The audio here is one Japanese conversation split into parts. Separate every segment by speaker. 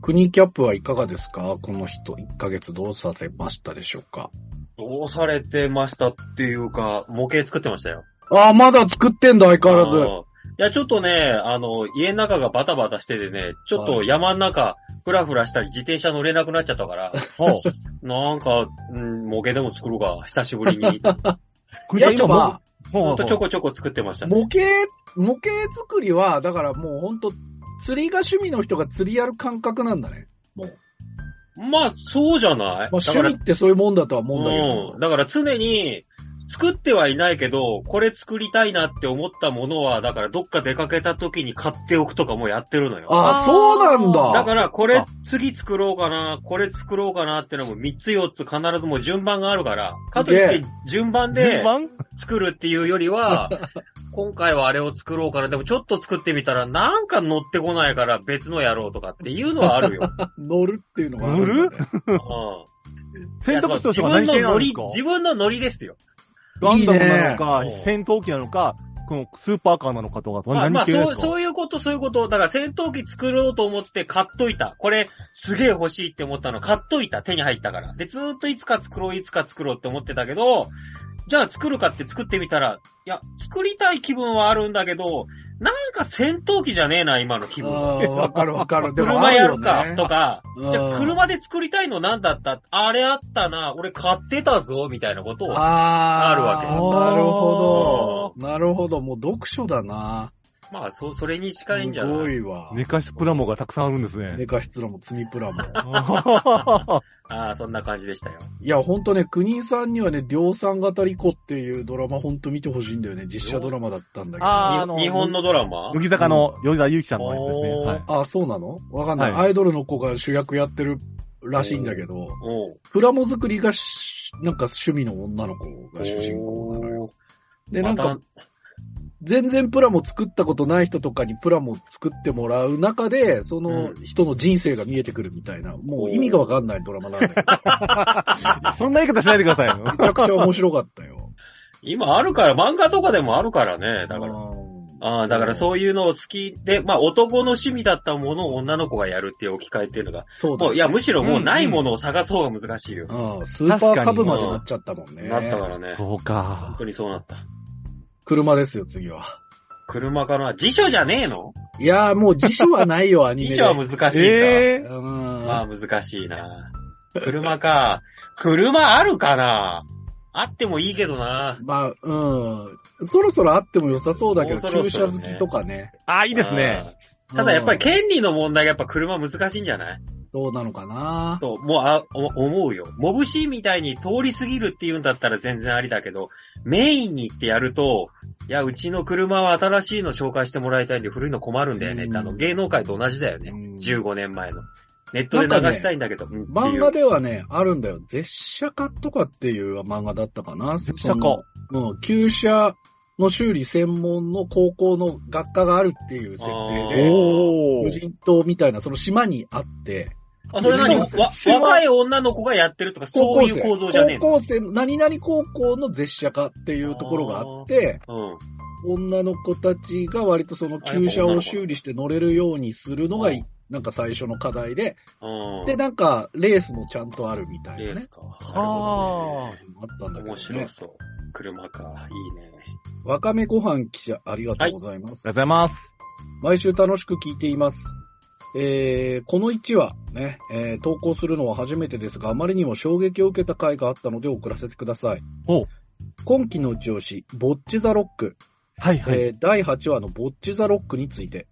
Speaker 1: 国キャップはいかがですかこの人、1ヶ月どうさせましたでしょうか
Speaker 2: どうされてましたっていうか、模型作ってましたよ。
Speaker 1: あー、まだ作ってんだ、相変わら
Speaker 2: あ
Speaker 1: ず。
Speaker 2: のいや、ちょっとね、あの、家の中がバタバタしててね、ちょっと山の中、ふらふらしたり、自転車乗れなくなっちゃった から、
Speaker 3: そう。
Speaker 2: なんか、うん、模型でも作ろうか、久しぶり に。ちょ
Speaker 1: やっぱまあ、
Speaker 3: も
Speaker 2: っとちょこちょこ作ってましたね。
Speaker 1: 模型、模型作りは、だからもうほんと、釣りが趣味の人が釣りやる感覚なんだね。もう。
Speaker 2: まあ、そうじゃない
Speaker 1: まあ、
Speaker 2: だから
Speaker 1: 趣味ってそういうもんだとは思うんだけど。
Speaker 2: うん。だから常に、作ってはいないけど、これ作りたいなって思ったものは、だからどっか出かけた時に買っておくとかもやってるのよ。
Speaker 1: ああ、そうなんだ。
Speaker 2: だからこ
Speaker 3: あ
Speaker 2: れ次作ろうかな、これ作ろうかなってのも3つ4つ必ずもう順番があるから、かといって順番で
Speaker 3: 順番
Speaker 2: 作るっていうより は、今回はあれを作ろうかな、でもちょっと作ってみたらなんか乗ってこないから別のやろうとかっていうのはある よ。
Speaker 1: 乗るっていうのがあるんだね、
Speaker 2: うん
Speaker 3: 選択肢としては何
Speaker 2: 自分
Speaker 3: 系
Speaker 2: の
Speaker 3: な
Speaker 2: ノ
Speaker 3: んで
Speaker 2: リ
Speaker 3: すか、
Speaker 2: 自分のノリですよ。
Speaker 3: ガンダムなのか
Speaker 2: いいね、
Speaker 3: 戦闘機なのか、このスーパーカーなのかとか、
Speaker 2: まあ、
Speaker 3: 何
Speaker 2: まあ
Speaker 3: 言って
Speaker 2: そう、
Speaker 3: るんですか、
Speaker 2: そういうこと、そういうこと。だから戦闘機作ろうと思って買っといた。これ、すげえ欲しいって思ったの、買っといた。手に入ったから。で、ずーっといつか作ろう、いつか作ろうって思ってたけど、じゃあ作るかって作ってみたら、いや、作りたい気分はあるんだけど、なんか戦闘機じゃねえな、今の気分。
Speaker 1: あーわかるわ かる。でもあ
Speaker 2: 車
Speaker 1: る
Speaker 2: や
Speaker 1: よ
Speaker 2: るか
Speaker 1: ね、
Speaker 2: とか、
Speaker 1: うん
Speaker 2: じゃあ車で作りたいのなんだったあれあったな、俺買ってたぞ、みたいなことを。
Speaker 1: あー
Speaker 2: あるわけ
Speaker 1: なるほど。なるほど。もう読書だな。
Speaker 2: まあ、そ、それに近いんじ
Speaker 1: す
Speaker 2: ゃない
Speaker 1: ごいわ。
Speaker 3: 寝かしプラモがたくさんあるんですね。
Speaker 1: 寝かしつらも積みプラも。
Speaker 2: ああ、そんな感じでしたよ。
Speaker 1: いや、ほんとね、国井さんにはね、量産型リコっていうドラマほんと見てほしいんだよね。実写ドラマだったんだけど。
Speaker 3: あー
Speaker 2: に
Speaker 3: あの
Speaker 2: 日本のドラマ
Speaker 3: 麦坂の米田祐希ちゃんのやつですね。
Speaker 2: おー
Speaker 3: はい。
Speaker 1: あ、そうなのわかんない、
Speaker 3: はい
Speaker 1: アイドルの子が主役やってるらしいんだけど、
Speaker 2: おう
Speaker 1: プラモ作りがし、なんか趣味の女の子が主人公なのよ。で、なん
Speaker 2: ま
Speaker 1: か
Speaker 2: た、
Speaker 1: 全然プラモ作ったことない人とかにプラモ作ってもらう中で、その人の人生が見えてくるみたいな、もう意味がわかんないドラマなんだけど、
Speaker 3: そんな言い方しないでくださいよ。
Speaker 1: めちゃくちゃ面白かったよ。
Speaker 2: 今あるから、漫画とかでもあるからね。だから。
Speaker 1: ら
Speaker 2: ああ、だからそういうのを好きで、まあ男の趣味だったものを女の子がやるっていう置き換えっていうのが、
Speaker 1: そうだ
Speaker 2: もう、いや、むしろもうない
Speaker 3: うんうん
Speaker 2: ものを探す方が難しいよ。
Speaker 1: うん、スーパーカブまでなっちゃったもんね。
Speaker 2: なったからね。
Speaker 3: そう
Speaker 2: 本
Speaker 3: か。
Speaker 2: 当にそうなった。
Speaker 1: 車ですよ、次は。
Speaker 2: 車かな辞書じゃねえの
Speaker 1: いやー、もう辞書はない よ、アニメ
Speaker 2: 辞
Speaker 1: で。
Speaker 2: 書は難しいか。
Speaker 3: えー、
Speaker 1: うん
Speaker 2: まあ難しいな。車か。車あるかなあってもいいけどな。
Speaker 1: まあ、うん。そろそろあっても良さそうだけど、
Speaker 2: もうそろ
Speaker 1: 旧
Speaker 2: そ
Speaker 1: 車
Speaker 2: ろ
Speaker 1: 好
Speaker 2: ね
Speaker 1: きとかね。
Speaker 3: あ、いいですね。
Speaker 2: あー。ただやっぱり
Speaker 1: うん
Speaker 2: 権利の問題がやっぱ車難しいんじゃない
Speaker 1: どうなのかな
Speaker 2: と、もうあ、お思うよ。モブシーみたいに通り過ぎるっていうんだったら全然ありだけど、メインに行ってやると、いや、うちの車は新しいの紹介してもらいたいんで古いの困るんだよねって、あの、芸能界と同じだよね
Speaker 1: う。ん
Speaker 2: 15年前の。ネットで流したいんだけど、うんってい
Speaker 1: 漫
Speaker 2: う
Speaker 1: 画ではね、あるんだよ。絶写家とかっていう漫画だったかな。
Speaker 3: 絶写家
Speaker 1: そのうん、旧車の修理専門の高校の学科があるっていう設定
Speaker 2: あー
Speaker 1: で、
Speaker 3: お
Speaker 1: 無
Speaker 3: ー。
Speaker 1: 人島みたいな、その島にあって、
Speaker 2: あ、それ何わ若い女の子がやってるとか、
Speaker 1: 高
Speaker 2: そう
Speaker 1: 校
Speaker 2: い
Speaker 1: 生
Speaker 2: う構造じゃねえの
Speaker 1: 高校生の、何々高校の絶写家っていうところがあって、
Speaker 2: うん。
Speaker 1: 女の子たちが割とその旧車を修理して乗れるようにするのが
Speaker 2: うん、
Speaker 1: なんか最初の課題で、
Speaker 2: うん。
Speaker 1: で、なんか、レースもちゃんとあるみたい
Speaker 2: レ
Speaker 1: な
Speaker 2: ース
Speaker 1: ね。
Speaker 2: か。
Speaker 3: あ
Speaker 1: あ
Speaker 2: あ
Speaker 3: ー。
Speaker 1: ったんだけど
Speaker 2: 面白
Speaker 1: ね。
Speaker 2: そう。車か。いいね。
Speaker 1: わかめご飯記者、ありがとうございます。
Speaker 3: ありがとうございます。
Speaker 1: 毎週楽しく聞いています。えー、この1話、ね、えー投稿するのは初めてですが、あまりにも衝撃を受けた回があったので送らせてください
Speaker 3: お。
Speaker 1: 今期の一押し、ボッチザロック。
Speaker 3: はいはい。
Speaker 1: えー第8話のボッチザロックについて。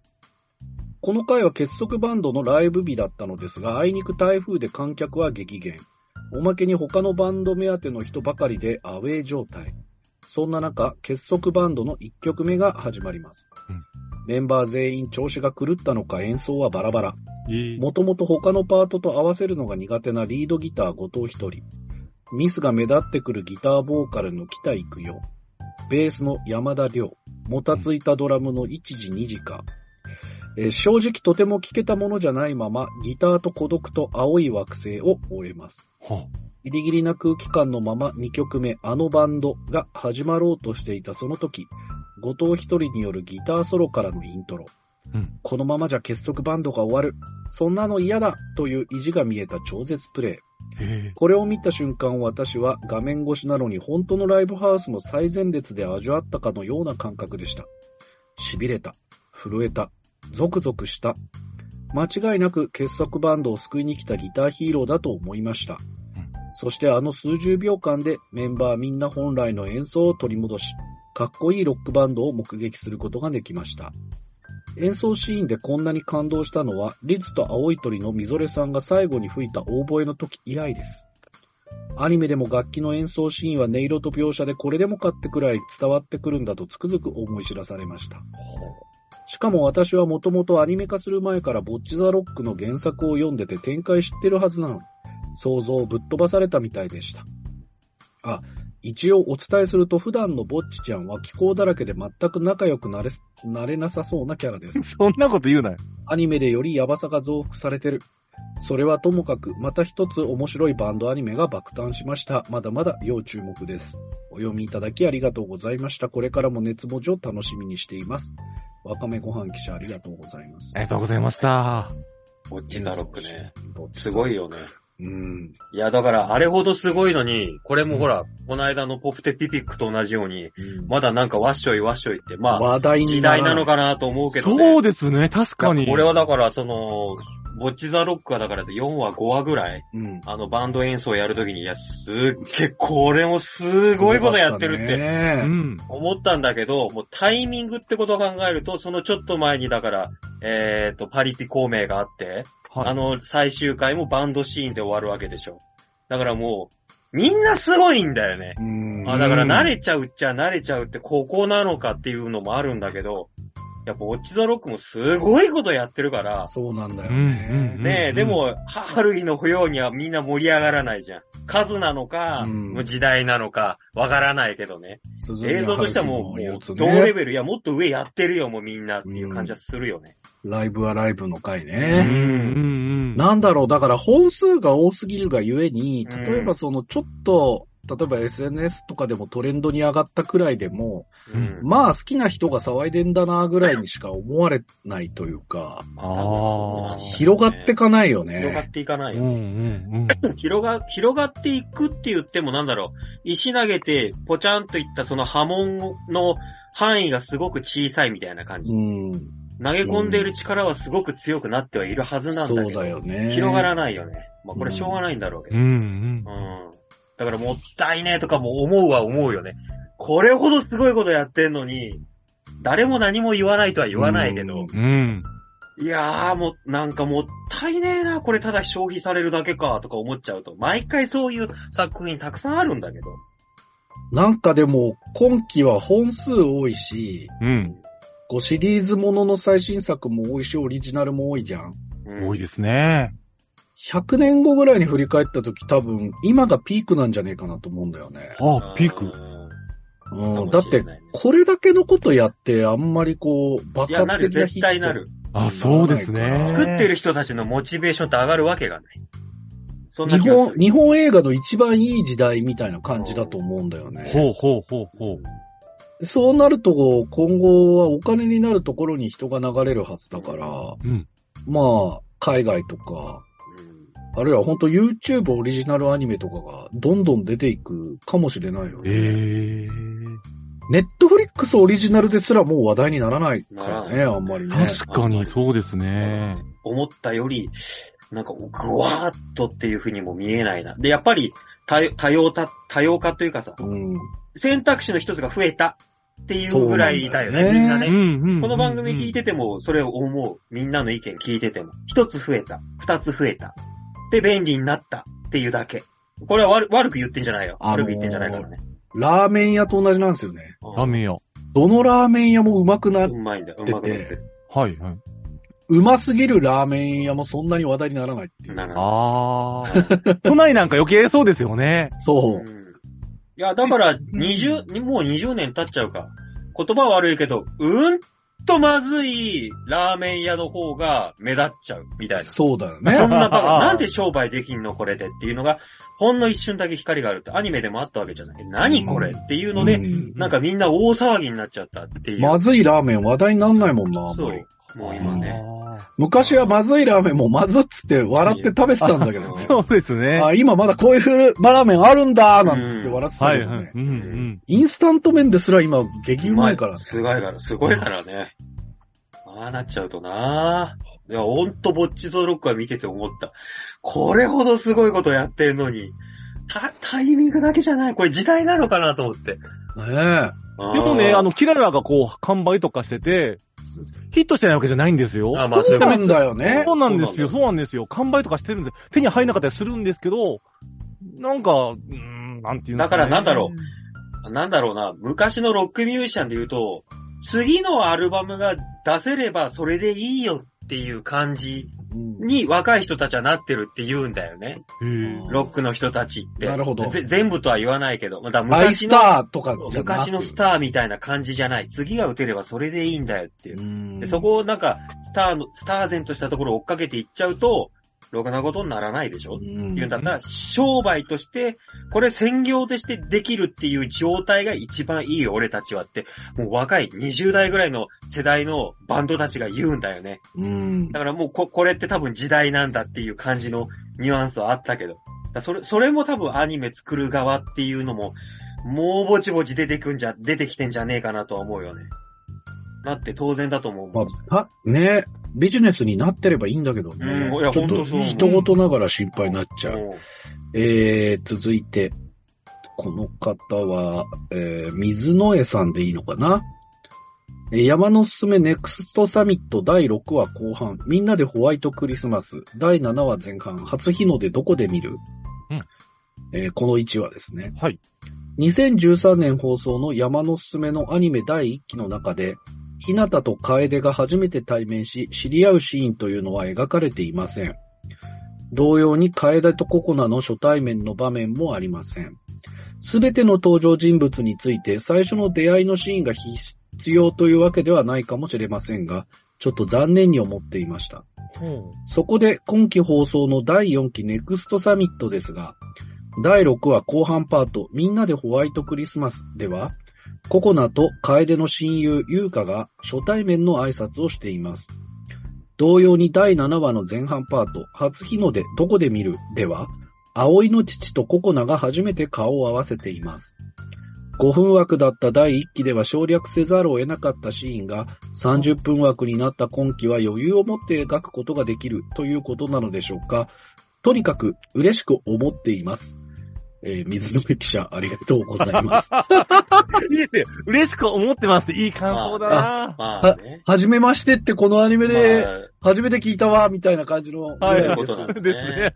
Speaker 1: この回は結束バンドのライブ日だったのですが、あいにく台風で観客は激減。おまけに他のバンド目当ての人ばかりでアウェー状態。そんな中、結束バンドの1曲目が始まります。
Speaker 3: うん
Speaker 1: メンバー全員調子が狂ったのか演奏はバラバラ。
Speaker 3: いい
Speaker 1: もともと他のパートと合わせるのが苦手なリードギター後藤一人。ミスが目立ってくるギターボーカルの北育代。ベースの山田亮。もたついたドラムの一時二時か。えー正直とても聴けたものじゃないまま、ギターと孤独と青い惑星を終えます。
Speaker 3: ほ
Speaker 1: ギリギリな空気感のまま2曲目、あのバンドが始まろうとしていたその時、後藤一人によるギターソロからのイントロ。
Speaker 3: うん
Speaker 1: このままじゃ結束バンドが終わる。そんなの嫌だという意地が見えた超絶プレイ。
Speaker 3: へ
Speaker 1: これを見た瞬間私は画面越しなのに本当のライブハウスの最前列で味わったかのような感覚でした。痺れた。震えた。ゾクゾクした。間違いなく傑作バンドを救いに来たギターヒーローだと思いました。そしてあの数十秒間でメンバーみんな本来の演奏を取り戻し、かっこいいロックバンドを目撃することができました。演奏シーンでこんなに感動したのは、リズと青い鳥のみぞれさんが最後に吹いたオーボエの時以来です。アニメでも楽器の演奏シーンは音色と描写でこれでもかってくらい伝わってくるんだとつくづく思い知らされました。しかも私はもともとアニメ化する前からボッチザロックの原作を読んでて展開知ってるはずなのに、想像をぶっ飛ばされたみたいでした。あ、一応お伝えすると普段のぼっちちゃんは気候だらけで全く仲良くなれ、なれなさそうなキャラです
Speaker 3: え。。そんなこと言うなよ。
Speaker 1: アニメでよりヤバさが増幅されてる。それはともかく、また一つ面白いバンドアニメが爆誕しました。まだまだ要注目です。お読みいただきありがとうございました。これからも熱文字を楽しみにしています。わかめご飯記者ありがとうございます。
Speaker 3: ありがとうございました。
Speaker 2: ウォッチザロックね。す
Speaker 1: す
Speaker 2: ご
Speaker 1: い。
Speaker 2: いよね。
Speaker 1: うん。
Speaker 2: いや、だから、あれほどすごいのに、これもほら、この間のポプテピピックと同じように、まだなんかわっしょいわっしょいって、まあ、
Speaker 1: 話題に
Speaker 2: 時代な
Speaker 1: らい
Speaker 2: のかなと思うけどね。
Speaker 3: そうですね、確かに。
Speaker 2: 俺はだから、その、ボッチザロックはだから4話5話ぐらい、
Speaker 1: うん。
Speaker 2: あのバンド演奏やるときに、いや、すっげえ、これもすごいことやってるって
Speaker 3: う
Speaker 1: る
Speaker 3: ん。
Speaker 2: 思ったんだけど、もうタイミングってことを考えると、そのちょっと前にだから、えっ、と、パリピ孔明があって、
Speaker 3: はい
Speaker 2: あの最終回もバンドシーンで終わるわけでしょ。だからもう、みんなすごいんだよね。
Speaker 1: うん。
Speaker 2: あだから慣れちゃうっちゃ慣れちゃうってここなのかっていうのもあるんだけど、やっぱオッチザロックもすごいことやってるから、
Speaker 1: そうなんだよ
Speaker 3: うんうん
Speaker 1: ね。
Speaker 2: ねえ、
Speaker 3: うん
Speaker 2: でも、は春日の不要にはみんな盛り上がらないじゃん。数なのか、
Speaker 1: うん
Speaker 2: もう時代なのか、わからないけどね。
Speaker 1: 鈴宮
Speaker 2: 映像としてはもう、
Speaker 1: 春樹の
Speaker 2: も
Speaker 1: やつ
Speaker 2: う同レ
Speaker 1: ね。
Speaker 2: ベル、いや、もっと上やってるよ、もうみんなっていう感じはするよね。
Speaker 1: ライブはライブの回
Speaker 3: う
Speaker 1: ね。
Speaker 3: んうんうん。
Speaker 1: なんだろう、だから本数が多すぎるがゆえに、
Speaker 2: うん
Speaker 1: 例えばそのちょっと、例えば SNS とかでもトレンドに上がったくらいでも、
Speaker 2: うん。
Speaker 1: まあ好きな人が騒いでんだなぐらいにしか思われないというか、
Speaker 3: ああ。
Speaker 1: 広がってかないよ
Speaker 2: 広がっ
Speaker 1: ね。
Speaker 2: ていかない
Speaker 3: うん
Speaker 2: よ。
Speaker 3: うんうん。
Speaker 2: 広が、広がっていくって言ってもなんだろう。石投げて、ポチャンといったその波紋の範囲がすごく小さいみたいな感じ
Speaker 1: う。ん。
Speaker 2: 投げ込んでいる力はすごく強くなってはいるはずなん
Speaker 1: そ
Speaker 2: だけ
Speaker 1: う
Speaker 2: ど
Speaker 1: だ。よね。
Speaker 2: 広がらないよね。まあこれしょうがないんだろうけど
Speaker 3: う。ん
Speaker 2: うん。だからもったいねえとかも思うは思うよね。これほどすごいことやってんのに、誰も何も言わないとは言わないけど、
Speaker 3: うん。うん。
Speaker 2: いやーもうなんかもったいねえな、これただ消費されるだけかとか思っちゃうと、毎回そういう作品たくさんあるんだけど。
Speaker 1: なんかでも、今期は本数多いし、
Speaker 3: うん。
Speaker 1: 5シリーズものの最新作も多いし、オリジナルも多いじゃん。
Speaker 2: うん
Speaker 3: 多いですね。
Speaker 1: 100年後ぐらいに振り返った時多分、今がピークなんじゃねえかなと思うんだよね。
Speaker 3: あ、ピーク。
Speaker 1: う、
Speaker 2: うんん
Speaker 1: だって、これだけのことやって、あんまりこう、バ
Speaker 2: いや、
Speaker 1: カ
Speaker 2: なる、
Speaker 1: 的な
Speaker 2: 絶対な。る。
Speaker 3: あ、そうですね。
Speaker 1: え
Speaker 2: 作ってる人たちのモチベーションって上がるわけがない。そんな
Speaker 1: 日
Speaker 2: 気がす
Speaker 1: 本、
Speaker 2: る。
Speaker 1: 日本映画の一番いい時代みたいな感じだと思うんだよね。
Speaker 3: ほうほうほうほう。
Speaker 1: そうなると、今後はお金になるところに人が流れるはずだから、
Speaker 3: うん。
Speaker 1: まあ、海外とか、
Speaker 2: うん
Speaker 1: あるいは本当 YouTube オリジナルアニメとかがどんどん出ていくかもしれないよ
Speaker 3: え
Speaker 1: ね。
Speaker 3: え
Speaker 1: ネットフリックスオリジナルですらもう話題にならないからね、あんまりね。
Speaker 3: 確かにそうですね。
Speaker 2: 思ったより、なんか、ぐわーっとっていう風にも見えないな。で、やっぱり、多多様た、多様化というかさ、
Speaker 1: うん。
Speaker 2: 選択肢の一つが増えたっていうぐらいだよね、
Speaker 1: そう
Speaker 2: みん
Speaker 1: な
Speaker 2: なん
Speaker 1: だ
Speaker 3: う
Speaker 2: ね。
Speaker 3: んうん。
Speaker 2: この番組聞いてても、それを思う。みんなの意見聞いてても。一つ増えた。二つ増えた。で、便利になったっていうだけ。これは悪悪く言ってんじゃないよ。
Speaker 1: あのー
Speaker 2: 悪く言ってんじゃないからね。
Speaker 1: ラーメン屋と同じなんですよね。
Speaker 3: ダメよ。
Speaker 1: どのラーメン屋もうまくな
Speaker 2: う、まいんだよ。うまくなってる。
Speaker 3: はいはい。
Speaker 1: うますぎるラーメン屋もそんなに話題にならないっていう。
Speaker 2: なるほど
Speaker 3: あー。都内なんか余計そうですよね。
Speaker 1: そう。
Speaker 2: いや、だから、20、もう20年経っちゃうか。言葉は悪いけど、うんとまずいラーメン屋の方が目立っちゃう、みたいな。
Speaker 1: そうだよ
Speaker 2: そん
Speaker 1: ね。
Speaker 2: なバカ、
Speaker 3: あー
Speaker 2: なんで商売できんのこれでっていうのが、ほんの一瞬だけ光があるって、アニメでもあったわけじゃない。何これっていうので、
Speaker 1: うん
Speaker 2: なんかみんな大騒ぎになっちゃったっていう。
Speaker 1: まずいラーメン話題にならないもんな、あん
Speaker 2: そ
Speaker 1: まり。
Speaker 2: う。もう今ね。
Speaker 1: 昔はまずいラーメンもまずっつって笑って食べてたんだけど
Speaker 3: あ
Speaker 1: ね
Speaker 3: ー。。 そうですね。
Speaker 1: あ、今まだこういうラーメンあるんだーなんつって笑ってた
Speaker 3: は
Speaker 1: け
Speaker 3: い
Speaker 1: ど
Speaker 3: はい
Speaker 1: ね。。
Speaker 3: うんうん。
Speaker 1: インスタント麺ですら今、激うまいから。
Speaker 2: すごいから、すごいからね。ああなっちゃうとなぁ。いや、ほんと、ぼっちゾロックは見てて思った。これほどすごいことやってんのに、た、タイミングだけじゃない。これ時代なのかなと思って。で
Speaker 1: ね
Speaker 3: でもね、あの、、キララがこう、完売とかしてて、ヒットしてないわけじゃないんですよ。
Speaker 2: あまあ
Speaker 1: え。
Speaker 2: そ
Speaker 1: そう
Speaker 2: いう
Speaker 1: う
Speaker 2: こと
Speaker 1: なんだよね
Speaker 3: そ。うなんですよ、
Speaker 2: そ
Speaker 3: そうなんですよ。完売とかしてるんで、手に入らなかったりするんですけど、なんか、うーん、なんていうの
Speaker 2: だからなんだろなんだろうな、昔のロックミュージシャンで言うと、次のアルバムが出せればそれでいいよっていう感じ
Speaker 1: うん
Speaker 2: に若い人たちはなってるって言うんだよね。
Speaker 3: う。へえ
Speaker 2: ロックの人たちって。
Speaker 1: なるほど
Speaker 2: ぜ全部とは言わないけど。まあだから
Speaker 1: アイ
Speaker 2: 昔
Speaker 1: ス
Speaker 2: の
Speaker 1: ターとかじゃなく
Speaker 2: 昔のスターみたいな感じじゃない。次が打てればそれでいいんだよっていう。
Speaker 1: うん
Speaker 2: でそこをなんか、スターの、スター然としたところを追っかけていっちゃうと、ろくなことにならないでしょ
Speaker 1: うん
Speaker 2: っていうんだったら、商売として、これ専業としてできるっていう状態が一番いいよ、俺たちはって、もう若い20代ぐらいの世代のバンドたちが言うんだよね。
Speaker 1: うん
Speaker 2: だからもうこ、これって多分時代なんだっていう感じのニュアンスはあったけど。だからそれ、それも多分アニメ作る側っていうのも、もうぼちぼち出てくんじゃ、出てきてんじゃねえかなとは思うよね。だって当然だと思う
Speaker 1: ま
Speaker 2: もん。
Speaker 1: あ、たねビジネスになってればいいんだけどね。
Speaker 2: うんいや
Speaker 1: ちょっ
Speaker 2: ほん
Speaker 1: と、
Speaker 2: とそう
Speaker 1: 人事ながら心配になっちゃう。
Speaker 2: も
Speaker 1: えー、続いて、この方は、えー、水野江さんでいいのかなえー山のすすめネクストサミット第6話後半、みんなでホワイトクリスマス、第7話前半、初日の出どこで見る、
Speaker 3: うん
Speaker 1: えーこの1話ですね。
Speaker 3: はい。
Speaker 1: 2013年放送の山のすすめのアニメ第1期の中で、ひなたと楓が初めて対面し、知り合うシーンというのは描かれていません。同様に楓とココナの初対面の場面もありません。すべての登場人物について最初の出会いのシーンが必要というわけではないかもしれませんが、ちょっと残念に思っていました。そこで今期放送の第4期ネクストサミットですが、第6話後半パートみんなでホワイトクリスマスでは、ココナと楓の親友優香が初対面の挨拶をしています。同様に第7話の前半パート、初日の出、どこで見るでは、葵の父とココナが初めて顔を合わせています。5分枠だった第1期では省略せざるを得なかったシーンが30分枠になった今期は余裕を持って描くことができるということなのでしょうか。とにかく嬉しく思っています。えー水の記者、ありがとうございます。
Speaker 3: いいですよ。嬉しく思ってます。いい感想だな
Speaker 2: う、まあね。
Speaker 1: はじめましてってこのアニメ
Speaker 2: ま
Speaker 1: で、
Speaker 2: あ
Speaker 1: 初めて聞いたわ、みたいな感じの。
Speaker 3: は
Speaker 2: そういう
Speaker 3: い。
Speaker 2: ことなんですね
Speaker 3: ですね。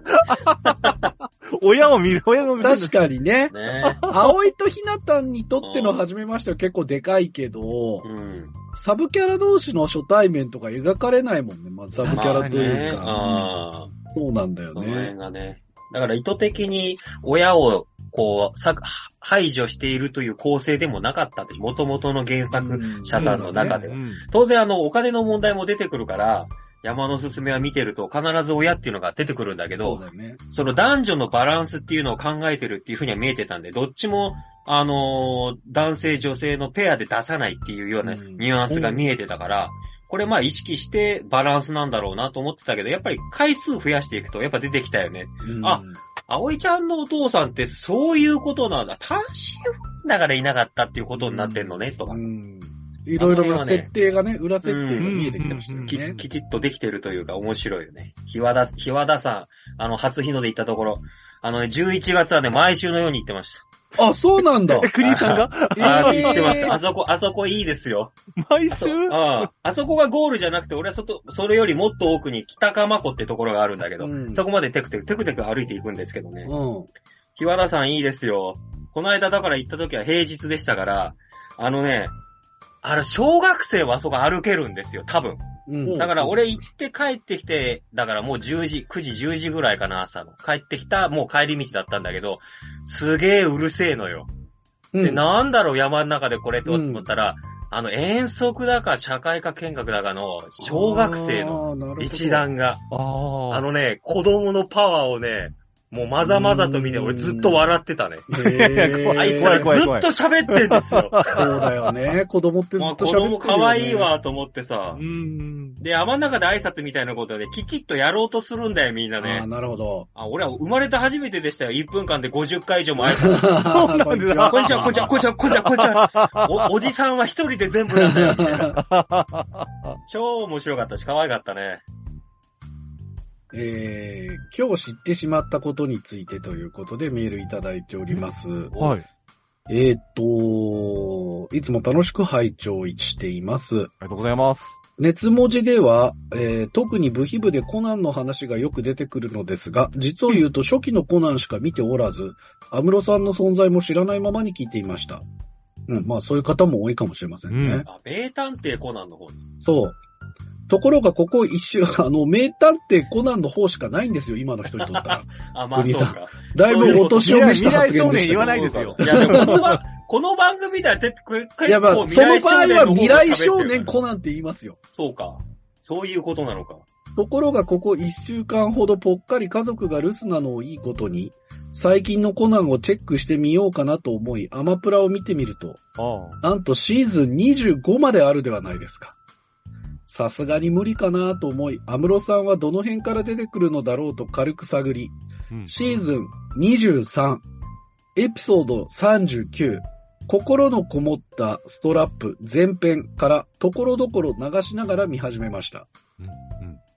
Speaker 3: 親を見る、親を見る。
Speaker 1: 確かに ね。
Speaker 2: ね。
Speaker 1: 葵とひなたにとっての初めましては結構でかいけど、
Speaker 2: うん。
Speaker 1: サブキャラ同士の初対面とか描かれないもんね。まあ、サブキャラというか。
Speaker 2: まあね
Speaker 1: そうなんだよ
Speaker 2: うん。その辺
Speaker 1: ね。
Speaker 2: がね。だから意図的に親をこう、さ排除しているという構成でもなかったって、元々の原作者さんの中で
Speaker 3: う
Speaker 2: は。
Speaker 3: ん。
Speaker 2: 当然あの、お金の問題も出てくるから、山のすすめは見てると必ず親っていうのが出てくるんだけ
Speaker 1: そう
Speaker 2: ど、
Speaker 1: だよね。
Speaker 2: その男女のバランスっていうのを考えてるっていうふうには見えてたんで、どっちも、あのー男性女性のペアで出さないっていうような
Speaker 1: うん
Speaker 2: ニュアンスが見えてたから、これまあ意識してバランスなんだろうなと思ってたけど、やっぱり回数増やしていくとやっぱ出てきたよね。
Speaker 1: うん
Speaker 2: あ、葵ちゃんのお父さんってそういうことなんだ。単身だからいなかったっていうことになってんのね、とか
Speaker 1: う。ん。いろいろな設定がね、裏設定が見えてきましたよ
Speaker 3: うん
Speaker 2: き
Speaker 1: ね。
Speaker 2: きちっとできてるというか面白いよね。ひわだ、ひわださん、あの、初日の出行ったところ、あのね、11月はね、毎週のように行ってました。
Speaker 1: あ、そうなんだ。
Speaker 3: え、クリーさんが
Speaker 2: ああ、
Speaker 1: えー
Speaker 2: 行ってました。あそこ、あそこいいですよ。
Speaker 3: 毎
Speaker 2: あ
Speaker 3: 週
Speaker 2: そあああそこがゴールじゃなくて、俺はそと、それよりもっと奥に北鎌湖ってところがあるんだけど、
Speaker 1: うん
Speaker 2: そこまでテクテク、テクテク歩いていくんですけどね。
Speaker 1: うん。
Speaker 2: 日和田さんいいですよ。この間だから行った時は平日でしたから、あのね、あの、小学生はあそこ歩けるんですよ、多分。
Speaker 1: うん。
Speaker 2: だから俺行って帰ってきて、だからもう10時、9時、10時ぐらいかな、朝の。帰ってきた、もう帰り道だったんだけど、すげえうるせえのよ。
Speaker 1: うん、
Speaker 2: で、なんだろう、山の中でこれと
Speaker 1: うん
Speaker 2: 思ったら、あの、遠足だか社会科見学だかの、小学生の
Speaker 1: の
Speaker 2: 一。覧が、
Speaker 3: ああ
Speaker 2: あのね、子供のパワーをね、もうまざまざと見て、
Speaker 1: うん
Speaker 2: 俺ずっと笑ってたね。
Speaker 1: なる ほど
Speaker 2: あ
Speaker 3: 怖
Speaker 2: い
Speaker 3: い
Speaker 2: つ
Speaker 3: 怖
Speaker 2: ら
Speaker 3: い
Speaker 2: ず
Speaker 3: 怖い怖い
Speaker 2: っと喋ってんです よ。
Speaker 1: そうだよね。子供ってず
Speaker 2: まあ
Speaker 1: っと
Speaker 2: 子
Speaker 1: 喋ってるよ、ね。
Speaker 2: 供可愛い。わと思ってさ
Speaker 3: う。ん。
Speaker 2: で、山の中で挨拶みたいなことで、きちっとやろうとするんだよ、みんな
Speaker 1: ああ、
Speaker 2: ね。
Speaker 1: なるほど。
Speaker 2: あ、俺は生まれて初めてでしたよ。1分間で50回以上も挨拶。
Speaker 1: そうなんです
Speaker 3: だ
Speaker 2: こんにちは、こんにちは、こんにちは、こんにちは、こんにちは。 お、おじさんは一人で全部なんだよ。超面白かったし、可愛かったね。
Speaker 1: えー、今日知ってしまったことについてということでメールいただいております。
Speaker 3: はい。
Speaker 1: えーっと、いつも楽しく拝聴しています。
Speaker 3: ありがとうございます。
Speaker 1: 熱文字では、えー特に部費部でコナンの話がよく出てくるのですが、実を言うと初期のコナンしか見ておらず、安室さんの存在も知らないままに聞いていました。うん、まあそういう方も多いかもしれませんね。
Speaker 3: うん
Speaker 2: あ、名探偵コナンの方に。
Speaker 1: そう。ところが、ここ一週、 あの、名探偵コナンの方しかないんですよ、今の人にとったら。
Speaker 2: あ、まあ、
Speaker 1: お
Speaker 2: そう
Speaker 1: 兄さん
Speaker 2: か。
Speaker 1: だいぶお年を召した発
Speaker 3: 未来
Speaker 1: 言
Speaker 3: 少
Speaker 1: でした
Speaker 3: 年
Speaker 1: け
Speaker 3: 言
Speaker 1: ど
Speaker 3: わないですよ。
Speaker 2: いや、でもこの番、 この番組ではて、結構
Speaker 1: いや、まあ、その場合は未来少年
Speaker 2: コ
Speaker 1: コナンって言いますよ。
Speaker 2: そうか。そういうことなのか。
Speaker 1: ところがここ1週間ほどぽっかり家族が留守なのをいいことに、最近のコナンをチェックしてみようかなと思い、アマプラを見てみると、
Speaker 3: あ
Speaker 1: なんとシーズン25まであるではないですか。さすがに無理かなと思い、安室さんはどの辺から出てくるのだろうと軽く探り、
Speaker 3: うん
Speaker 1: シーズン23、エピソード39、心のこもったストラップ前編からところどころ流しながら見始めました。
Speaker 3: うんうん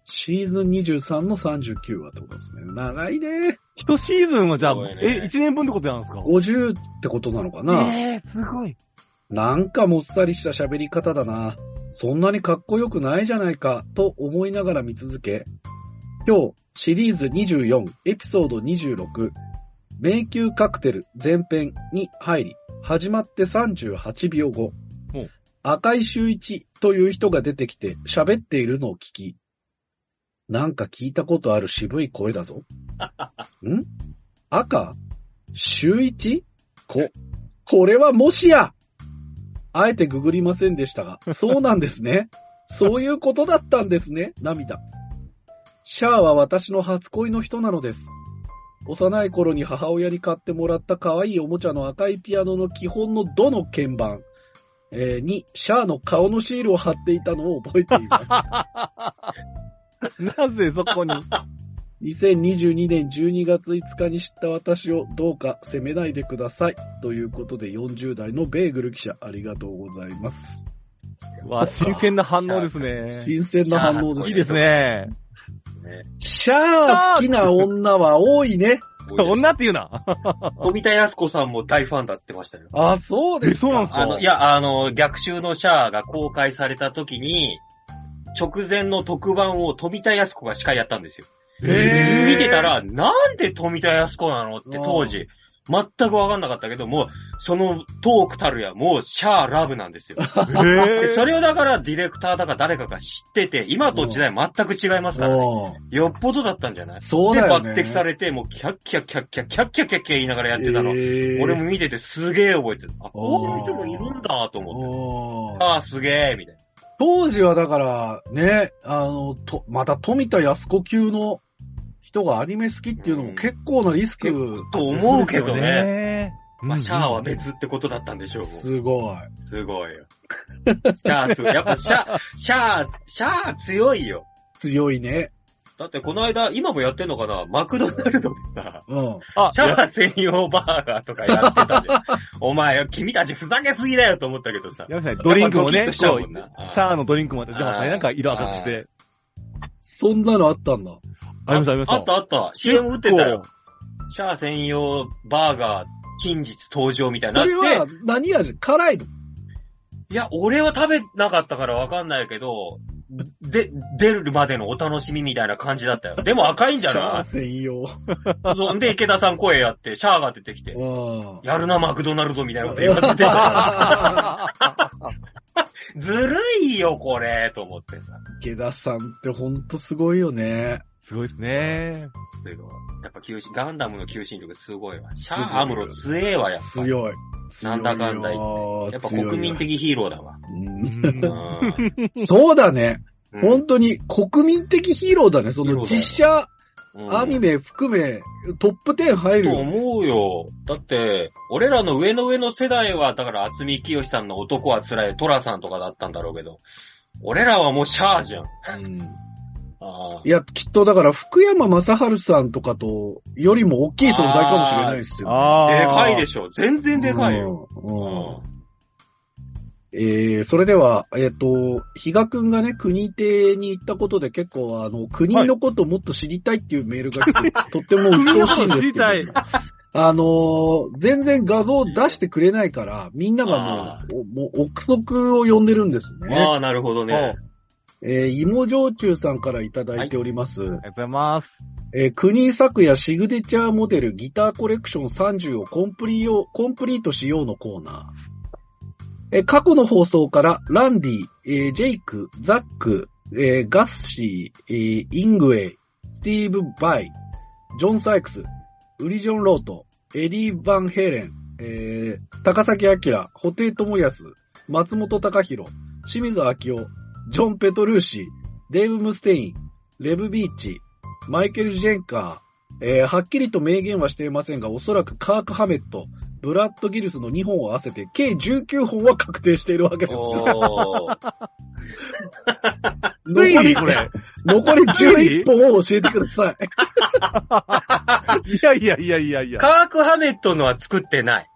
Speaker 1: シーズン23の39話ってことですね。長いね。
Speaker 3: 一シーズンはじゃあ、
Speaker 2: すごいね
Speaker 3: え、一年分ってことなんですか
Speaker 1: 50ってことなのかな、
Speaker 3: えー、すごい。
Speaker 1: なんかもっさりした喋り方だな。そんなにかっこよくないじゃないかと思いながら見続け、今日シリーズ24エピソード26迷宮カクテル前編に入り、始まって38秒後
Speaker 3: ほう、
Speaker 1: 赤井周一という人が出てきて喋っているのを聞き、なんか聞いたことある渋い声だぞ。ん赤周一こ、これはもしやあえてググりませんでしたが、そうなんですね。そういうことだったんですね。涙。シャアは私の初恋の人なのです。幼い頃に母親に買ってもらった可愛いおもちゃの赤いピアノの基本のどの鍵盤、えーにシャアの顔のシールを貼っていたのを覚えてい ます。
Speaker 3: なぜそこに。
Speaker 1: 2022年12月5日に知った私をどうか責めないでください。ということで40代のベーグル記者ありがとうございます。
Speaker 3: わ、真剣な反応ですね。
Speaker 1: 新鮮な反応です。
Speaker 3: いいですね。
Speaker 2: ね。
Speaker 1: シャア好きな女は多いね。
Speaker 3: 女って言うな。
Speaker 2: 富田康子さんも大ファンだって言ってましたよ。
Speaker 1: あ、そう
Speaker 3: え、そうなんですか
Speaker 2: あの、いや、あの、逆襲のシャアが公開された時に、直前の特番を富田康子が司会やったんですよ。
Speaker 3: えー
Speaker 2: 見てた、ら、なんで富田康子なのって当時、全くわかんなかったけど、もう、そのトークたるや、もうシャアラブなんですよ。
Speaker 3: えー
Speaker 2: でそれをだからディレクターだか誰かが知ってて、今と時代全く違いますからね。
Speaker 1: うん
Speaker 2: よっぽどだったんじゃない
Speaker 1: そう
Speaker 2: で、
Speaker 1: だよ
Speaker 2: 抜
Speaker 1: ね。
Speaker 2: 擢されて、もうキャッキャッキャッキャッキャッキャッキャッキャ言いながらやってたの。
Speaker 1: えー
Speaker 2: 俺も見ててすげえ覚えてる。あ、こういう人もいるんだと思っ
Speaker 1: う
Speaker 2: て。
Speaker 1: ん
Speaker 2: ああ、すげえ、みたいな。
Speaker 1: 当時はだから、ね、あの、と、また富田康子級の人がアニメ好きっていうのも結構なリスク。
Speaker 2: と思うけどね。
Speaker 3: ね。
Speaker 2: まあ、シャアは別ってことだったんでしょう。もう
Speaker 1: すごい。
Speaker 2: すごいよ。シャアす、やっぱシャア、シャア、シャア強いよ。
Speaker 1: 強いね。
Speaker 2: だってこの間、今もやってんのかなマクドナルドでさ、
Speaker 1: うん。
Speaker 3: あ、
Speaker 2: シャア専用バーガーとかやってたじゃん。お前、君たちふざけすぎだよと思ったけどさ。
Speaker 3: やめなさい、ドリンクも
Speaker 2: やっぱドキッと
Speaker 3: ね、
Speaker 2: しちゃ
Speaker 3: こ
Speaker 2: う
Speaker 3: う
Speaker 2: もんな
Speaker 3: シャアのドリンクも出てますね。
Speaker 2: あー
Speaker 3: なんか色赤くして。
Speaker 1: そんなのあったんだ。
Speaker 3: ありました、ありました。
Speaker 2: あったあった。CM 打ってたよ。シャア専用バーガー近日登場みたいにな
Speaker 1: そ
Speaker 2: っ
Speaker 1: れは
Speaker 2: て、
Speaker 1: 何味辛いの
Speaker 2: いや、俺は食べなかったからわかんないけど、で、出るまでのお楽しみみたいな感じだったよ。でも赤いんじゃな
Speaker 1: シャア専用。
Speaker 2: いそうで、池田さん声やって、シャアが出てきて、
Speaker 1: うん。
Speaker 2: やるな、マクドナルドみたいなこと言 われてたから。ずるいよ、これ、と思ってさ。
Speaker 1: 池田さんってほんとすごいよね。
Speaker 3: すごいですね。
Speaker 2: すごい。やっぱ求心、ガンダムの求心力すごいわ。シャア、アムロ強えわ、やっぱ。や
Speaker 1: 強い。
Speaker 2: なんだかんだ
Speaker 1: 強
Speaker 2: 言
Speaker 1: いよ
Speaker 2: っぱ国民。的ヒーローだわ。
Speaker 1: うん
Speaker 2: うん
Speaker 1: そうだね。
Speaker 2: うん
Speaker 1: 本当に国民的ヒーローだね。その
Speaker 2: ヒーローだよ
Speaker 1: 実写
Speaker 2: うん
Speaker 1: アニメ含めトップ10入る
Speaker 2: と
Speaker 1: よ。
Speaker 2: 思うよ。だって、俺らの上の上の世代は、だから、厚み清さんの男は辛い、トラさんとかだったんだろうけど、俺らはもうシャアじゃん。
Speaker 1: うん
Speaker 2: あ
Speaker 1: いや、きっとだから福山雅治さんとかとよりも大きい存在かもしれないですよ。
Speaker 3: あ
Speaker 2: あ。でかいで
Speaker 3: し
Speaker 2: しょ。全然でかいよ。
Speaker 1: うん。うん
Speaker 2: うん
Speaker 1: えー、それでは、えっ、と、比嘉くんがね、国邸に行ったことで結構、あの、国のことをもっと知りたいっていうメールが来て、 とっても鬱陶しいんですけど、
Speaker 3: 国のこ
Speaker 1: あのー全然画像を出してくれないから、みんなが
Speaker 2: あ
Speaker 1: もう、おもう、憶測を呼んでるんですね。
Speaker 2: ああ、なるほどね。
Speaker 1: えー、芋焼酎さんからいただいております。
Speaker 3: ありがとうございます。
Speaker 1: えー、国作やシグネチャーモデルギターコレクション30をコンプリようコンプリートしようのコーナー。えー、過去の放送から、ランディ、えージェイク、ザック、えーガッシー、えーイングウェイ、スティーブ・バイ、ジョン・サイクス、ウリジョン・ロート、エリー・バン・ヘイレン、えー高崎明、布袋智康、松本隆弘、清水明夫、ジョン・ペトルーシー、デーブ・ムステイン、レブ・ビーチ、マイケル・ジェンカー、えーはっきりと明言はしていませんが、おそらくカーク・ハメット、ブラッド・ギルスの2本を合わせて、計19本は確定しているわけです。
Speaker 2: おー。
Speaker 3: つい
Speaker 1: 残り
Speaker 3: に これ。
Speaker 1: 残り11本を教えてください。
Speaker 3: いやいやいやいやいや。
Speaker 2: カーク・ハメットのは作ってない。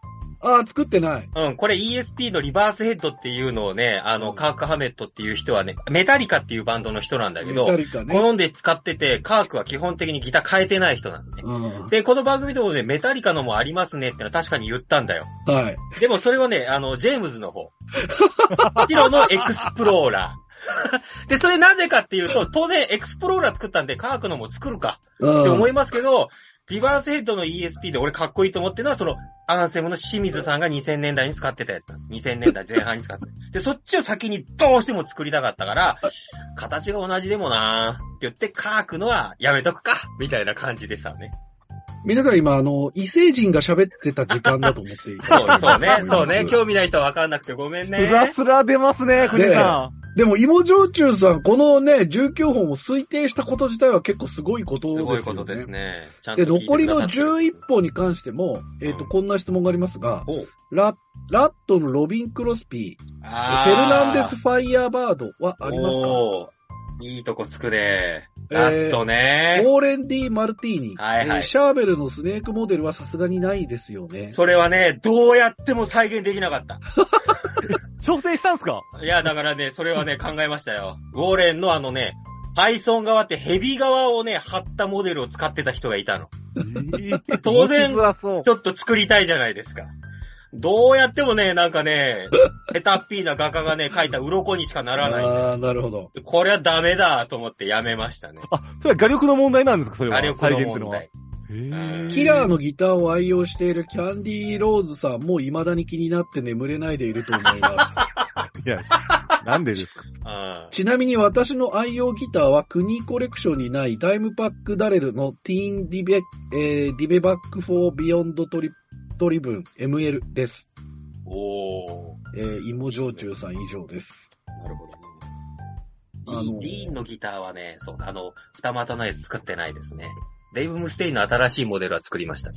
Speaker 1: ああ、作ってない。
Speaker 2: うん、これ ESP のリバースヘッドっていうのをね、あの、
Speaker 1: うん
Speaker 2: カーク・ハメットっていう人はね、メタリカっていうバンドの人なんだけど、
Speaker 1: メタリカね。
Speaker 2: 好んで使ってて、カークは基本的にギター変えてない人なのね。
Speaker 1: うん。
Speaker 2: で、この番組でもね、メタリカのもありますねってのは確かに言ったんだよ。
Speaker 1: はい。
Speaker 2: でもそれはね、あの、ジェームズの方。 ヒロのエクスプローラー。で、それなぜかっていうと、当然エクスプローラー作ったんで、カークのも作るかって思いますけど、リバースヘッドの ESP で俺かっこいいと思ってるのは、その、アンセムの清水さんが2000年代に使ってたやつ。2000年代前半に使ってた。で、そっちを先にどうしても作りたかったから、形が同じでもなーって言って、カークのはやめとくかみたいな感じでさ ね。
Speaker 1: 皆さん今、あの、異星人が喋ってた時間だと思っていて。
Speaker 2: そうそうね、そうね。興味ない人はわかんなくてごめんね。
Speaker 3: スラスラ出ますね、国さん。
Speaker 1: でも、芋焼酎さん、このね、19本を推定したこと自体は結構すごいことです
Speaker 2: す
Speaker 1: よね。
Speaker 2: ごいことですね。ちゃんと
Speaker 1: で、
Speaker 2: 聞いて
Speaker 1: 残り
Speaker 2: くださ
Speaker 1: の
Speaker 2: って
Speaker 1: 11本に関しても、えっ、と、
Speaker 2: うん
Speaker 1: こんな質問がありますが、
Speaker 2: お
Speaker 1: ララットのロビン・クロスピー、フ
Speaker 2: あ
Speaker 1: ェルナンデ
Speaker 2: ス
Speaker 1: ス・ファイヤーバードはありますか
Speaker 2: いいとこつくね。
Speaker 1: えー
Speaker 2: ラットね。
Speaker 1: ウォーレン・ディ・マルティーニ、
Speaker 2: はいはい
Speaker 1: えーシャーベルのスネークモデルはさすがにないですよね。
Speaker 2: それはね、どうやっても再現できなかった。
Speaker 3: 調整したんすか
Speaker 2: いや、だからね、それはね、考えましたよ。ウォーレンのあのね、アイソン側ってヘビ側をね、貼ったモデルを使ってた人がいたの。当然
Speaker 3: 持ちづらそう
Speaker 2: ちょっと作りたいじゃないですか。どうやってもね、なんかね、ヘタッピーな画家がね、描いた鱗にしかならない。
Speaker 1: ああ、なるほど。
Speaker 2: これはダメだと思ってやめましたね。
Speaker 3: あ、それは画力の問題なんですかそれは。
Speaker 2: あれをこの
Speaker 3: 再現っていう
Speaker 2: 問題。
Speaker 3: は。へ
Speaker 1: キラーのギターを愛用しているキャンディー・ローズさんも未だに気になって眠れないでいると思いま
Speaker 3: いや、なんでですか
Speaker 2: うん
Speaker 1: す。ちなみに私の愛用ギターはクニーコレクションにないダイムパックダレルのティーンディベ、えーディベバック・フォー・ビヨンドトリ・トリブン ML です。
Speaker 2: おー。
Speaker 1: えー、芋焼酎さん以上です。
Speaker 2: なるほどね。
Speaker 1: あのー
Speaker 2: ディーンのギターはね、そう、あの、二股のやつ作ってないですね。デイブ・ムステインの新しいモデルは作りました。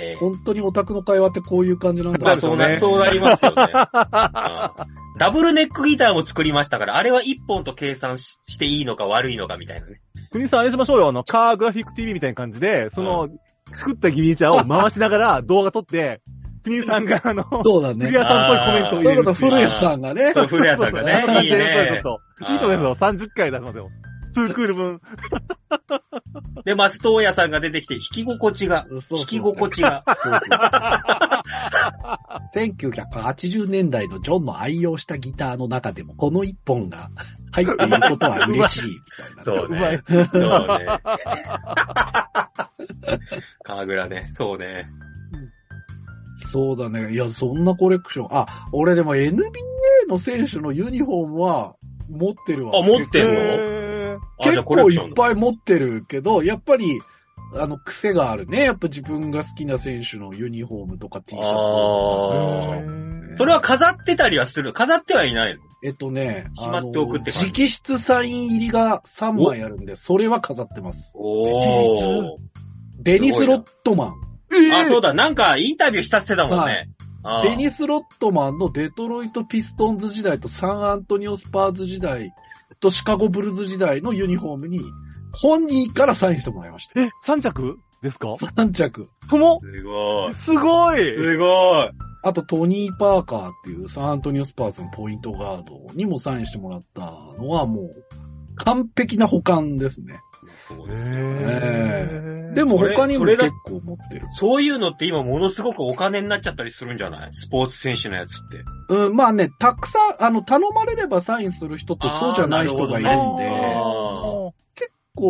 Speaker 2: ええ
Speaker 1: 本当にオタクの会話ってこういう感じなんだ
Speaker 2: まあそうな、
Speaker 3: ね
Speaker 2: そうなりますよね、うんダブルネックギターも作りましたから、あれは一本と計算ししていいのか悪いのかみたいなね。
Speaker 3: 国さん、あれしましょうよ。あの、カーグラフィック TV みたいな感じで、その、作ったギリチャーを回しながら動画撮って、国さんが、あの、
Speaker 1: そうだ
Speaker 3: ク
Speaker 1: ね
Speaker 3: リア。さんっぽいコメントを
Speaker 1: そうい
Speaker 3: 入れ
Speaker 1: う
Speaker 3: る
Speaker 1: こ。と、古谷さんがね。
Speaker 2: そう、古谷さんが
Speaker 3: そうそう
Speaker 2: ね。いいね。
Speaker 3: そうそういいと思いますよ。30回出しますよ。ツークール分。
Speaker 2: で、マストーヤさんが出てきて、弾き心地が、
Speaker 1: そうそう
Speaker 2: 弾き心地が。
Speaker 1: そう そう1980年代のジョンの愛用したギターの中でも、この一本が入っていることは嬉しい。みたいな。
Speaker 2: そう
Speaker 3: うま
Speaker 2: ね
Speaker 3: い。
Speaker 2: そうね。 川倉ね、そうね。
Speaker 1: そうだね。いや、そんなコレクション。あ、俺でも NBA の選手のユニフォームは持ってるわ。
Speaker 2: あ持ってんの
Speaker 3: へー
Speaker 2: あじゃ
Speaker 1: 結
Speaker 2: あコレ
Speaker 1: 構
Speaker 2: クショ
Speaker 1: い
Speaker 2: ン
Speaker 1: っ
Speaker 2: だ
Speaker 1: ぱい持ってるけど、やっぱり、あの、癖があるね。やっぱ自分が好きな選手のユニフォームとか T シャツとか。
Speaker 2: あー
Speaker 3: へー
Speaker 2: それは飾ってたりはする。飾ってはいないの。
Speaker 1: えっとね、
Speaker 2: しまっておくって
Speaker 1: あ
Speaker 2: 感
Speaker 1: の
Speaker 2: じ
Speaker 1: 直筆サイン入りが3枚あるんで、それは飾ってます。
Speaker 2: おー。
Speaker 1: デニス・ロットマン。
Speaker 2: あ、そうだ。なんか、インタビューしたってたもんね。あー
Speaker 1: デニス・ロットマンのデトロイト・ピストンズ時代とサンアントニオ・スパーズ時代とシカゴ・ブルズ時代のユニフォームに本人からサインしてもらいました。
Speaker 3: え、3着ですか
Speaker 1: 3着。
Speaker 3: とも
Speaker 2: すごい。
Speaker 3: すごい
Speaker 2: すごい。
Speaker 1: あとトニー・パーカーっていうサンアントニオ・スパーズのポイントガードにもサインしてもらったのはもう完璧な保管ですね。
Speaker 2: そうです
Speaker 1: えでも
Speaker 2: それ
Speaker 1: 他にも
Speaker 2: それだ
Speaker 1: 結構持ってる。
Speaker 2: そういうのって今ものすごくお金になっちゃったりするんじゃないスポーツ選手のやつって。
Speaker 1: うん、まあね、たくさん、あの、頼まれればサインする人と
Speaker 2: あー
Speaker 1: そうじゃない人がいるんで、
Speaker 2: なる
Speaker 1: 結
Speaker 2: ほ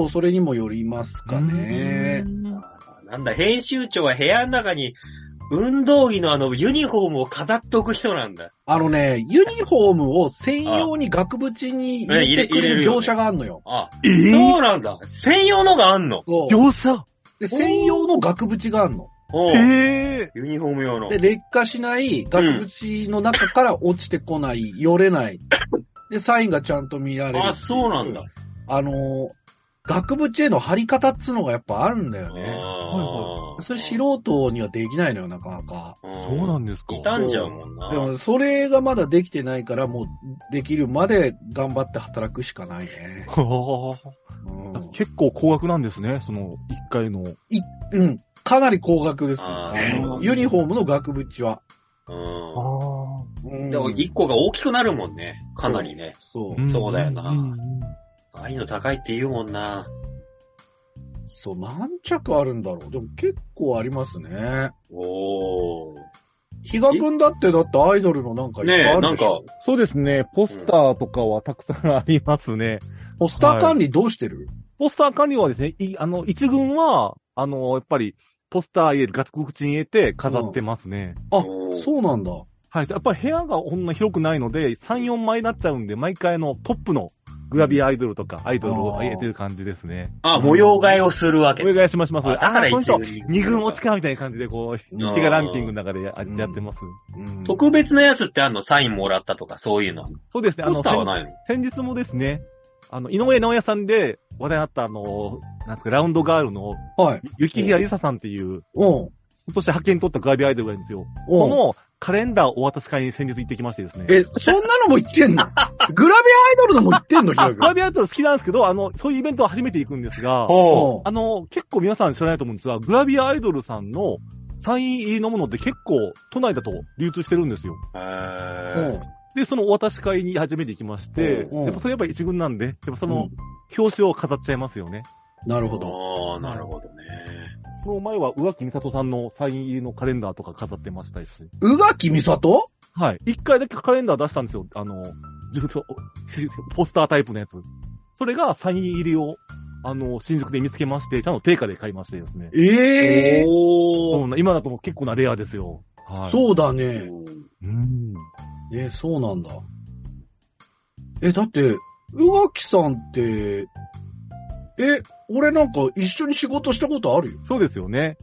Speaker 1: 構それにもよりますかね。
Speaker 2: あーなんだ、編集長は部屋の中に運動着のあのユニフォームを飾っておく人なんだ。
Speaker 1: あのね、ユニフォームを専用に額縁に入れてくれ
Speaker 2: あーね入れ入れる
Speaker 1: る
Speaker 2: よね
Speaker 1: 業者があるのよ。
Speaker 2: あ、
Speaker 3: え
Speaker 2: そ
Speaker 3: ー
Speaker 2: うなんだ。専用のがあんの。
Speaker 1: そう
Speaker 3: 業者
Speaker 1: で専用の額縁があるの。
Speaker 2: おう
Speaker 3: え
Speaker 2: ユニフォーム用の。
Speaker 1: で、劣化しない額縁の中 から落ちてこない、よれない。で、サインがちゃんと見られる。
Speaker 2: あ、そうなんだ。。
Speaker 1: あのー額縁への貼り方っつうのがやっぱあるんだよね。
Speaker 3: は
Speaker 1: それ素人にはできないのよ、なかなか。
Speaker 2: うん
Speaker 3: そうなんですか。
Speaker 2: 傷んじゃうもんな。
Speaker 1: でも、それがまだできてないから、もう、できるまで頑張って働くしかないね。
Speaker 3: は
Speaker 1: うん
Speaker 3: あ、 結構高額なんですね、その一回の。
Speaker 1: うん。かなり高額です。
Speaker 2: あ
Speaker 1: あ
Speaker 2: ー
Speaker 1: のユニフォームの額縁は。
Speaker 2: う
Speaker 3: あ
Speaker 1: うん
Speaker 2: ん。でも、一個が大きくなるもんね。かなりね。
Speaker 1: そう。
Speaker 2: そうだよなああいうの高いって言うもんな。
Speaker 1: そう、何着あるんだろう。でも結構ありますね。
Speaker 2: おー。
Speaker 1: 比嘉くんだって、だってアイドルのなんかいっぱい
Speaker 2: ね
Speaker 1: あ
Speaker 2: え、
Speaker 1: る
Speaker 2: なん
Speaker 1: でしょ
Speaker 2: か、
Speaker 3: そうですね、ポスターとかはたくさんありますね。
Speaker 1: ポスター管理どうしてる、
Speaker 3: ポスター管理はですね、いあの、一軍は、あの、やっぱり、ポスター入れる、ガツ口に入れて飾ってますね。
Speaker 1: あ
Speaker 2: おー
Speaker 1: そうなんだ。
Speaker 3: はい。やっぱり部屋がこんな広くないので、3、4枚になっちゃうんで、毎回あのトップのグラビアアイドルとか、アイドルを入れてる感じですね。
Speaker 2: あ、模様替えをするわ
Speaker 3: お
Speaker 2: け。
Speaker 3: 願いします、します。
Speaker 2: あだから
Speaker 3: あーこの人、
Speaker 2: 一軍
Speaker 3: 2軍落ちかみたいな感じで、こ
Speaker 1: う
Speaker 3: う、
Speaker 1: ん
Speaker 3: 手がランキングの中でや
Speaker 1: うん
Speaker 3: やってます。
Speaker 1: うん
Speaker 2: 特別なやつってあんのサインもらったとか、そういうの。
Speaker 3: そうですね、あ
Speaker 2: ポ
Speaker 3: の、
Speaker 2: スターは
Speaker 3: 先
Speaker 2: ないの
Speaker 3: 先日もですね、あの、井上直哉さんで話題になった、あの、なんですか、ラウンドガールの、
Speaker 1: はい。
Speaker 3: 雪平ゆささんっていう、
Speaker 1: うん。
Speaker 3: 今年派遣取ったグラビアアイドルがいるんですよ。
Speaker 1: う
Speaker 3: こ
Speaker 1: ん。
Speaker 3: のカレンダーをお渡し会に先日行ってきましてですね。
Speaker 1: え、そんなのも言って んのグラビアアイドルのも言ってんの、ひ
Speaker 3: あ
Speaker 1: ら
Speaker 3: グラ
Speaker 1: くん。
Speaker 3: ビアアイドル好きなんですけど、あの、そういうイベントは初めて行くんですが、
Speaker 2: お
Speaker 3: あの、結構皆さん知らないと思うんですが、グラビアアイドルさんのサイン入りのものって結構都内だと流通してるんですよ。
Speaker 2: へ
Speaker 1: う
Speaker 2: ー
Speaker 1: ん。
Speaker 3: で、そのお渡し会に初めて行きまして、
Speaker 1: うん
Speaker 3: やっぱそれやっぱ一軍なんで、やっぱそ
Speaker 1: うん
Speaker 3: の、表紙を飾っちゃいますよね。
Speaker 1: なるほど。
Speaker 2: あーなるほどね。
Speaker 3: その前は宇垣美里さんのサイン入りのカレンダーとか飾ってましたし。
Speaker 1: 宇垣美里
Speaker 3: はい。一回だけカレンダー出したんですよ。あの、 ずっとポスタータイプのやつ。それがサイン入りを、あの、新宿で見つけまして、ちゃんと定価で買いましてですね。
Speaker 1: ええ
Speaker 3: そ
Speaker 2: おー。
Speaker 3: うな今だともう結構なレアですよ。はい。
Speaker 1: そうだね。
Speaker 3: うん。
Speaker 1: え、そうなんだ。え、だって、宇垣さんって、え、俺なんか一緒に仕事したことあるよ。
Speaker 3: そうですよね。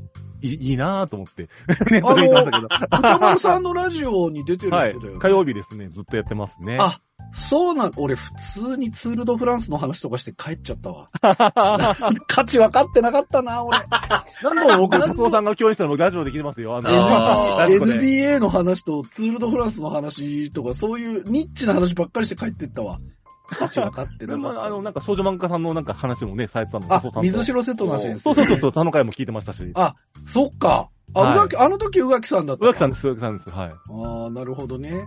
Speaker 3: いいいなぁと思って。
Speaker 1: あの
Speaker 3: ネットで見たんだけど
Speaker 1: 歌丸さんのラジオに出てる
Speaker 3: はい
Speaker 1: 人だよ、。
Speaker 3: 火曜日ですね。ずっとやってますね。
Speaker 1: あそうなん、俺普通にツールドフランスの話とかして帰っちゃったわ。 価値分かってなかったな、俺。
Speaker 3: 何度も僕、佐藤さんが共演したのもラジオで聞いてますよ。あの、
Speaker 2: あ ー
Speaker 3: ラジコで
Speaker 1: NBA の話とツールドフランスの話とか、そういうニッチな話ばっかりして帰ってったわ。価値分かって
Speaker 3: そ
Speaker 1: な
Speaker 3: れも
Speaker 1: か
Speaker 3: あの、
Speaker 1: っ
Speaker 3: なんか少女漫画家さんのなんか話もね、されてたの
Speaker 1: た。あ
Speaker 3: 佐藤さ、んと
Speaker 1: 水城瀬戸那先生。
Speaker 3: そうそうそうそう、他の回も聞いてましたし。
Speaker 1: そっか。あ、
Speaker 3: はいう
Speaker 1: がきあの時宇垣さんだった。
Speaker 3: 宇垣さんです、宇垣さんです。はい。
Speaker 1: ああ、なるほどね。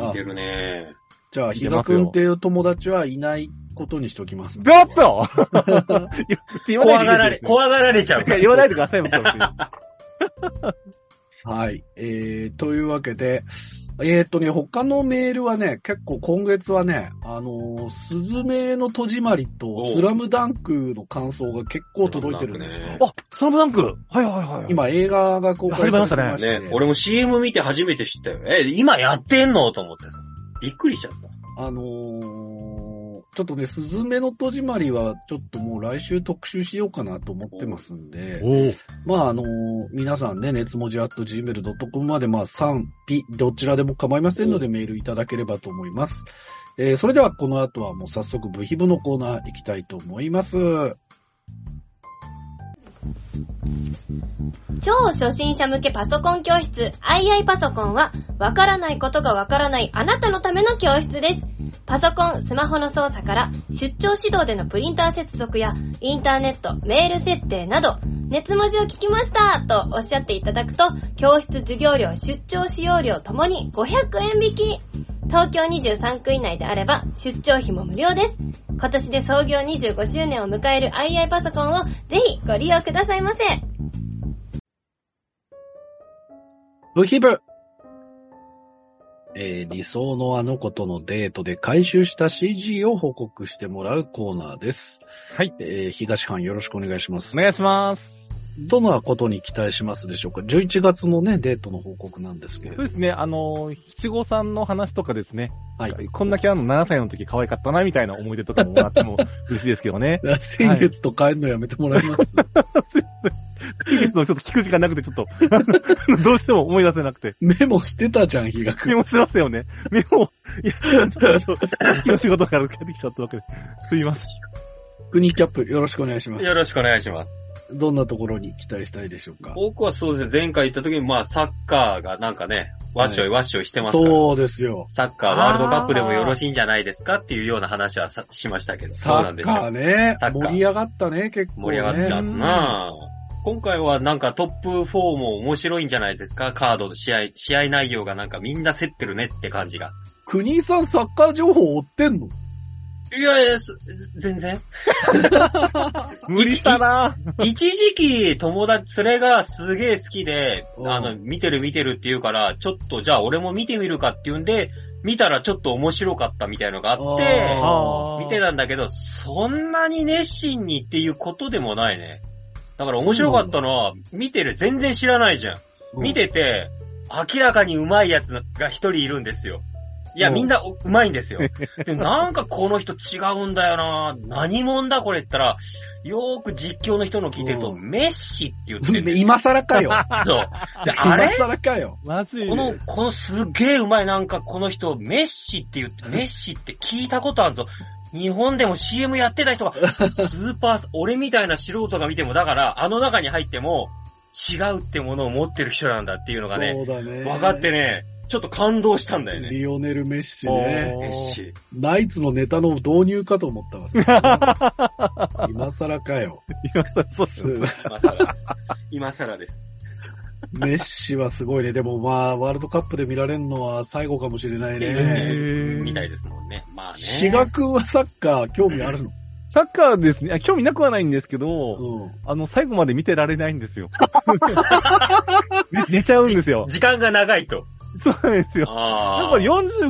Speaker 2: 聞いてるね。
Speaker 1: じゃあ、
Speaker 3: 見
Speaker 1: 比
Speaker 3: て
Speaker 1: 嘉
Speaker 3: ます
Speaker 1: く
Speaker 3: よ
Speaker 1: んっていう友達はいないことにしておきます。
Speaker 3: ちょっと言 わな
Speaker 2: 怖
Speaker 3: い
Speaker 2: がられ、
Speaker 3: でくだ
Speaker 2: 怖がられちゃう
Speaker 3: さい。。言わないでください、もちろん。
Speaker 1: はい。えー、というわけで、えー、っとね、他のメールはね、結構今月はね、あのー、すずめの戸締まりと
Speaker 2: おう
Speaker 1: スラムダンクの感想が結構届いてるんですよ。
Speaker 3: あ、スラムダンクはいはいはい。、
Speaker 1: 今映画が公開されてまして
Speaker 3: 始まりまし
Speaker 2: ね、俺も CM 見て初めて知ったよ。え、今やってんのと思ってさ。びっくりしちゃっ
Speaker 1: あのー、ちょっとね、すずめの戸締まりはちょっともう来週特集しようかなと思ってますんで、
Speaker 3: おー
Speaker 1: まああのー皆さんね、熱文字アット gmail.com までまあ賛否どちらでも構いませんのでメールいただければと思います。えー、それではこの後はもう早速部ヒブのコーナー行きたいと思います。
Speaker 4: 超初心者向けパソコン教室 II パソコンは、わからないことがわからないあなたのための教室です。パソコン、スマホの操作から、出張指導でのプリンター接続や、インターネット、メール設定など、熱文字を聞きましたとおっしゃっていただくと、教室授業料、出張使用料ともに500円引き。東京23区以内であれば、出張費も無料です。今年で創業25周年を迎える II パソコンを、ぜひご利用くださいませ。
Speaker 1: ブヒブ。えー理想のあの子とのデートで回収した CG を報告してもらうコーナーです。
Speaker 3: はい。
Speaker 1: えー東藩よろしくお願いします。
Speaker 3: お願いします。
Speaker 1: どんなことに期待しますでしょうか ?11 月のね、デートの報告なんですけれ
Speaker 3: そ
Speaker 1: ど。
Speaker 3: うですね、あの、七五三の話とかですね。
Speaker 1: はい。
Speaker 3: こんだけあの、7歳の時可愛かったな、みたいな思い出とか ももらっても嬉しいですけどね。
Speaker 1: 先月と帰るのやめてもらいます。
Speaker 3: 期日のちょっと聞く時間なくて、ちょっと、 あのどうしても思い出せな くて。
Speaker 1: メモしてたじゃん、比嘉
Speaker 3: メ
Speaker 1: 君。
Speaker 3: モしてますよね。メモ、いや、ちょっと、さっきの仕事から帰ってきちゃったわけで。すいません。
Speaker 1: クニキャップ、よろしくお願いします。
Speaker 2: よろしくお願いします。
Speaker 1: どんなところに期待したいでしょうか。
Speaker 2: 僕はそうですね、前回行った時に、まあ、サッカーがなんかね、わっしょいわっしょいしてますから。
Speaker 1: そうですよ。
Speaker 2: サッカーワールドカップでもよろしいんじゃないですかっていうような話はさしましたけど。そう
Speaker 1: サ
Speaker 2: なん
Speaker 1: ッ
Speaker 2: でしょう
Speaker 1: カーね
Speaker 2: サッ。カー
Speaker 1: 盛り上がったね、結構、ね。
Speaker 2: 盛り上がってます
Speaker 1: うん
Speaker 2: なぁ今回はなんかトップ4も面白いんじゃないですかカードと試合、試合内容がなんかみんな競ってるねって感じが。
Speaker 1: 国井さん、サッカー情報追ってんの
Speaker 2: いやいや、す全然。
Speaker 3: 無理したな
Speaker 2: 一時期友達、それがすげえ好きで、
Speaker 1: うん
Speaker 2: あの、見てる見てるって言うから、ちょっとじゃあ俺も見てみるかって言うんで、見たらちょっと面白かったみたいのがあって、
Speaker 1: あ
Speaker 2: 見てたんだけど、そんなに熱心にっていうことでもないね。だから面白かったのは、見てる全然知らないじゃん。見てて、明らかに上手いやつが一人いるんですよ。いや、
Speaker 1: うん
Speaker 2: みんなお上手いん ですよ。で、なんかこの人違うんだよな何者だこれって言ったら、よーく実況の人の聞いてると、
Speaker 1: うん
Speaker 2: メッシって言ってるんで
Speaker 1: うん
Speaker 2: すよ。
Speaker 1: 今更 かよ。
Speaker 2: そう。で、あれ
Speaker 1: 今更かよ。
Speaker 3: マジで。
Speaker 2: こ の、このすげえうまいなんかこの人、メッシって言って、メッシって聞いたことあるぞ。日本でも CM やってた人が、スーパー、俺みたいな素人が見ても、だから、あの中に入っても、違うってものを持ってる人なんだっていうのがね、
Speaker 1: そうだね。
Speaker 2: 分かってね、ちょっと感動したんだよね。
Speaker 1: リオネル・メッシ
Speaker 3: お
Speaker 1: ね。
Speaker 3: ー
Speaker 2: メッシ。
Speaker 1: ナイツのネタの導入かと思ったわ。今更かよ。
Speaker 3: 今さ、そうっすね。
Speaker 2: 今更。今更です。
Speaker 1: メッシはすごいね。でもまあ、ワールドカップで見られるのは最後かもしれない
Speaker 3: へ
Speaker 1: ね。
Speaker 3: ー
Speaker 2: みたいですもんね。まあね。
Speaker 1: 比嘉君はサッカー興味あるの
Speaker 3: サッカーですね。あ興味なくはないんですけど、
Speaker 1: うん。
Speaker 3: あの、最後まで見てられないんで すよ。寝寝ちゃうんですよ。
Speaker 2: 時間が長いと。
Speaker 3: そうなんですよ。
Speaker 2: あ
Speaker 3: やっぱ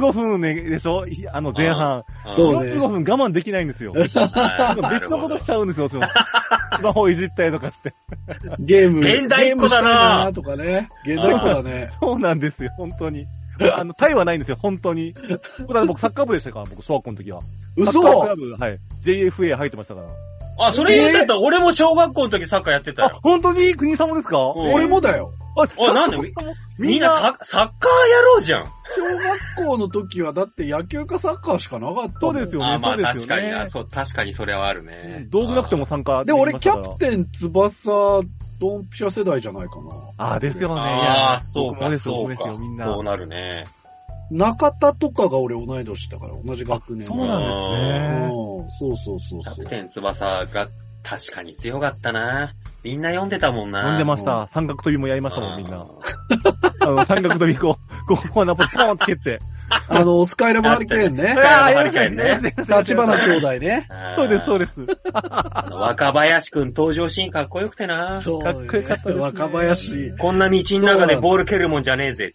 Speaker 3: 45分ねでしょいあの前半。
Speaker 2: あー
Speaker 1: そうね
Speaker 3: 45分我慢できないんで すよ。
Speaker 2: あーなる
Speaker 3: 別
Speaker 2: ほ
Speaker 3: の
Speaker 2: ど
Speaker 3: ことしちゃうんですよ、いつもスマホいじったりとかして。
Speaker 1: ゲーム。
Speaker 2: 現代っ子だな
Speaker 1: ゲームしたいなとかね。現代っ子だね。
Speaker 3: そうなんですよ、本当に。あの、タイはないんですよ、本当に。だから僕サッカー部でしたから、僕小学校の時は。サ
Speaker 1: 嘘
Speaker 3: ッカークラブ、はい。JFA 入ってましたから。
Speaker 2: あ、それ言うんだったら俺も小学校の時サッカーやってた
Speaker 3: あ
Speaker 2: よ、。
Speaker 3: 本当に国さんもですか
Speaker 2: うん
Speaker 1: 俺もだよ。
Speaker 3: あ
Speaker 2: おい なんでみんなサッサッカーやろうじゃん。
Speaker 1: 小学校の時はだって野球かサッカーしかなかった
Speaker 3: そ
Speaker 1: も
Speaker 3: うんですよ
Speaker 2: あ
Speaker 3: ね、
Speaker 2: ま
Speaker 3: そ
Speaker 2: あ
Speaker 3: う
Speaker 2: 確
Speaker 3: ですよ
Speaker 2: かにな、
Speaker 3: ね。
Speaker 2: そう、確かにそれはあるね。
Speaker 3: 道具なくても参加
Speaker 1: で、俺、キャプ
Speaker 3: ン。
Speaker 1: テン翼、ドンピシャ世代じゃないかな。
Speaker 3: あー、ですよね。
Speaker 2: ああ、
Speaker 3: いや
Speaker 2: そう
Speaker 3: 僕も
Speaker 2: か、
Speaker 3: ですよ
Speaker 2: そ
Speaker 3: 僕
Speaker 2: う
Speaker 3: もです
Speaker 2: か
Speaker 3: よ、みん。な。
Speaker 2: そうなるね。
Speaker 1: 中田とかが俺同い年だから、同じ学年。
Speaker 3: そうなんです
Speaker 1: う
Speaker 3: ね。
Speaker 1: んそうそうそう
Speaker 2: キャ
Speaker 1: そう
Speaker 2: プ。テン翼が確かに強かったな。みんな読んでたもんな。
Speaker 3: 飲んでまし
Speaker 1: う
Speaker 3: た。三角跳びもやりましたもん、みん
Speaker 2: あ
Speaker 3: な。
Speaker 2: ー
Speaker 3: あの、三角跳び、こう、ここをナポポーンって蹴って。
Speaker 1: あの、スカイラブハリケーンね
Speaker 2: だ。あーやりましたね
Speaker 1: 立花兄弟ね。
Speaker 2: あー
Speaker 3: そうです、そうです。
Speaker 2: あの若林くん登場シーンかっこよくてな。
Speaker 1: そう
Speaker 3: かっこよかったですね
Speaker 1: 若林。
Speaker 2: こんな道の中でボール蹴るもんじゃねえ ぜ。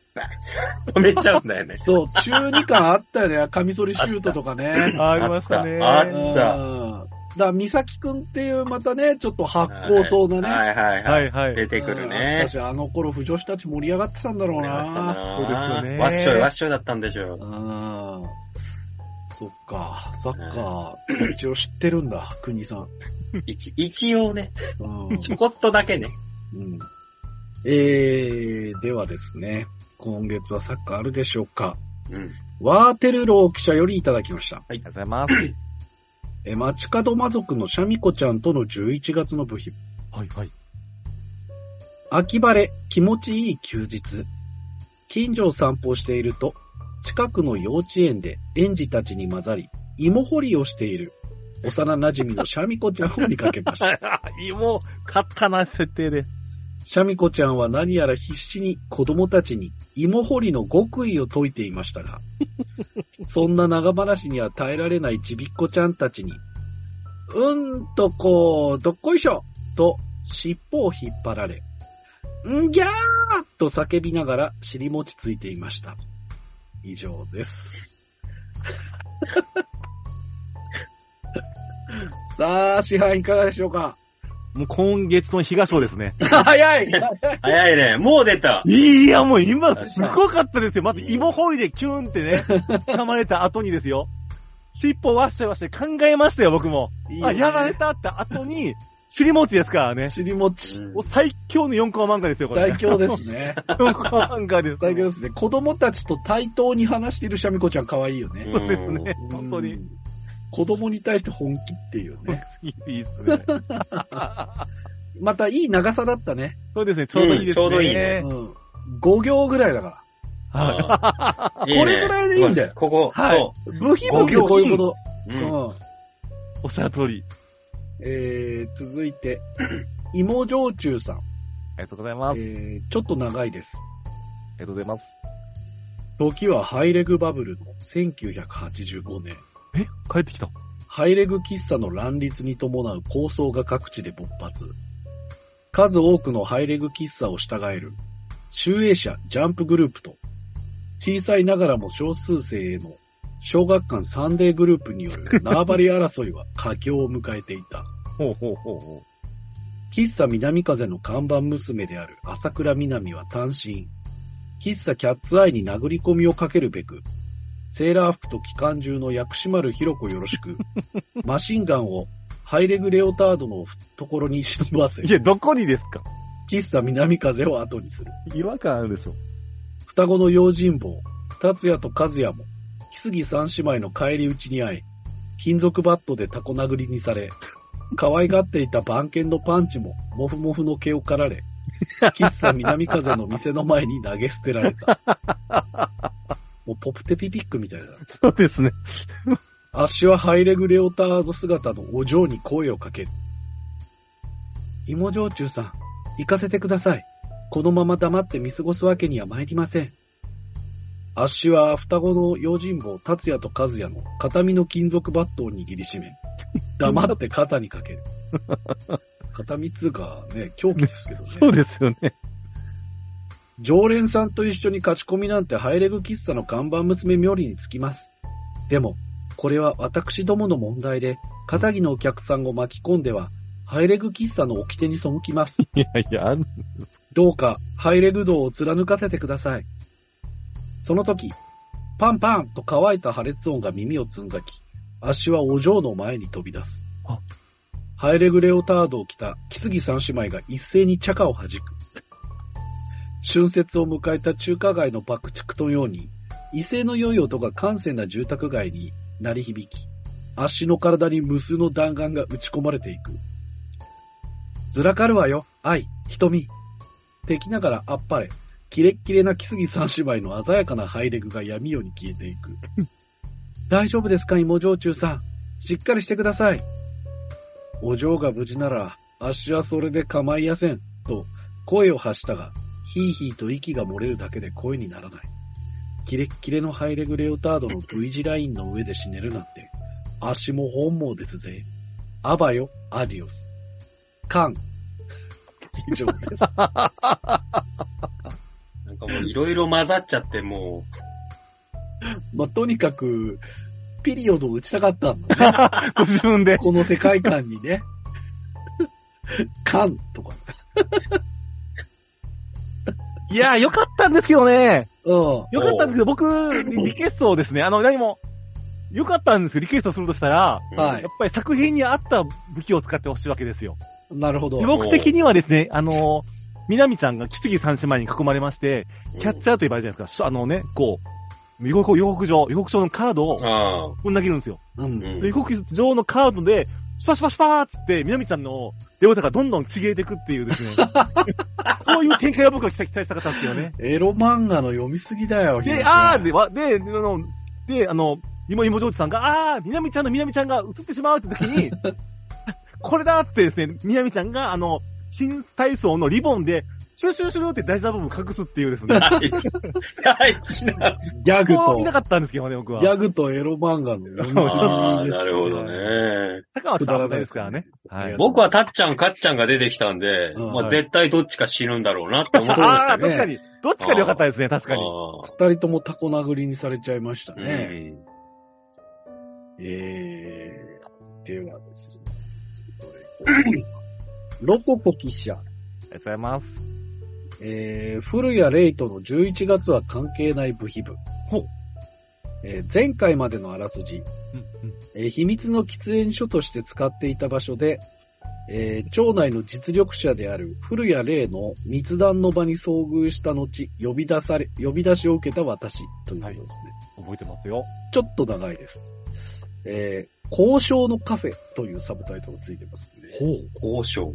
Speaker 2: 止めちゃうんだよね。
Speaker 1: そう、中二感あったよね。カミソリシュートとかね。
Speaker 3: ありましたね。
Speaker 2: あったあ
Speaker 1: う
Speaker 2: っ
Speaker 1: ん。
Speaker 2: ん
Speaker 1: だから、美咲くんっていう、またね、ちょっと発光そうなね。
Speaker 2: はいはいは。
Speaker 3: はいいはい。
Speaker 2: 出てくるね。
Speaker 1: 私、あの頃、不女子たち盛り上がってたんだろうな。
Speaker 2: な
Speaker 3: そうですよね
Speaker 2: わっしょいわっしょいだったんでし
Speaker 1: う
Speaker 2: ょう。
Speaker 1: ん。そっか、サッカー、一応知ってるんだ、国さん。
Speaker 2: 一一応ね、
Speaker 1: うん。
Speaker 2: ちょこっとだけね。
Speaker 1: うん、えー、ではですね、今月はサッカーあるでしょうか。
Speaker 2: うん。
Speaker 1: ワーテルロー記者よりいただきました。
Speaker 3: ありがとうございます。
Speaker 1: えー、街角魔族のシャミ子ちゃんとの11月の部品。
Speaker 3: はいはい。
Speaker 1: 秋晴れ、気持ちいい休日。近所を散歩していると、近くの幼稚園で園児たちに混ざり、芋掘りをしている、幼馴染のシャミ子ちゃんを見かけました。
Speaker 3: 芋、勝ったな、設定で。
Speaker 1: シャミ子ちゃんは何やら必死に子供たちに芋掘りの極意を解いていました が、そんな長話には耐えられないちびっこちゃんたちに、うんとこう、どっこいしょと尻尾を引っ張られ、んぎゃーと叫びながら尻餅ついていました。以上 です。さあ、支配いかがでしょうか
Speaker 3: もう今月の東賞ですね。
Speaker 1: 早い
Speaker 2: 早いね。もう出た。
Speaker 3: いや、もう今、
Speaker 2: 確
Speaker 3: す
Speaker 2: かに
Speaker 3: ごかったですよ。まず、芋掘りでキュンってね、噛まれた後にですよ。尻尾わっしゃいわっしゃい考えましたよ、僕も。
Speaker 1: いいよ
Speaker 3: あ、
Speaker 1: ね
Speaker 3: やられたって後に、尻餅ですからね。
Speaker 1: 尻餅。
Speaker 3: もう最強の4コマ漫画ですよ、これ。
Speaker 1: 最強 ですね。
Speaker 3: 4コマ漫画です。
Speaker 1: 最強ですね。子供たちと対等に話しているシャミ子ちゃん可愛いよね。
Speaker 3: そうですね。本当
Speaker 1: う
Speaker 3: に。
Speaker 1: ん。子供に対して本気っていうね。
Speaker 3: いいですね。
Speaker 1: またいい長さだったね。
Speaker 3: そうですね、ちょうどいいで
Speaker 2: うん
Speaker 3: すね。
Speaker 2: ちょうどいい
Speaker 1: うん
Speaker 2: ね。
Speaker 1: 5行ぐらいだから。
Speaker 2: こ
Speaker 1: これぐらいでいいんだよ
Speaker 2: ここ、
Speaker 3: はい
Speaker 2: そ
Speaker 1: ブヒブヒこういうこと。う
Speaker 2: う。うん。
Speaker 1: ん
Speaker 3: おっしゃる通り。
Speaker 1: えー、続いて、芋焼酎さん。
Speaker 3: ありがとうございます。あ
Speaker 1: えー、ちょっと長いです。
Speaker 3: りがとうございます。
Speaker 1: 時はハイレグバブルの1985年。
Speaker 3: え帰ってきた。
Speaker 1: ハイレグ喫茶の乱立に伴う抗争が各地で勃発。数多くのハイレグ喫茶を従える、集英社ジャンプグループと、小さいながらも少数生への小学館サンデーグループによる縄張り争いは佳境を迎えていた。
Speaker 3: ほうほうほうほう。
Speaker 1: 喫茶南風の看板娘である朝倉みなみは単身、喫茶キャッツアイに殴り込みをかけるべく、セーラー服と機関銃の薬師丸ひろ子よろし く、マシンガンをハイレグレオタードのところに忍ばせ、
Speaker 3: いや、どこにですか
Speaker 1: 喫茶南風を後にする。
Speaker 3: 違和感あるでしょ。
Speaker 1: 双子の用心棒、達也と和也も、木杉三姉妹の帰り討ちに会い、金属バットでタコ殴りにされ、可愛がっていた番犬のパンチも、もふもふの毛を刈られ、喫茶南風の店の前に投げ捨てられた。もうポプテピピックみたいだ。
Speaker 3: そうですね。
Speaker 1: アッシュはハイレグレオタード姿のお嬢に声をかける。芋焼酎さん、行かせてください。このまま黙って見過ごすわけには参りません。アッシュは双子の用心棒達也と和也の片身の金属バットを握りしめ、黙って肩にかける。片身っつうかね、狂気ですけどね。
Speaker 3: そうですよね。
Speaker 1: 常連さんと一緒に勝ち込みなんてハイレグ喫茶の看板娘冥利につきます。でも、これは私どもの問題で、片木のお客さんを巻き込んでは、ハイレグ喫茶の掟に背きます。
Speaker 3: いやいや、あの、
Speaker 1: どうか、ハイレグ道を貫かせてください。その時、パンパンと乾いた破裂音が耳をつんざき、足はお嬢の前に飛び出す
Speaker 3: あ。
Speaker 1: ハイレグレオタードを着た木杉三姉妹が一斉に茶化を弾く。春節を迎えた中華街の爆竹のように、威勢の良い音が閑静な住宅街に鳴り響き、足の体に無数の弾丸が打ち込まれていく。ずらかるわよ、愛、瞳。敵ながらあっぱれ、キレッキレな木杉三姉妹の鮮やかなハイレグが闇夜に消えていく。 大丈夫ですか、芋焼酎さん。しっかりしてください。お嬢が無事なら、あっしはそれで構いやせん、と声を発したが、ヒーヒーと息が漏れるだけで声にならない。キレッキレのハイレグレオタードの V 字ラインの上で死ねるなんて、あっしも本望ですぜ。アバよ、アディオス。カン。 以上です。
Speaker 2: なんかもういろいろ混ざっちゃって、も
Speaker 1: まあ、とにかく、ピリオドを打ちたかったん だね。
Speaker 3: ご 自分で。
Speaker 1: この世界観に ね。缶とか。
Speaker 3: いや、よかったんですけどね。
Speaker 1: うん。
Speaker 3: よかったんですけど、僕、リクエストをですね、あの、何も、よかったんですよ、リクエストするとしたら、
Speaker 2: う、
Speaker 1: はい
Speaker 3: やっぱり作品に合った武器を使ってほしいわけですよ。
Speaker 1: なるほど
Speaker 3: で。僕的にはですね、あの、みなみちゃんが木杉三姉妹に囲まれまして、
Speaker 2: うん
Speaker 3: キャッチャーと呼ばれるじゃないですか。そあのね、こう、予告、予告状、予告状のカードを
Speaker 2: ああ。
Speaker 3: ぶん投げるんですよ。
Speaker 1: う。
Speaker 2: うんん
Speaker 3: で予告状のカードで、スパスパスパーっつって、みなみちゃんのレオタがどんどんちぎれていくっていうですね、 こういう展開を僕は期待期待したかったんですよね。
Speaker 1: エロ漫画の読みすぎだよ、ひろ
Speaker 3: で、
Speaker 1: 君
Speaker 3: あーで、わ、で、あの、で、あの、今、今、ジョージさんが、あー、みなみちゃんのみなみちゃんが映ってしまうって時に、 これだってですね、みなみちゃんが、あの、新体操のリボンで、シュルシュルシュルって大事な部分 隠すっていうですね、
Speaker 2: 第一、第一な。
Speaker 1: ギャグ
Speaker 3: こう見なか
Speaker 1: と、
Speaker 3: ったんですけどね、僕は。
Speaker 1: ギャグとエロ漫画の読みすぎです
Speaker 2: ああ、なるほど。ね。
Speaker 3: 高橋さんはですからね。
Speaker 1: ら
Speaker 3: は
Speaker 1: ないですね
Speaker 3: い。
Speaker 2: 僕はたっちゃん、かっちゃんが出てきたんで、
Speaker 1: うん
Speaker 2: ま
Speaker 1: は
Speaker 2: あ
Speaker 1: い
Speaker 2: 絶対どっちか死ぬんだろうなって思ってまし
Speaker 3: あ
Speaker 2: た
Speaker 3: あ、
Speaker 2: ね。
Speaker 3: 確かに。どっちかでよかったですね、確かに。
Speaker 1: 二人ともタコ殴りにされちゃいました
Speaker 2: ああ
Speaker 1: ね。えー、ではですね。それロココ記者。
Speaker 3: ありがとうございます。
Speaker 1: えー、古谷レイとの11月は関係ない部費部。
Speaker 3: ほう
Speaker 1: えー前回までのあらすじ、
Speaker 3: うんうん
Speaker 1: えー秘密の喫煙所として使っていた場所で、えー町内の実力者である古谷霊の密談の場に遭遇した後、呼び出され、呼び出しを受けた私ということですね。
Speaker 3: 覚えてますよ。
Speaker 1: ちょっと長いです。えー交渉のカフェというサブタイトルがついてますね。
Speaker 2: ほう、交渉。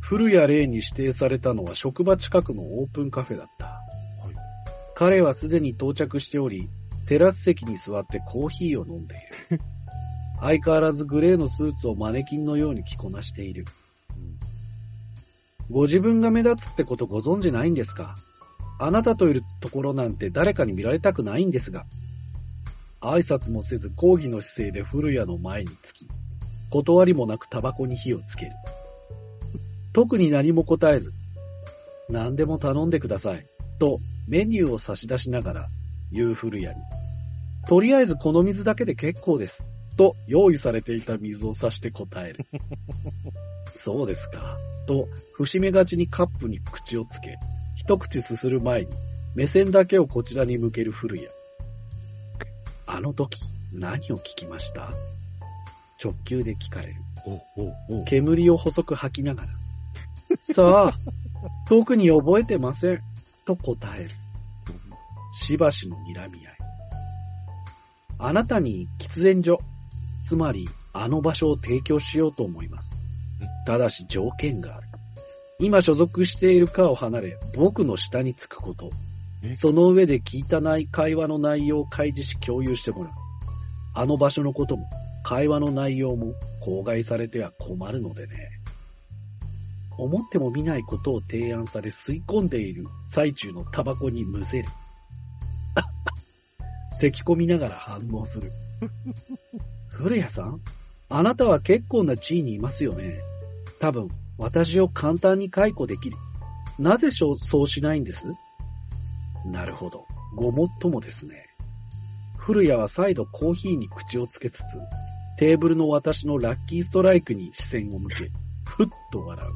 Speaker 1: 古谷霊に指定されたのは職場近くのオープンカフェだった。彼はすでに到着しており、テラス席に座ってコーヒーを飲んでいる。相変わらずグレーのスーツをマネキンのように着こなしている。ご自分が目立つってことご存知ないんですかあなたといるところなんて誰かに見られたくないんですが。挨拶もせず抗議の姿勢で古谷の前につき、断りもなくタバコに火をつける。特に何も答えず、何でも頼んでください、とメニューを差し出しながら、言う古谷に、とりあえずこの水だけで結構です、と用意されていた水を差して答える。そうですか、と伏し目がちにカップに口をつけ、一口すする前に、目線だけをこちらに向ける古谷。あの時、何を聞きました直球で聞かれる。
Speaker 3: おおお
Speaker 1: 煙を細く吐きながら。さあ、特に覚えてません。と答える。しばしの睨み合い。あなたに喫煙所、つまりあの場所を提供しようと思います。ただし条件がある。今所属している課を離れ、僕の下につくこと
Speaker 3: え。
Speaker 1: その上で聞いたない会話の内容を開示し共有してもらう。あの場所のことも、会話の内容も口外されては困るのでね。思っても見ないことを提案され吸い込んでいる最中のタバコにむせる。 咳込みながら反応する。古谷さんあなたは結構な地位にいますよね。多分、私を簡単に解雇できる。なぜしょそうしないんですなるほど。ごもっともですね。古谷は再度コーヒーに口をつけつつ、テーブルの私のラッキーストライクに視線を向け、ふっと笑う。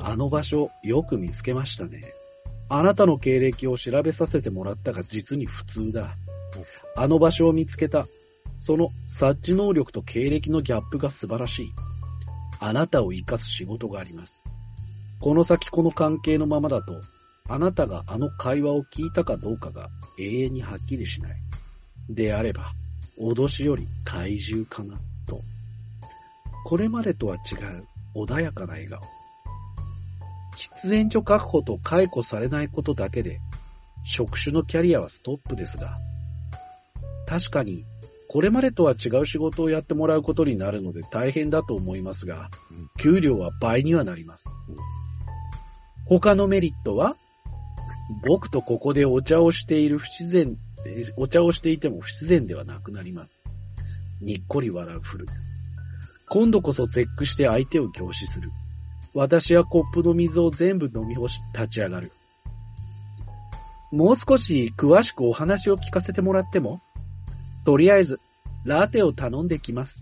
Speaker 1: あの場所、よく見つけましたね。あなたの経歴を調べさせてもらったが実に普通だ。あの場所を見つけた。その察知能力と経歴のギャップが素晴らしい。あなたを生かす仕事があります。この先この関係のままだと、あなたがあの会話を聞いたかどうかが永遠にはっきりしない。であれば、脅しより怪獣かな、と。これまでとは違う穏やかな笑顔。喫煙所確保と解雇されないことだけで、職種のキャリアはストップですが、確かに、これまでとは違う仕事をやってもらうことになるので大変だと思いますが
Speaker 3: うん、
Speaker 1: 給料は倍にはなります。他のメリットは僕とここでお茶をしている不自然、えーお茶をしていても不自然ではなくなります。にっこり笑うふる。今度こそ絶句して相手を凝視する。私はコップの水を全部飲み干し、立ち上がる。もう少し詳しくお話を聞かせてもらってもとりあえず、ラテを頼んできます。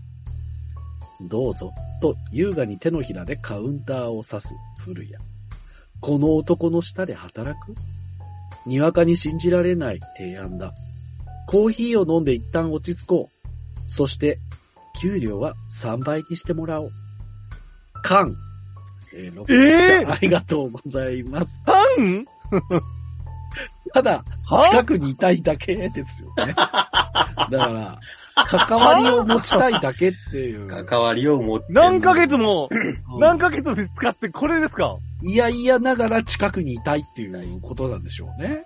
Speaker 1: どうぞ、と優雅に手のひらでカウンターを指す古谷。この男の下で働くにわかに信じられない提案だ。コーヒーを飲んで一旦落ち着こう。そして、給料は3倍にしてもらおう。カン。えー、
Speaker 3: えー
Speaker 1: ありがとうございます。
Speaker 3: パン
Speaker 1: ただ、
Speaker 3: は
Speaker 1: 近くにいたいだけです よね。だから、関わりを持ちたいだけっていう。
Speaker 2: 関わりを持って。
Speaker 3: 何ヶ月も、
Speaker 1: うん
Speaker 3: 何ヶ月も使ってこれですか
Speaker 1: いやいやながら近くにいたいっていうことなんでしょうね。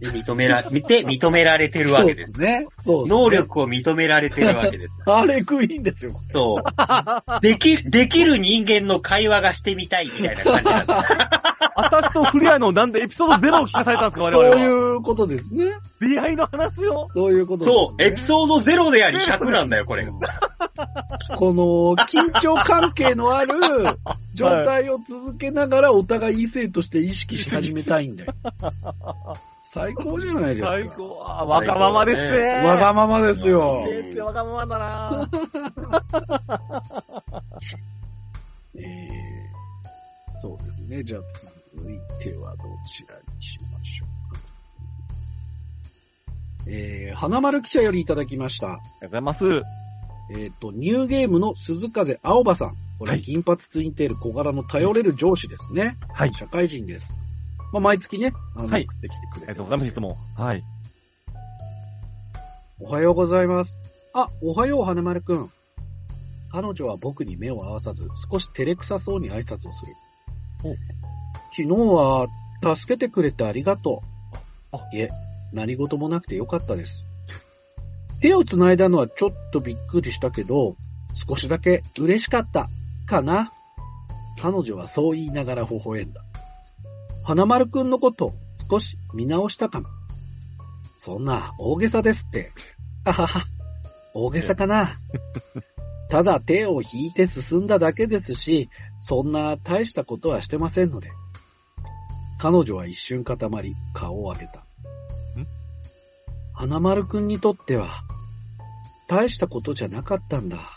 Speaker 2: で認めら、見て、認められてるわけです。
Speaker 1: そうね。そうですね
Speaker 2: 能。力を認められてるわけです。
Speaker 1: あれ食いんですよ。
Speaker 2: そう。でき、できる人間の会話がしてみたいみたいな感じなんだ。
Speaker 3: 私とフリアのなんでエピソードゼロを聞かされたんですか、我
Speaker 1: そう
Speaker 3: 々は。
Speaker 1: いうことですね。
Speaker 3: 出会いの話を。
Speaker 1: そういうこと
Speaker 2: そう、エ
Speaker 1: です、ね。
Speaker 2: ピソード0であり100なんだよ、これが。
Speaker 1: この、緊張関係のあ る状態を続けながら、お互い異性として意識し始めたいん だよ。最高じゃないですか。
Speaker 3: 最高。あわがままですね。
Speaker 1: わがままですよ。
Speaker 3: えーってわがままだなぁ
Speaker 1: えー、そうですね。じゃあ続いてはどちらにしましょうか。えー、花丸記者よりいただきました。
Speaker 3: ありがとうございます。
Speaker 1: えっ、と、ニューゲームの鈴風青葉さん。これ、
Speaker 3: はい
Speaker 1: 銀髪ツインテール小柄の頼れる上司ですね。
Speaker 3: はい。
Speaker 1: 社会人です。まあ、毎月ね、あの、
Speaker 3: はい
Speaker 1: 送ってきてくれ
Speaker 3: あり
Speaker 1: て
Speaker 3: がとうござ
Speaker 1: ま
Speaker 3: い
Speaker 1: す
Speaker 3: ます、いつも。はい。
Speaker 1: おはようございます。あ、おはよう、花丸くん。彼女は僕に目を合わさず、少し照れくさそうに挨拶をする。昨日は、助けてくれてありがとう。
Speaker 2: あ
Speaker 1: いえ、何事もなくてよかったです。手を繋いだのはちょっとびっくりしたけど、少しだけ嬉しかった、かな。彼女はそう言いながら微笑んだ。花丸くんのこと、少し見直したかも。そんな、大げさですって。あはは、 大げさかな。ただ手を引いて進んだだけですし、そんな大したことはしてませんので。彼女は一瞬固まり、顔を上げた。花丸くんにとっては、大したことじゃなかったんだ。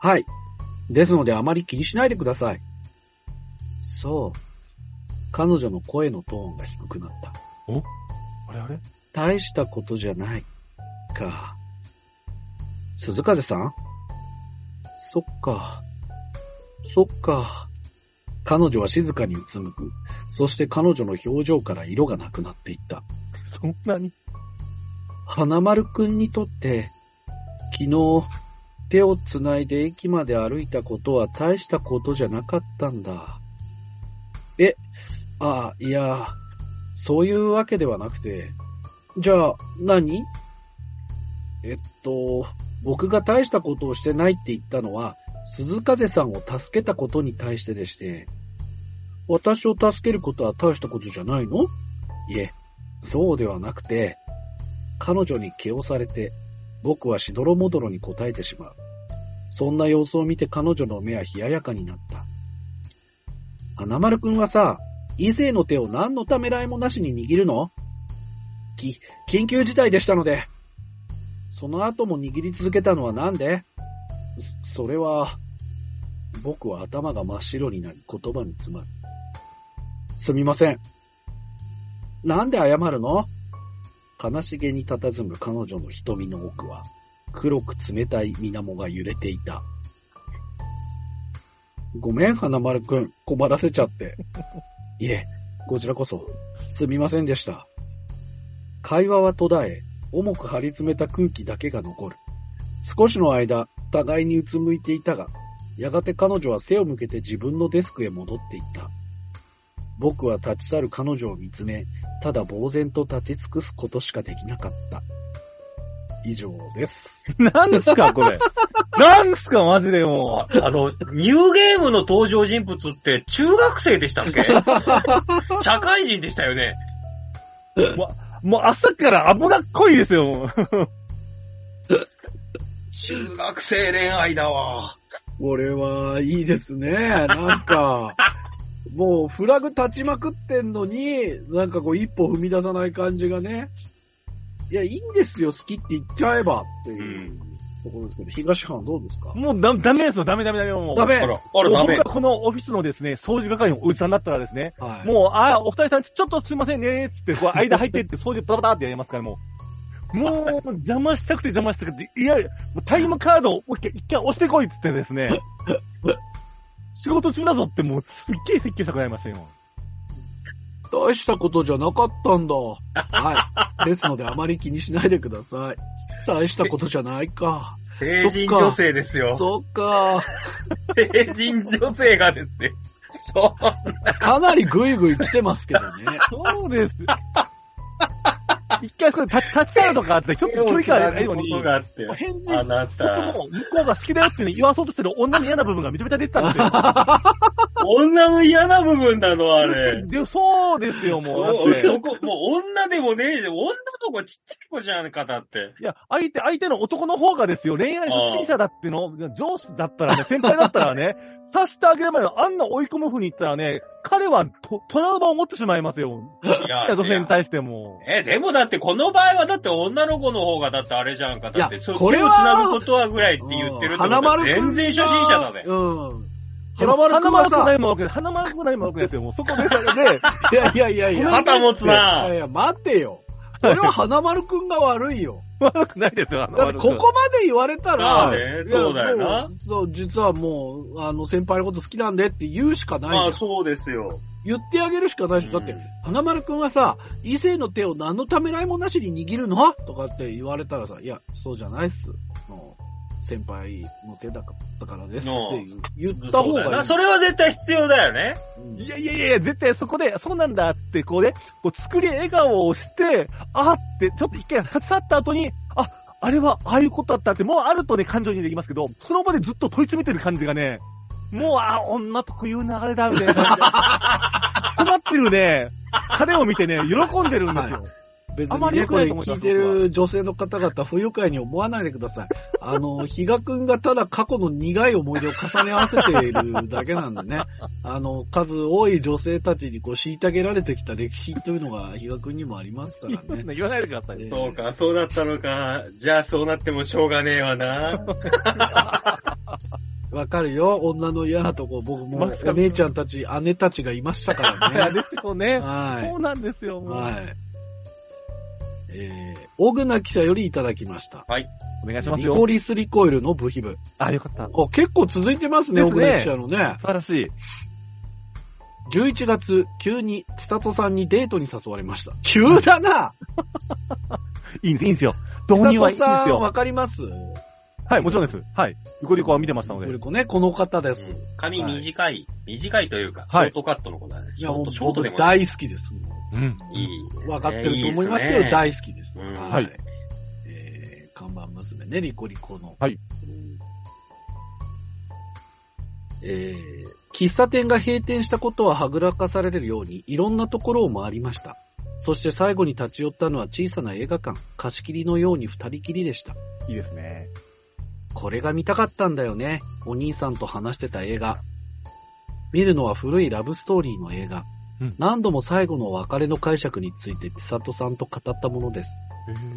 Speaker 1: はい。ですのであまり気にしないでください。そう。彼女の声のトーンが低くなった。
Speaker 3: あれあれ
Speaker 1: 大したことじゃないか。鈴風さんそっか。そっか。彼女は静かにうつむく。そして彼女の表情から色がなくなっていった。
Speaker 3: そんなに
Speaker 1: 花丸くんにとって、昨日、手をつないで駅まで歩いたことは大したことじゃなかったんだ。え、あ、いや、そういうわけではなくて、じゃあ何、えっと、僕が大したことをしてないって言ったのは、鈴風さんを助けたことに対してでして、私を助けることは大したことじゃないのいえ、そうではなくて、彼女に気をされて、僕はしどろもどろに答えてしまう。そんな様子を見て彼女の目は冷ややかになった。花丸くんはさ、異性の手を何のためらいもなしに握るのき、緊急事態でしたので。その後も握り続けたのはなんでそそれは、僕は頭が真っ白になり言葉に詰まる。すみません。なんで謝るの悲しげに佇む彼女の瞳の奥は、黒く冷たい水面が揺れていた。ごめん、花丸くん。困らせちゃって。 いえ、こちらこそ、すみませんでした。会話は途絶え、重く張り詰めた空気だけが残る。少しの間、互いにうつむいていたが、やがて彼女は背を向けて自分のデスクへ戻っていった。僕は立ち去る彼女を見つめ、ただ呆然と立ち尽くすことしかできなかった。以上です。
Speaker 3: なんすか、これ。なんすか、マジでも
Speaker 2: ああの、ニューゲームの登場人物って中学生でしたっけ社会人でしたよね。
Speaker 3: う。もう朝から危なっこいですよ。もう
Speaker 2: 中学生恋愛だわ。
Speaker 1: これはいいですね。なんか、もうフラグ立ちまくってんのに、なんかこう一歩踏み出さない感じがね。いや、いいんですよ、好きって言っちゃえばって
Speaker 2: う。
Speaker 1: いうんところですけど、東藩どうですか
Speaker 3: もうダダメですよ、ダメダメダメ。もう
Speaker 1: ダメ
Speaker 2: あら、あら、ダメ
Speaker 3: 僕。がこのオフィスのですね、掃除係のおじさんだったらですね、
Speaker 1: はい。
Speaker 3: もう、あー、お二人さん、ちょっとすいませんね、つって、こう、間 入ってって、掃除バタバタってやりますから、もう。もう、邪魔したくて邪魔したくて、いや、もうタイムカードをもう一回、一回押してこいっつってで すね、仕事中だぞって、もう、すっげえ説教したくなりましたよ。
Speaker 1: 大したことじゃなかったんだ。はい。ですので、あまり気にしないでください。大したことじゃないか。
Speaker 2: 成人女性ですよ。
Speaker 1: そっか。
Speaker 2: 成人女性がですね。そう。
Speaker 1: かなりぐいぐい来てますけどね。
Speaker 3: そうです。一回それ立ち、立ち去るとかあって、ちょっと距離感がないのに、ち
Speaker 2: こと
Speaker 3: ょっ
Speaker 2: があって。
Speaker 3: 返事
Speaker 2: あなた
Speaker 3: と。もう、向こうが好きだよっていうのに言わそうとしてる女の嫌な部分がめちゃめちゃ出てたんですよ。
Speaker 2: 女の嫌な部分なの、あれ。
Speaker 3: でそうですよ、もう。だ
Speaker 2: も
Speaker 3: っ
Speaker 2: う、
Speaker 3: て
Speaker 2: そこ、もう女でもねえで、女の子ちっちゃい子じゃん、方って。
Speaker 3: いや、相手、相手の男の方がですよ、恋愛不審者だっていうのを、上司だったらね、先輩だったらね、 察してあげる前のあんな追い込む風に言ったらね、彼はトトラウマを持ってしまいますよ。
Speaker 2: い
Speaker 3: い
Speaker 2: や
Speaker 3: や、女性に対しても。
Speaker 2: え、でもだってこの場合はだって女の子の方がだってあれじゃんか。だって
Speaker 1: いや
Speaker 2: そう、
Speaker 1: これは
Speaker 2: 手を繋ぐことはぐらいって言ってるってこと
Speaker 1: 花
Speaker 2: は
Speaker 1: 丸くん
Speaker 2: 全然初心者だね。
Speaker 1: うん。
Speaker 3: 花
Speaker 1: 花丸くん
Speaker 3: 丸
Speaker 1: は
Speaker 3: くな
Speaker 1: さ、
Speaker 3: いもんわけです。花丸くないもんわけですよ。もうそこで、
Speaker 1: いやいやいやいや。
Speaker 2: 肩持つない
Speaker 1: やいや、待ってよ。これは花丸くんが悪い よ。
Speaker 3: 悪くないですよ、あの、
Speaker 1: だってここまで言われたら、
Speaker 2: まあね
Speaker 1: いや
Speaker 2: そうだよ
Speaker 1: もう
Speaker 2: な
Speaker 1: そう、実はもう、あの、先輩のこと好きなんでって言うしかないじゃん
Speaker 2: まあ、そうですよ。
Speaker 1: 言ってあげるしかないし、だって
Speaker 2: うん、
Speaker 1: 花丸くんはさ、異性の手を何のためらいもなしに握るのとかって言われたらさ、いや、そうじゃないっす。もう先輩の手だからですって言う言った方
Speaker 2: そうだよ
Speaker 1: がい。
Speaker 2: ないそれは絶対必要だよね。
Speaker 1: うん
Speaker 3: いやいやいや、絶対そこで、そうなんだって、こうね、こう作り笑顔をして、あーって、ちょっと一回立ち去った後に、あ、あれはああいうことだったって、もうあるとね、感情にできますけど、その場でずっと問い詰めてる感じがね、もう、あー、女特有の流れだ、みたいな 感じで。困ってるね、彼を見てね、喜んでるんですよ。
Speaker 1: 別
Speaker 3: あま
Speaker 1: にね、
Speaker 3: り良く
Speaker 1: こ
Speaker 3: ない
Speaker 1: れ
Speaker 3: と思いま
Speaker 1: 聞
Speaker 3: す
Speaker 1: いてる女性の方々、不愉快に思わないでください。あの、比嘉くんがただ過去の苦い思い出を重ね合わせているだけなんでね、あの、数多い女性たちにこう、虐げられてきた歴史というのが比嘉くんにもありますからね。
Speaker 3: 言わないでください。
Speaker 1: ええ
Speaker 2: そうか、そうだったのか。じゃあ、そうなってもしょうがねえわな。
Speaker 1: わかるよ。女の嫌なとこ、僕も
Speaker 3: マスカ
Speaker 1: お姉ちゃんたち、姉たちがいましたか
Speaker 3: いや
Speaker 1: ら ね
Speaker 3: で。すよね。
Speaker 1: は
Speaker 3: そうなんですよ、
Speaker 1: い。
Speaker 3: もう。
Speaker 1: はい。えー、小な記者よりいただきました。
Speaker 3: お願いします
Speaker 1: リ
Speaker 3: よ
Speaker 1: コ。リスリコイルの部品部。
Speaker 3: あ、よかった。
Speaker 1: あ、結構続いてますね、
Speaker 3: で
Speaker 1: 小
Speaker 3: す
Speaker 1: な記
Speaker 3: ね
Speaker 1: 者のね。
Speaker 3: 素晴らしい。
Speaker 1: 11月、急に千里さんにデートに誘われました。急だない
Speaker 3: いんです、いいんですよ。
Speaker 1: 千
Speaker 3: 導入はいい
Speaker 1: 里
Speaker 3: んで
Speaker 1: さ
Speaker 3: す
Speaker 1: ん、
Speaker 3: よ。
Speaker 1: わかります
Speaker 3: はい、もちろんです。はい。ゆこりこは見てましたの
Speaker 1: これ
Speaker 3: で。
Speaker 1: こね、この方です。
Speaker 2: 髪短い、短いというか、シ
Speaker 3: は
Speaker 2: ョ
Speaker 3: い
Speaker 2: ートカットのことだね。
Speaker 1: い
Speaker 2: シ
Speaker 1: や、
Speaker 2: ョー
Speaker 1: も
Speaker 2: ト、
Speaker 1: う
Speaker 2: ショートで
Speaker 1: 僕
Speaker 2: もない。
Speaker 1: 大好きです。
Speaker 3: うん。
Speaker 2: いい、
Speaker 1: わかってると思いますけど、
Speaker 2: ね
Speaker 1: 大好きです。
Speaker 2: うん
Speaker 3: はい
Speaker 1: えー、看板娘ね、リコリコの。
Speaker 3: はい
Speaker 1: えー、喫茶店が閉店したことははぐらかされるように、いろんなところを回りました。そして最後に立ち寄ったのは小さな映画館、貸し切りのように二人きりでした。
Speaker 3: いいですね。
Speaker 1: これが見たかったんだよね。お兄さんと話してた映画。見るのは古いラブストーリーの映画。
Speaker 3: うん
Speaker 1: 何度も最後の別れの解釈について千里さんと語ったものです。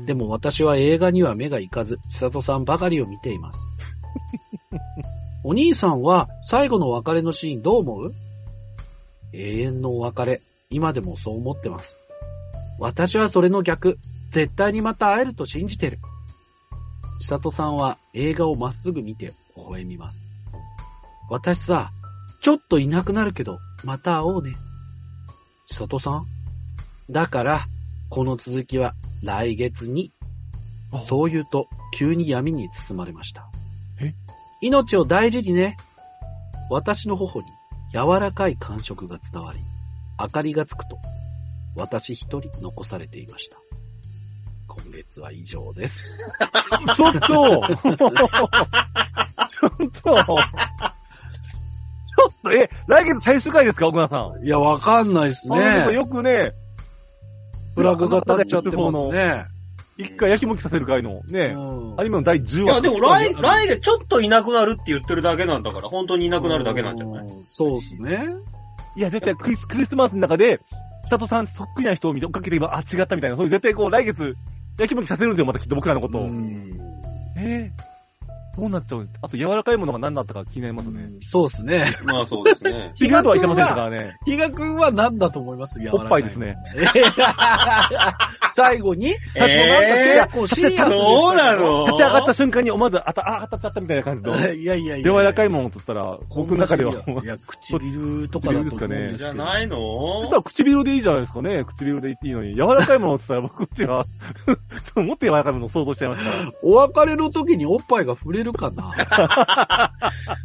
Speaker 1: でも私は映画には目がいかず、千里さんばかりを見ています。お兄さんは最後の別れのシーンどう思う永遠のお別れ。今でもそう思ってます。私はそれの逆。絶対にまた会えると信じてる。千里さんは映画をまっすぐ見て微笑みます。私さ、ちょっといなくなるけど、また会おうね。千里さんだから、この続きは来月に
Speaker 3: あ。
Speaker 1: そう言うと、急に闇に包まれました。
Speaker 3: え
Speaker 1: 命を大事にね。私の頬に柔らかい感触が伝わり、明かりがつくと、私一人残されていました。今月は以上です。
Speaker 3: ちょっとちょっとちょっと、え、来月最終回ですか、奥田さん。
Speaker 1: いや、わかんないっす
Speaker 3: あの
Speaker 1: ね。
Speaker 3: よくね、
Speaker 1: フラグが立っちゃって
Speaker 3: あ
Speaker 1: ま
Speaker 3: の
Speaker 1: す
Speaker 3: 方の
Speaker 1: ね。
Speaker 3: 一回やきもきさせる回の、ね、
Speaker 1: うん
Speaker 3: アニメの第10
Speaker 2: い
Speaker 3: 話。
Speaker 2: や、でも来、来月ちょっといなくなるって言ってるだけなんだから、本当にいなくなるだけなんじゃない
Speaker 1: うんそうっすね。
Speaker 3: いや、絶対クリスクリスマスの中で、佐藤さんそっくりな人を見て追っかけて今、あ、違ったみたいな、そういう絶対こう、来月、やきもきさせるんですよ、またきっと僕らのことを。
Speaker 1: うん
Speaker 3: えー、どうなっちゃうんあと、柔らかいものが何だったか気になりますね。。
Speaker 1: そうっすね。
Speaker 2: まあそうですね
Speaker 3: ヒガとは言ってませんからね。
Speaker 1: 比嘉くんは何だと思います柔らか
Speaker 3: おっぱいですね。
Speaker 1: 最後に
Speaker 2: え
Speaker 3: さっきもなんか
Speaker 2: ー
Speaker 3: いや
Speaker 1: こう
Speaker 3: シリアスでしたけど
Speaker 2: そうなの
Speaker 3: 立ち上がった瞬間に思わず、あた、あ、当たっちゃったみたいな感じの。
Speaker 1: いやいやいや。
Speaker 3: 柔らかいものとったら、僕の中では。
Speaker 1: いや、唇とかだと思うんですけど。
Speaker 2: じゃないの
Speaker 3: そしたら唇でいいじゃないですかね。唇で言っていいのに。柔らかいものって言ったら、僕っちは、 もっと柔らかいものを想像しちゃいましたから。
Speaker 1: お別れの時におっぱいが触れるかな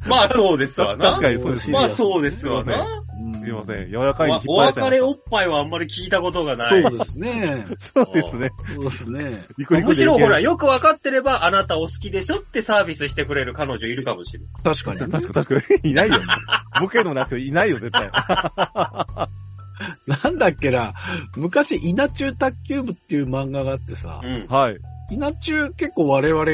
Speaker 2: まあそうですわな。
Speaker 3: 確かにそうですね。
Speaker 2: まあそうですわ
Speaker 3: すいま
Speaker 2: な。
Speaker 3: すいま
Speaker 1: ん。
Speaker 3: せん。柔らかいに引っ
Speaker 2: お
Speaker 3: 張られち
Speaker 2: 別
Speaker 3: ゃいまし
Speaker 2: れ
Speaker 3: た
Speaker 2: おっぱいはあんまり聞いたことがない。
Speaker 1: そうですね。
Speaker 3: そうですね。
Speaker 1: そうですね。
Speaker 3: リコリコ
Speaker 2: むし
Speaker 3: でいける
Speaker 2: ろほら、よくわかってれば、あなたお好きでしょってサービスしてくれる彼女いるかもしれない。
Speaker 1: 確かにね。
Speaker 3: 確かに確かに。いないよ。僕へのなくていないよ、絶対。
Speaker 1: なんだっけな、昔、稲中卓球部っていう漫画があってさ、
Speaker 2: うん。
Speaker 3: はい。
Speaker 1: 稲中結構我々、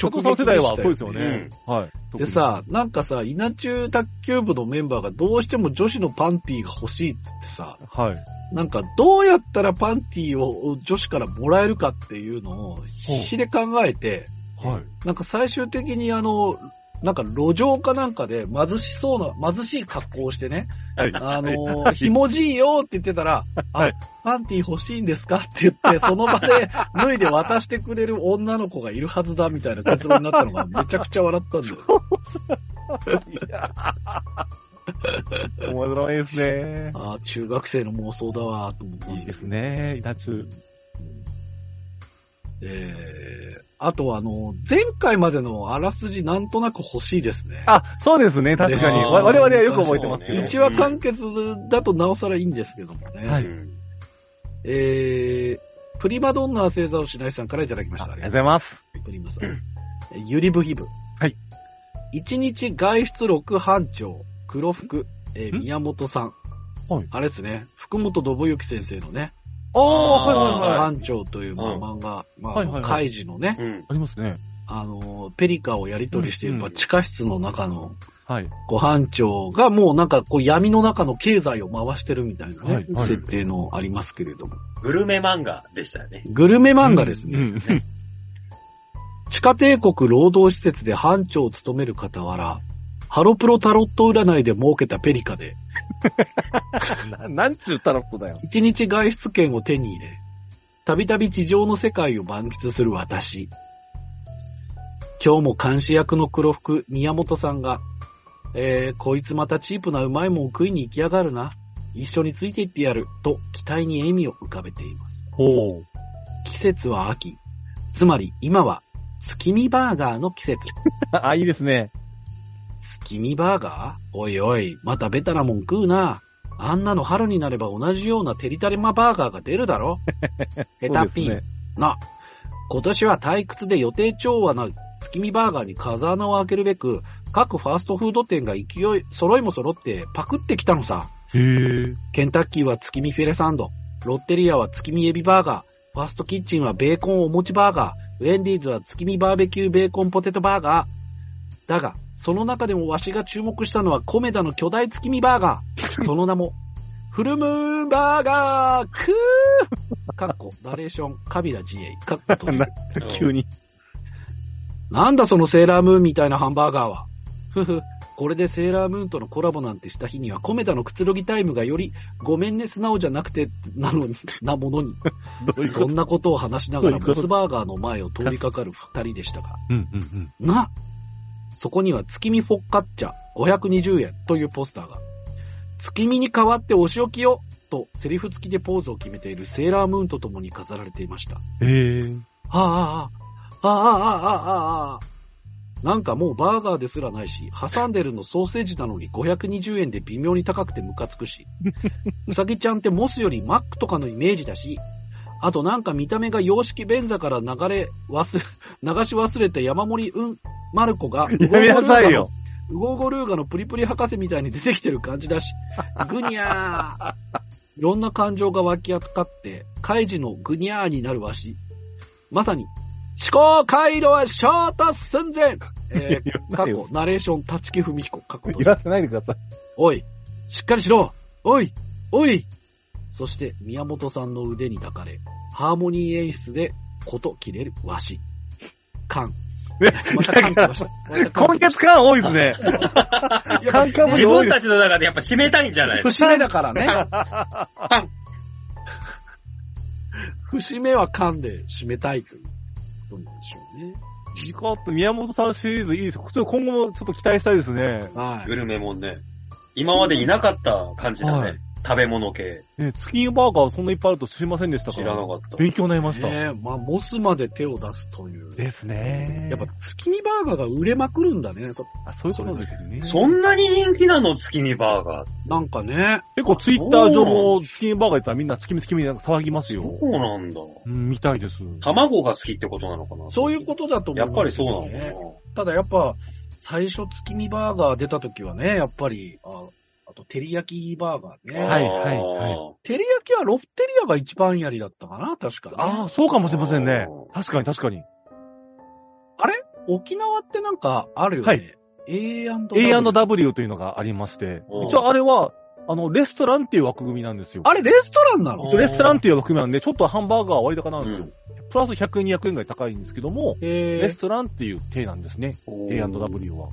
Speaker 3: 直
Speaker 1: 直
Speaker 3: さん世代はそうで
Speaker 1: 撃し
Speaker 3: す
Speaker 1: た
Speaker 3: よ
Speaker 1: よね
Speaker 3: ね。はい。
Speaker 1: でさ、なんかさ、稲中卓球部のメンバーがどうしても女子のパンティーが欲しいっつってさ、
Speaker 3: はい。
Speaker 1: なんかどうやったらパンティーを女子からもらえるかっていうのを必死で考えて、
Speaker 3: はい。
Speaker 1: なんか最終的にあの、なんか路上かなんかで貧しそうな、貧しい格好をしてね、
Speaker 3: はい。
Speaker 1: あの
Speaker 3: は
Speaker 1: ー、
Speaker 3: い
Speaker 1: ひもじいよって言ってたら、
Speaker 3: はい
Speaker 1: あ、パンティ欲しいんですかって言 って、その場で脱いで渡してくれる女の子がいるはずだみたいな結論になったのがめちゃくちゃ笑ったんだよ。
Speaker 3: 面白いですね。
Speaker 1: ああ、中学生の妄想だわ、と思った
Speaker 3: いい
Speaker 1: んで
Speaker 3: ですす
Speaker 1: けど。
Speaker 3: ね、イタチュ
Speaker 1: えー、あとはあの、前回までのあらすじなんとなく欲しいですね。
Speaker 3: あ、そうですね、確かに。
Speaker 1: あー
Speaker 3: わ我々はよく覚えてます
Speaker 2: そ
Speaker 3: け
Speaker 2: う
Speaker 3: ど
Speaker 2: ね。
Speaker 1: 一話完結だとなおさらいいんですけどもね。
Speaker 3: は
Speaker 2: う
Speaker 3: い
Speaker 2: ん
Speaker 1: えー、プリマドンナ星座をしないさんからいただきました。
Speaker 3: ありがとうございます。
Speaker 1: プリマさん。えゆりぶひぶ。
Speaker 3: はい。
Speaker 1: 一日外出録班長、黒服、えー
Speaker 3: ん
Speaker 1: 宮本さん。
Speaker 3: はい
Speaker 1: あれですね、福本信之先生のね、
Speaker 3: ああ、はいはいはい。
Speaker 1: 班長という、まあ、
Speaker 2: うん
Speaker 1: 漫画、まあ、
Speaker 3: はいはいはい
Speaker 1: カイジのね、
Speaker 2: うん。
Speaker 3: ありますね。
Speaker 1: あのー、ペリカをやり取りしている、
Speaker 3: うん
Speaker 1: まあ地下室の中の、
Speaker 3: はい。
Speaker 1: ご班長がもうなんかこう闇の中の経済を回してるみたいなね、
Speaker 3: はいはい
Speaker 1: 設定のありますけれども。
Speaker 2: グルメ漫画でしたね。
Speaker 1: グルメ漫画ですね。
Speaker 3: うん。
Speaker 1: 地下帝国労働施設で班長を務める傍ら、ハロプロタロット占いで儲けたペリカで、
Speaker 3: ななんちゅうタロットだよ。
Speaker 1: 一日外出券を手に入れ、たびたび地上の世界を満喫する私。今日も監視役の黒服、宮本さんが、えー、こいつまたチープなうまいもん食いに行きやがるな。一緒について行ってやる。と、期待に笑みを浮かべています。
Speaker 3: ほう。
Speaker 1: 季節は秋。つまり、今は、月見バーガーの季節。
Speaker 3: あ、いいですね。
Speaker 1: 月見バーガーおいおい、またベタなもん食うな。あんなの春になれば同じようなテリタリマバーガーが出るだ ろ。ヘタピン、
Speaker 3: そうですね
Speaker 1: な、今年は退屈で予定調和な月見バーガーに風穴を開けるべく、各ファーストフード店が勢い、揃いも揃ってパクってきたのさ。
Speaker 3: へえ。
Speaker 1: ケンタッキーは月見フィレサンド、ロッテリアは月見エビバーガー、ファーストキッチンはベーコンお餅バーガー、ウェンディーズは月見バーベキューベーコンポテトバーガー。だが、その中でもわしが注目したのはコメダの巨大月見バーガー。その名も、フルムーンバーガークーかっこ、ナレーション、カビラ GA。かっこ閉じる
Speaker 3: な、急に。
Speaker 1: なんだそのセーラームーンみたいなハンバーガーは。ふふ、これでセーラームーンとのコラボなんてした日には、コメダのくつろぎタイムがより、ごめんね素直じゃなくて、なのに、なものに。
Speaker 3: どういう
Speaker 1: そんなことを話しながら、
Speaker 3: どういうこ
Speaker 1: モ
Speaker 3: と
Speaker 1: スバーガーの前を通りかかる二人でしたが。
Speaker 3: うんうんうん。
Speaker 1: なそこには月見フォッカッチャ520円というポスターが。月見に代わってお仕置きをとセリフ付きでポーズを決めているセーラームーンと共に飾られていました。
Speaker 3: へえ。
Speaker 1: ああ、ああ、ああ、ああ、ああ、ああ。なんかもうバーガーですらないし、挟んでるのソーセージなのに520円で微妙に高くてムカつくし、うさぎちゃんってモスよりマックとかのイメージだし、あとなんか見た目が洋式便座から流れ忘れ、流し忘れて山盛りうん、マルコが、
Speaker 3: やめなさいよ。
Speaker 1: ウゴーゴルーガのプリプリ博士みたいに出てきてる感じだ し、グニャーいろんな感情が湧き扱って、カイジのグニャーになるわし。まさに、思考回路は衝突寸 前え
Speaker 3: 言
Speaker 1: ー、
Speaker 3: わ
Speaker 1: 過
Speaker 3: ないよ
Speaker 1: 去、ナレーション、立木文彦、過去
Speaker 3: 言わせないでくださ い。
Speaker 1: おい、しっかりしろおいおいそして、宮本さんの腕に抱かれ、ハーモニー演出で、こと切れるわし。カン。またカン来ました。またカン来
Speaker 3: 今
Speaker 1: ま
Speaker 3: 月感多いですね。
Speaker 1: した
Speaker 3: カンカン
Speaker 2: 自分たちの中でやっぱ締めたいんじゃない
Speaker 1: 節目だからね。 節目は噛んで締めたいということなんでしょうね。
Speaker 3: ジコッと宮本さんシリーズいいです。ちょっと今後もちょっと期待したいですね。
Speaker 1: は
Speaker 2: グルメもんね。今までいなかった感じだね。
Speaker 3: はい
Speaker 2: 食べ物系。
Speaker 3: ね、月見バーガーそんないっぱいあると知りませんでしたか
Speaker 2: 知
Speaker 3: ら。
Speaker 2: らなかった。
Speaker 3: 勉強になりま
Speaker 1: い。
Speaker 3: した。
Speaker 1: ねえ、まあ、モスまで手を出すという。
Speaker 3: ですね。
Speaker 1: やっぱ、月見バーガーが売れまくるんだね。そ
Speaker 3: あ、そういうことなんですよね。
Speaker 2: そんなに人気なの月見バーガー。
Speaker 1: なんかね、
Speaker 3: 結構ツイッター上も月見バーガーやったらみんな月見月見なんか騒ぎますよ。
Speaker 2: そうなんだ。
Speaker 3: うん、みたいです。
Speaker 2: 卵が好きってことなのかな
Speaker 1: そういうことだと思
Speaker 2: や
Speaker 1: う、
Speaker 2: っぱりそうなのか
Speaker 1: た
Speaker 2: な。
Speaker 1: だやっぱ、最初月見バーガー出た時はね、やっぱり、ああと、照り焼きバーガーね。
Speaker 3: はいはいはい
Speaker 1: 照り焼きはロフテリアが一番やりだったかな、確か、ね。
Speaker 3: ああ、そうかもしれませんね
Speaker 2: あ。
Speaker 3: 確かに確かに。
Speaker 1: 沖縄ってなんかあるよね。
Speaker 3: はい
Speaker 1: A&W。
Speaker 3: A&W というのがありまして、
Speaker 2: うん
Speaker 3: 一応あれは、あの、レストランっていう枠組みなんですよ。
Speaker 1: あれ、レストランなの
Speaker 2: あ
Speaker 3: 一応レストランっていう枠組みなんで、ちょっとハンバーガーは割高なん
Speaker 2: う
Speaker 3: ですよ
Speaker 2: ん。
Speaker 3: プラス100円、200円ぐらい高いんですけども、
Speaker 1: え
Speaker 3: レストランっていう体なんですね。
Speaker 2: おー
Speaker 3: A&W は。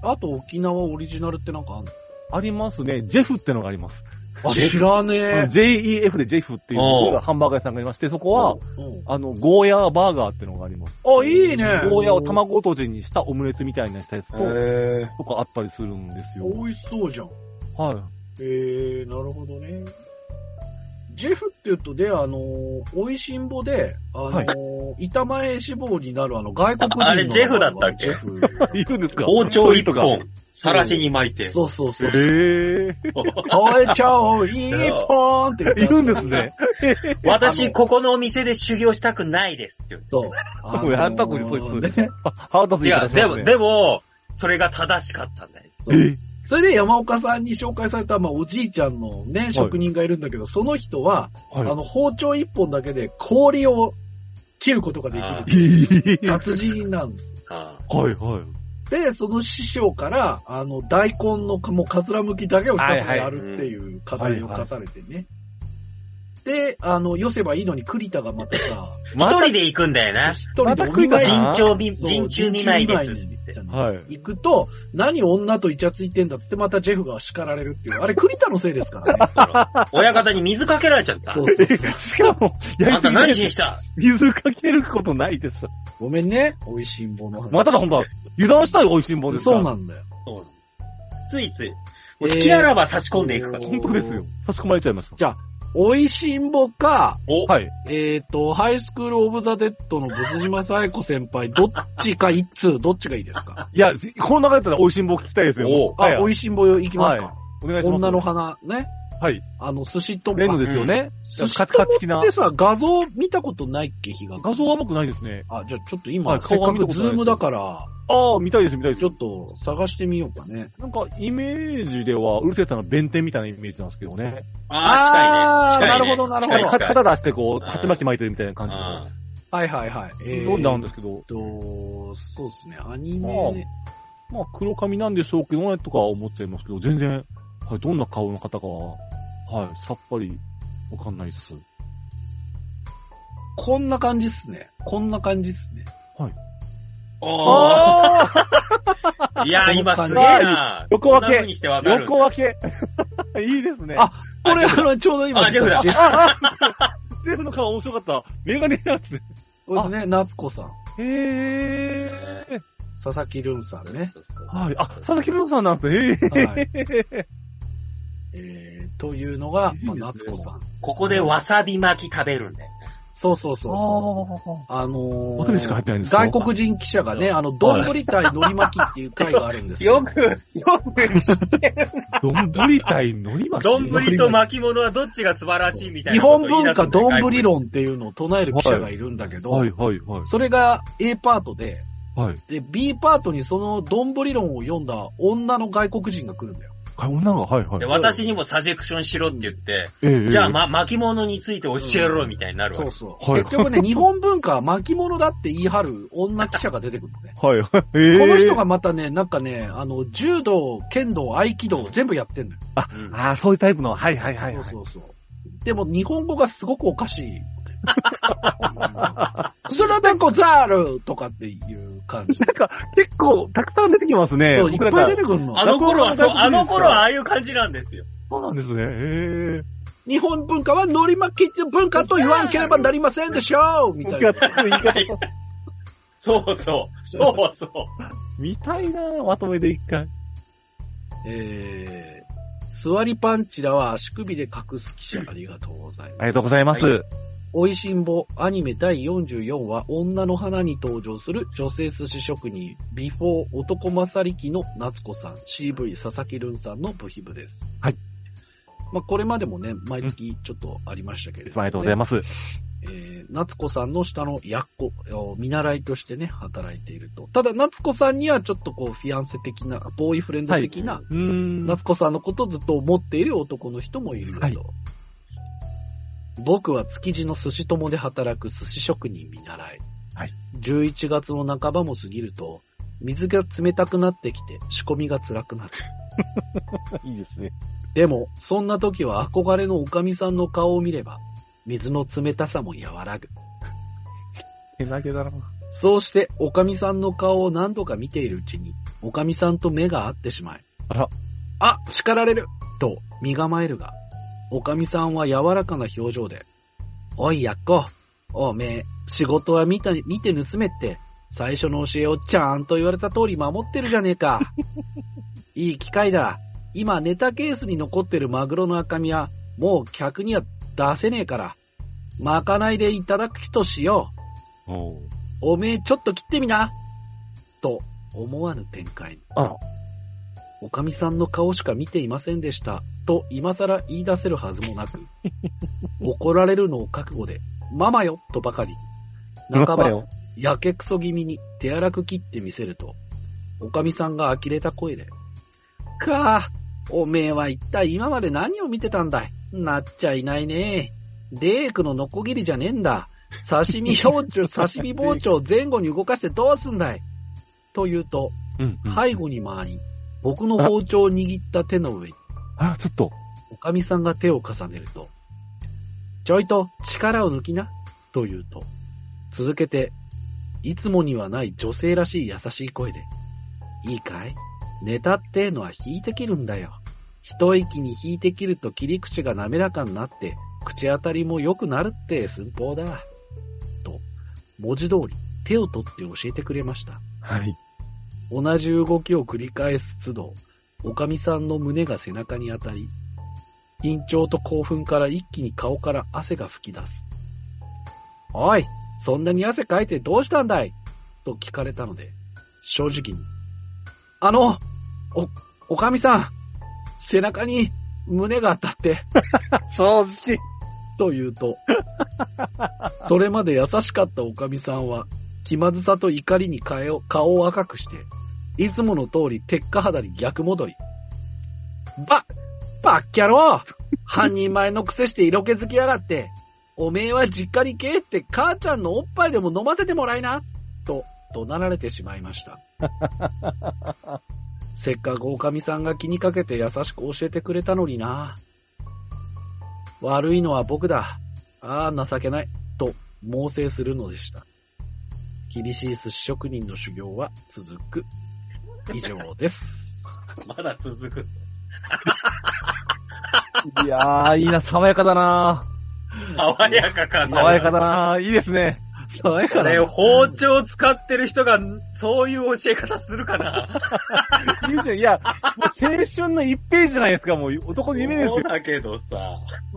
Speaker 1: あと沖縄オリジナルってなんかあんの
Speaker 3: ありますね。ジェフってのがあります。
Speaker 1: あ、知ら
Speaker 3: あ
Speaker 1: ね
Speaker 3: の JEF でジェフっていう
Speaker 2: おう
Speaker 3: ハンバーガー屋さんがありまして、そこ
Speaker 1: え。
Speaker 3: は、
Speaker 1: うん
Speaker 3: あの、ゴーヤーバーガーってのがあります。
Speaker 1: あ、いいね。
Speaker 3: ゴーヤーを卵とじにしたオムレツみたいなしたやつと、
Speaker 1: へえ。
Speaker 3: とかあったりするんですよ。
Speaker 1: 美味しそうじゃん。
Speaker 3: はい。
Speaker 1: へえ、なるほどね。ジェフっていうと、で、あのー、美味しんぼで、あのー
Speaker 3: はい
Speaker 1: 板前志望になるあの、外国人の。
Speaker 2: ああれジェフだったっけ
Speaker 1: ジェフ
Speaker 3: いるんですか
Speaker 2: 包丁一
Speaker 3: が。
Speaker 2: 本、さらしに巻いて。
Speaker 1: そうそうそう。
Speaker 3: へえ。
Speaker 1: 超えちゃおう、一本って言っ て
Speaker 3: いるんですね。
Speaker 2: 私、ここのお店で修行したくないですって言う
Speaker 1: そう。
Speaker 3: あの やったこにそいつ。
Speaker 1: ね
Speaker 3: ハードス
Speaker 2: い
Speaker 3: イ
Speaker 2: や、
Speaker 3: ート
Speaker 2: でも、で
Speaker 3: も、
Speaker 2: も、それが正しかったんだよ。
Speaker 1: そうそれで山岡さんに紹介された、まあ、おじいちゃんのね、職人がいるんだけど、その人は、
Speaker 3: はい
Speaker 1: あの、包丁一本だけで氷を切ることがで
Speaker 2: あ
Speaker 1: きる。
Speaker 3: えー
Speaker 1: 達人なんです。
Speaker 2: あ
Speaker 3: はいはい。
Speaker 1: で、その師匠から、あの、大根のかもうかずらむきだけをひたすらやるっていう課題を課されてね。で、あの、寄せばいいのに栗田がまたさ、
Speaker 2: あ一人で行くんだよな。
Speaker 1: 一人でお見舞い
Speaker 3: ま
Speaker 2: 人
Speaker 3: た
Speaker 2: 長見、
Speaker 1: そう
Speaker 2: 人中見舞いですって言って。
Speaker 3: はい。
Speaker 1: 行くと、何女とイチャついてんだっつってまたジェフが叱られるっていう。あれ、栗田のせいですから ね。
Speaker 2: その親方に水かけられち ゃった。
Speaker 1: そうそうそう
Speaker 3: しかも、
Speaker 2: あ
Speaker 3: や
Speaker 2: んた
Speaker 3: り
Speaker 2: 何
Speaker 3: す
Speaker 2: し
Speaker 3: ぎ
Speaker 2: に来た
Speaker 3: 水かけることないでしょ。
Speaker 1: ごめんね、美味しんぼの話。
Speaker 3: まただ、ほんと、油断したら美味しいもんですか
Speaker 1: そう
Speaker 3: の。
Speaker 1: なんだよ。
Speaker 2: そうついつい。もう好きならば差し込んでいくから。
Speaker 1: え
Speaker 3: 本当ですよ。差し込まれちゃいまし
Speaker 1: 美味しんぼか、
Speaker 2: お、
Speaker 3: た。はい。
Speaker 1: えっ、と、ハイスクールオブザ・デッドのブス島サエコ先輩、どっちか一通、どっちがいいですか
Speaker 3: いや、この流れだったら美味しいもん聞きたいですよ。
Speaker 2: お
Speaker 1: あ、
Speaker 3: はい
Speaker 1: 美味しんぼよ、行きますか、
Speaker 3: はお願いします。
Speaker 1: 女の花、ね。
Speaker 3: はい。
Speaker 1: あの、寿司と
Speaker 3: レンズですよね。
Speaker 1: 寿司
Speaker 3: カツカツ的
Speaker 1: と
Speaker 3: な
Speaker 1: もって。さ、画像見たことないっけ、日が。
Speaker 3: 画像は僕ないですね。
Speaker 1: あ、じゃあちょっと今、
Speaker 3: はい
Speaker 1: せっ
Speaker 3: 顔
Speaker 1: か
Speaker 3: は見た
Speaker 1: く
Speaker 3: こ
Speaker 1: ズ
Speaker 3: とないです
Speaker 1: ームだから、
Speaker 3: ああ、見たいです、見たいです
Speaker 1: ちょ。っと探してみようかね。
Speaker 3: なんか、イメージでは、うるせえさんの弁天みたいなイメージなんですけどね。
Speaker 1: あー
Speaker 2: ああ、近いね。近いね
Speaker 1: なるほどなるほど
Speaker 2: 近い近い
Speaker 3: 肩出して、こう、
Speaker 2: あー
Speaker 3: 鉢巻き巻いてるみたいな感じ
Speaker 2: あー
Speaker 1: はいはいはい。え
Speaker 3: で。
Speaker 1: ー、
Speaker 3: どんなん
Speaker 1: え
Speaker 3: で
Speaker 1: っ
Speaker 3: すけど、
Speaker 1: と、そうですね、アニ
Speaker 3: あ
Speaker 1: メ。
Speaker 3: まあ、黒髪なんでしょうけどね、とか思っちゃいますけど、全然、はい、どんな顔の方かは、はい、さっぱり、わかんないです。
Speaker 1: こんな感じっすね。こんな感じっすね。
Speaker 2: お
Speaker 3: ああ
Speaker 2: ーいや、今すげえな。
Speaker 3: 横
Speaker 2: こ
Speaker 3: 分け
Speaker 2: んな風にしてわかる。
Speaker 3: 横分け いいですね。
Speaker 1: あ、これ
Speaker 2: あ
Speaker 1: あの、ちょうど今、
Speaker 2: あジェフだ
Speaker 1: ジェフ
Speaker 3: あ、全部の顔面白かった。メガネなんですね。
Speaker 1: そうですね、夏子さん。
Speaker 3: へえ。
Speaker 1: 佐々木ルンさんね。
Speaker 2: そうそう
Speaker 3: はい。あ、佐々木朗希さんなんですね。
Speaker 1: は
Speaker 3: へ
Speaker 1: い
Speaker 3: え。
Speaker 1: えー、というのが、まあ、夏子さん。
Speaker 2: ここでわさび巻き食べるんだよ。
Speaker 1: そうそうそうそう。
Speaker 3: あ
Speaker 1: あの
Speaker 3: わかるしか入ってないんですか
Speaker 1: 外国人記者がね、あの、どんぶり対のり巻きっていう回があるんです
Speaker 2: よ
Speaker 1: よ。
Speaker 2: く、よく知ってる。
Speaker 3: あ。どんぶり対のり巻き。
Speaker 2: 丼と巻物はどっちが素晴らしいみたい
Speaker 1: 日本文
Speaker 2: なことを言い出す
Speaker 1: 化
Speaker 2: んだ
Speaker 1: ど
Speaker 2: よ。
Speaker 1: んぶり論っていうのを唱える記者がいるんだけど、
Speaker 3: はいはいはい。
Speaker 1: それが A パートで、
Speaker 3: はい。
Speaker 1: で、B パートにそのどんぶり論を読んだ女の外国人が来るんだよ。
Speaker 3: 女が、はいはい
Speaker 2: で。私にもサジェクションしろって言って、
Speaker 3: ええ
Speaker 2: じゃあ、、ま、巻物について教えろみたいになる
Speaker 1: そ
Speaker 2: わけ
Speaker 1: う。そう。
Speaker 3: はい
Speaker 1: 結局 ね、日本文化は巻物だって言い張る女記者が出てくるのね。
Speaker 3: はいはい。え
Speaker 1: この人
Speaker 3: え
Speaker 1: がまたね、なんかね、あの、柔道、剣道、合気道、全部やってんのよ。
Speaker 2: うん
Speaker 3: ああ、そういうタイプの、はいはいはいはい。
Speaker 1: そうそうそう。でも、日本語がすごくおかし い。それでござるとかっていう感じ。
Speaker 3: なんか、結構、たくさん出てきますね。
Speaker 1: そういっ
Speaker 3: 僕なん
Speaker 1: ぱい出
Speaker 3: か
Speaker 1: てくるの。
Speaker 2: あの頃は、そう、
Speaker 3: 落語
Speaker 2: あ
Speaker 3: の外国人ですから
Speaker 2: の頃はああいう感じなんですよ。
Speaker 3: そうなんですね。ええ
Speaker 1: 日本文化はのり巻きっていう文化と言わなければなりませんでしょうみたい
Speaker 3: 僕が
Speaker 1: な。
Speaker 3: 言い方 と。
Speaker 2: そうそう。そうそう。
Speaker 3: みたいな、まとめで一回。
Speaker 1: えー、座りパンチラは足首で隠す記者ありがとうございます
Speaker 3: ありがとうございます。
Speaker 2: は
Speaker 1: おいしんぼアニメ第44話、女の花に登場する女性寿司職人、ビフォー男勝り機の夏子さん、CV 佐々木ルンさんの部品部です。
Speaker 3: はい。
Speaker 1: まあ、これまでもね、毎月ちょっとありましたけれど、
Speaker 3: ありがとうございます。
Speaker 1: す。えー、夏子さんの下のやっこ、お見習いとしてね、働いていると。ただ、夏子さんにはちょっとこう、フィアンセ的な、ボーイフレンド的な、
Speaker 3: うーん。
Speaker 1: 夏子さんのことをずっと思っている男の人もいるよと。
Speaker 3: はい
Speaker 1: 僕は築地の寿司友で働く寿司職人見習い。
Speaker 3: はい
Speaker 1: 11月の半ばも過ぎると、水が冷たくなってきて仕込みが辛くなる。
Speaker 3: いいですね。
Speaker 1: でも、そんな時は憧れのおかみさんの顔を見れば、水の冷たさも和らぐ。
Speaker 3: 手投げだな。
Speaker 1: そうして、おかみさんの顔を何度か見ているうちに、おかみさんと目が合ってしまい、
Speaker 3: あら、
Speaker 1: あ、叱られると身構えるが、おかみさんは柔らかな表情で、おい、やっこ、おめえ、仕事は見た、見て盗めって、最初の教えをちゃんと言われた通り守ってるじゃねえ か。いい機会だ。今、ネタケースに残ってるマグロの赤身は、もう客には出せねえから、まかないでいただくとしよう。
Speaker 3: おう
Speaker 1: おめえ、ちょっと切ってみな。と、思わぬ展開に。
Speaker 3: あら、
Speaker 1: おかみさんの顔しか見ていませんでした、と今更言い出せるはずもなく、怒られるのを覚悟で、ママよとばかり、半
Speaker 3: 今から
Speaker 1: ば、
Speaker 3: よ。
Speaker 1: やけくそ気味に手荒く切ってみせると、おかみさんが呆れた声で、かあ、おめえは一体今まで何を見てたんだいなっちゃいないねデークのノコギリじゃねえんだ。刺身包丁、 刺身包丁を前後に動かしてどうすんだいと言うと、
Speaker 3: うん、うん。
Speaker 1: 背後に回り、僕の包丁を握った手の上に、
Speaker 3: あら、ちょっと。
Speaker 1: おかみさんが手を重ねると、ちょいと力を抜きな、と言うと、続けて、いつもにはない女性らしい優しい声で、いいかいネタってのは引いて切るんだよ。一息に引いて切ると切り口が滑らかになって、口当たりも良くなるって寸法だ。と、文字通り手を取って教えてくれました。
Speaker 3: はい。
Speaker 1: 同じ動きを繰り返す都度、おかみさんの胸が背中に当たり、緊張と興奮から一気に顔から汗が吹き出す。おい、そんなに汗かいてどうしたんだいと聞かれたので、正直に。あの、お、おかみさん、背中に胸が当たって、
Speaker 3: 掃除し。
Speaker 1: と言うと、それまで優しかったおかみさんは、気まずさと怒りに顔を顔を赤くして、いつもの通り鉄火肌に逆戻り。ば、ばっきゃろ半人前の癖して色気づきやがって、おめえは実家に帰って母ちゃんのおっぱいでも飲ませてもらいなと怒鳴られてしまいました。せっかくおかみさんが気にかけて優しく教えてくれたのにな。悪いのは僕だ。ああ、情けない。と、猛省するのでした。厳しい寿司職人の修行は続く。以上です。
Speaker 2: まだ続く。
Speaker 3: いやー、いいな、爽やかだな
Speaker 2: 爽やかか
Speaker 3: ー。
Speaker 2: な。
Speaker 3: 爽やかだなー。いいですね。
Speaker 1: 爽や
Speaker 2: こ
Speaker 1: か
Speaker 2: れ、
Speaker 1: な。
Speaker 2: 包丁使ってる人が、そういう教え方するかな。
Speaker 3: いいですね。いや、もう青春の一ページじゃないですか、もう男の夢です
Speaker 2: そう
Speaker 3: よ。
Speaker 2: だけどさ。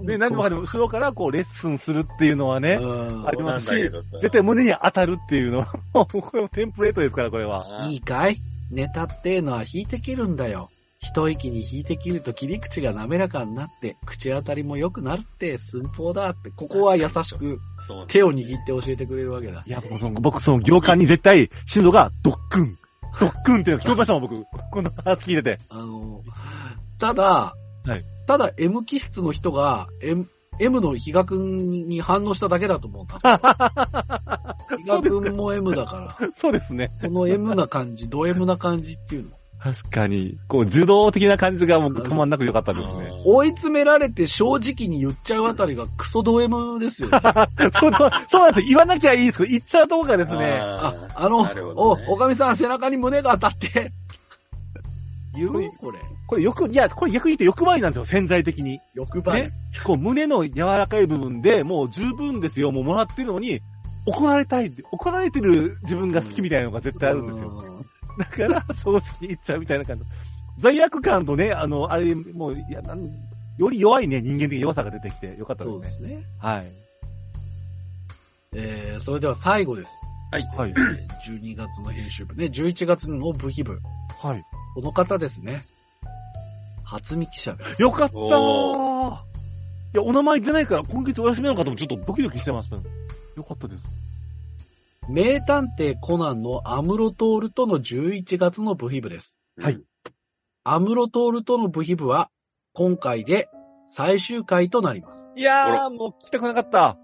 Speaker 3: ね、何でもかんでも後ろからこう、レッスンするっていうのはね、
Speaker 1: うん
Speaker 3: ありますし
Speaker 2: そうなんだけどさ、
Speaker 3: 絶対胸に当たるっていうのは、もうこれもテンプレートですから、これは。
Speaker 1: いいかいネタってのは引いて切るんだよ。一息に引いて切ると切り口が滑らかになって、口当たりも良くなるって寸法だって、ここは優しく
Speaker 2: そうね
Speaker 1: 手を握って教えてくれるわけだ。
Speaker 3: いや、僕その、僕その行間に絶対、シンドが、ドックン、ドックンっていうの聞こえましたもん、僕。この話聞いて て。
Speaker 1: あの、ただ、
Speaker 3: はい
Speaker 1: ただ M 気質の人が M, M の比嘉くんに反応しただけだと思うんだ。比嘉くんも M だから、
Speaker 3: そうですね。
Speaker 1: この M な感じ、ド M な感じっていうの。
Speaker 3: 確かに、こう、受動的な感じがもうたまんなく良かったですね。
Speaker 1: 追い詰められて正直に言っちゃうあたりがクソド M ですよ、 ね。
Speaker 3: そうそう、そうなんですよ。言わなきゃいいですけど、言っちゃうとこがですね、
Speaker 1: あ
Speaker 2: あ、ー
Speaker 1: あの、
Speaker 2: なる
Speaker 1: お
Speaker 2: ほどね、
Speaker 1: おかみさん背中に胸が当たって。言うこれ。
Speaker 3: これ欲、いや、これ逆に言うと欲張りなんですよ、潜在的に。
Speaker 1: 欲張り。
Speaker 3: ね、こう胸の柔らかい部分でもう十分ですよ、もうもらってるのに、怒られたいって、怒られてる自分が好きみたいなのが絶対あるんですよ。
Speaker 1: うん
Speaker 3: だから、正直言っちゃうみたいな感じ。罪悪感とね、あの、あれ、もう、いや、なんより弱いね、人間的弱さが出てきて、よかったで
Speaker 1: そ
Speaker 3: す
Speaker 1: う
Speaker 3: ね。
Speaker 1: ですね。
Speaker 3: はい。
Speaker 1: えー、それでは最後です。
Speaker 2: はい。
Speaker 3: はい。
Speaker 1: えー12月の編集部。ね、11月の部記部。
Speaker 3: はい。
Speaker 1: この方ですね。初見記者です。
Speaker 3: よかったー
Speaker 2: お
Speaker 3: いや、お名前出ないから、今月お休みなのかともちょっとドキドキしてました。よかったです。
Speaker 1: 名探偵コナンのアムロトールとの11月の部費部です。
Speaker 3: はい
Speaker 1: アムロトールとの部費部は、今回で最終回となります。
Speaker 3: い
Speaker 2: あ
Speaker 3: やー、
Speaker 2: ら
Speaker 3: もう来たくなかった。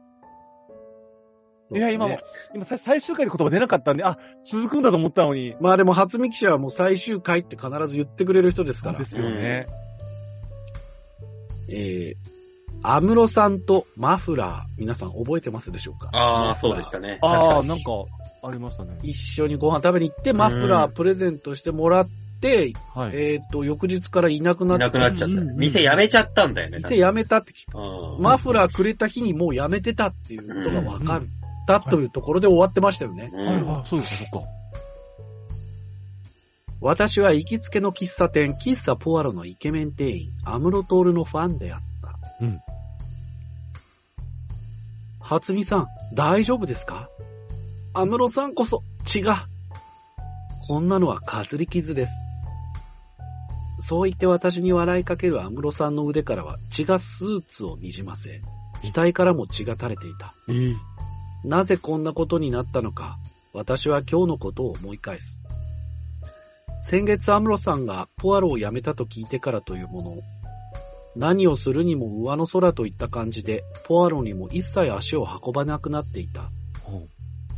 Speaker 3: いや、今
Speaker 1: そうで
Speaker 3: も
Speaker 1: すね。、
Speaker 3: 今さ最終回の言葉出なかったんで、あ、続くんだと思ったのに。
Speaker 1: まあでも、初見記者はもう最終回って必ず言ってくれる人です
Speaker 3: そ
Speaker 1: か
Speaker 3: う
Speaker 1: ら
Speaker 3: で。すよね。
Speaker 1: えー安室さんとマフラー、皆さん覚えてますでしょうか
Speaker 2: ああ、そうでしたね。
Speaker 5: ああ、
Speaker 2: 確
Speaker 5: な
Speaker 2: か
Speaker 5: ん
Speaker 2: に
Speaker 5: か、ありましたね。
Speaker 1: 一緒にご飯食べに行って、マフラープレゼントしてもらって、
Speaker 5: はい。
Speaker 1: えっ、と、翌日からいなくなっ
Speaker 2: い
Speaker 1: て、
Speaker 2: なくなっちゃった。
Speaker 5: うんうんうん
Speaker 2: 店辞めちゃったんだよね。
Speaker 1: 店辞めたって聞い
Speaker 2: 確かにうん
Speaker 1: マフラーくれた日にもうやめてたっていうことが分かったというところで終わってましたよね。
Speaker 2: うん
Speaker 5: はいはい、そうですか、そっか。
Speaker 1: 私は行きつけの喫茶店、喫茶ポアロのイケメン店員、アムロトールのファンであった。
Speaker 5: うん。
Speaker 1: 初見さん、大丈夫ですかアムロさんこそ、血が。こんなのはかずり傷です。そう言って私に笑いかけるアムロさんの腕からは血がスーツをにじませ、額からも血が垂れていた。
Speaker 5: ええ
Speaker 1: なぜこんなことになったのか、私は今日のことを思い返す。先月アムロさんがポアロを辞めたと聞いてからというもの、何をするにも上の空といった感じで、ポアロにも一切足を運ばなくなっていた。
Speaker 5: ほう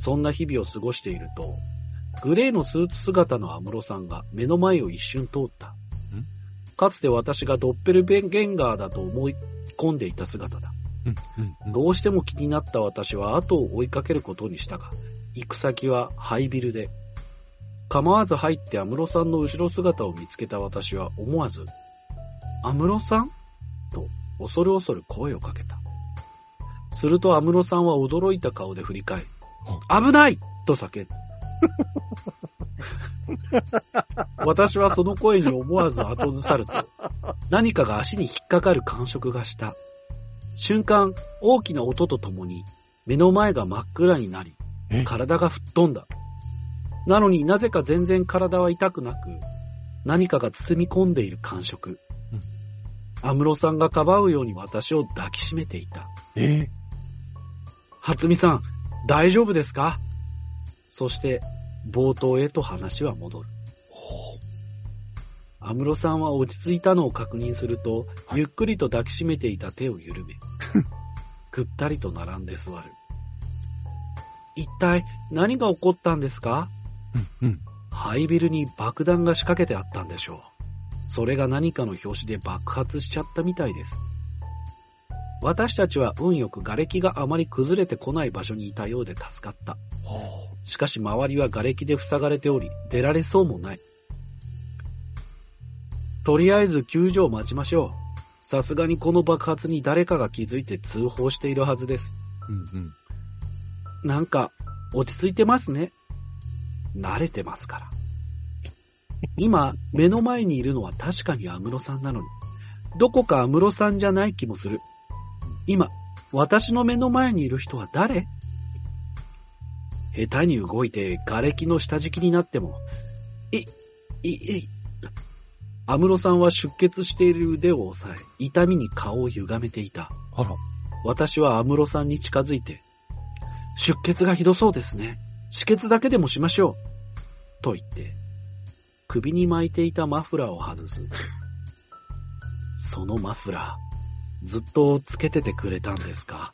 Speaker 1: そんな日々を過ごしていると、グレーのスーツ姿の安室さんが目の前を一瞬通った。かつて私がドッペルベンゲンガーだと思い込んでいた姿だ。
Speaker 5: うん、うん、うん。
Speaker 1: どうしても気になった私は後を追いかけることにしたが、行く先は廃ビルで。構わず入って安室さんの後ろ姿を見つけた私は思わず、安室さんと恐る恐る声をかけた。すると安室さんは驚いた顔で振り返り、危ないと叫んだ。私はその声に思わず後ずさると、何かが足に引っかかる感触がした。瞬間、大きな音とともに、目の前が真っ暗になり
Speaker 5: え、
Speaker 1: 体が吹っ飛んだ。なのになぜか全然体は痛くなく、何かが包み込んでいる感触
Speaker 5: うん。
Speaker 1: 安室さんがかばうように私を抱きしめていた。
Speaker 5: ええ
Speaker 1: 初見さん、大丈夫ですかそして、冒頭へと話は戻る。安室さんは落ち着いたのを確認すると、ゆっくりと抱きしめていた手を緩め、ぐったりと並んで座る。一体何が起こったんですか
Speaker 5: うん、うん。
Speaker 1: ハイビルに爆弾が仕掛けてあったんでしょう。それが何かの表紙で爆発しちゃったみたいです。私たちは運よく瓦礫があまり崩れてこない場所にいたようで助かった。しかし周りは瓦礫で塞がれており、出られそうもない。とりあえず救助を待ちましょう。さすがにこの爆発に誰かが気づいて通報しているはずです。
Speaker 5: うん、うん。
Speaker 1: なんか、落ち着いてますね。慣れてますから。今、目の前にいるのは確かに安室さんなのに、どこか安室さんじゃない気もする。今、私の目の前にいる人は誰下手に動いて瓦礫の下敷きになっても、い、い、い、安室さんは出血している腕を押さえ、痛みに顔を歪めていた。
Speaker 5: あら。
Speaker 1: 私は安室さんに近づいて、出血がひどそうですね。止血だけでもしましょう。と言って、首に巻いていたマフラーを外す。そのマフラー、ずっとつけててくれたんですか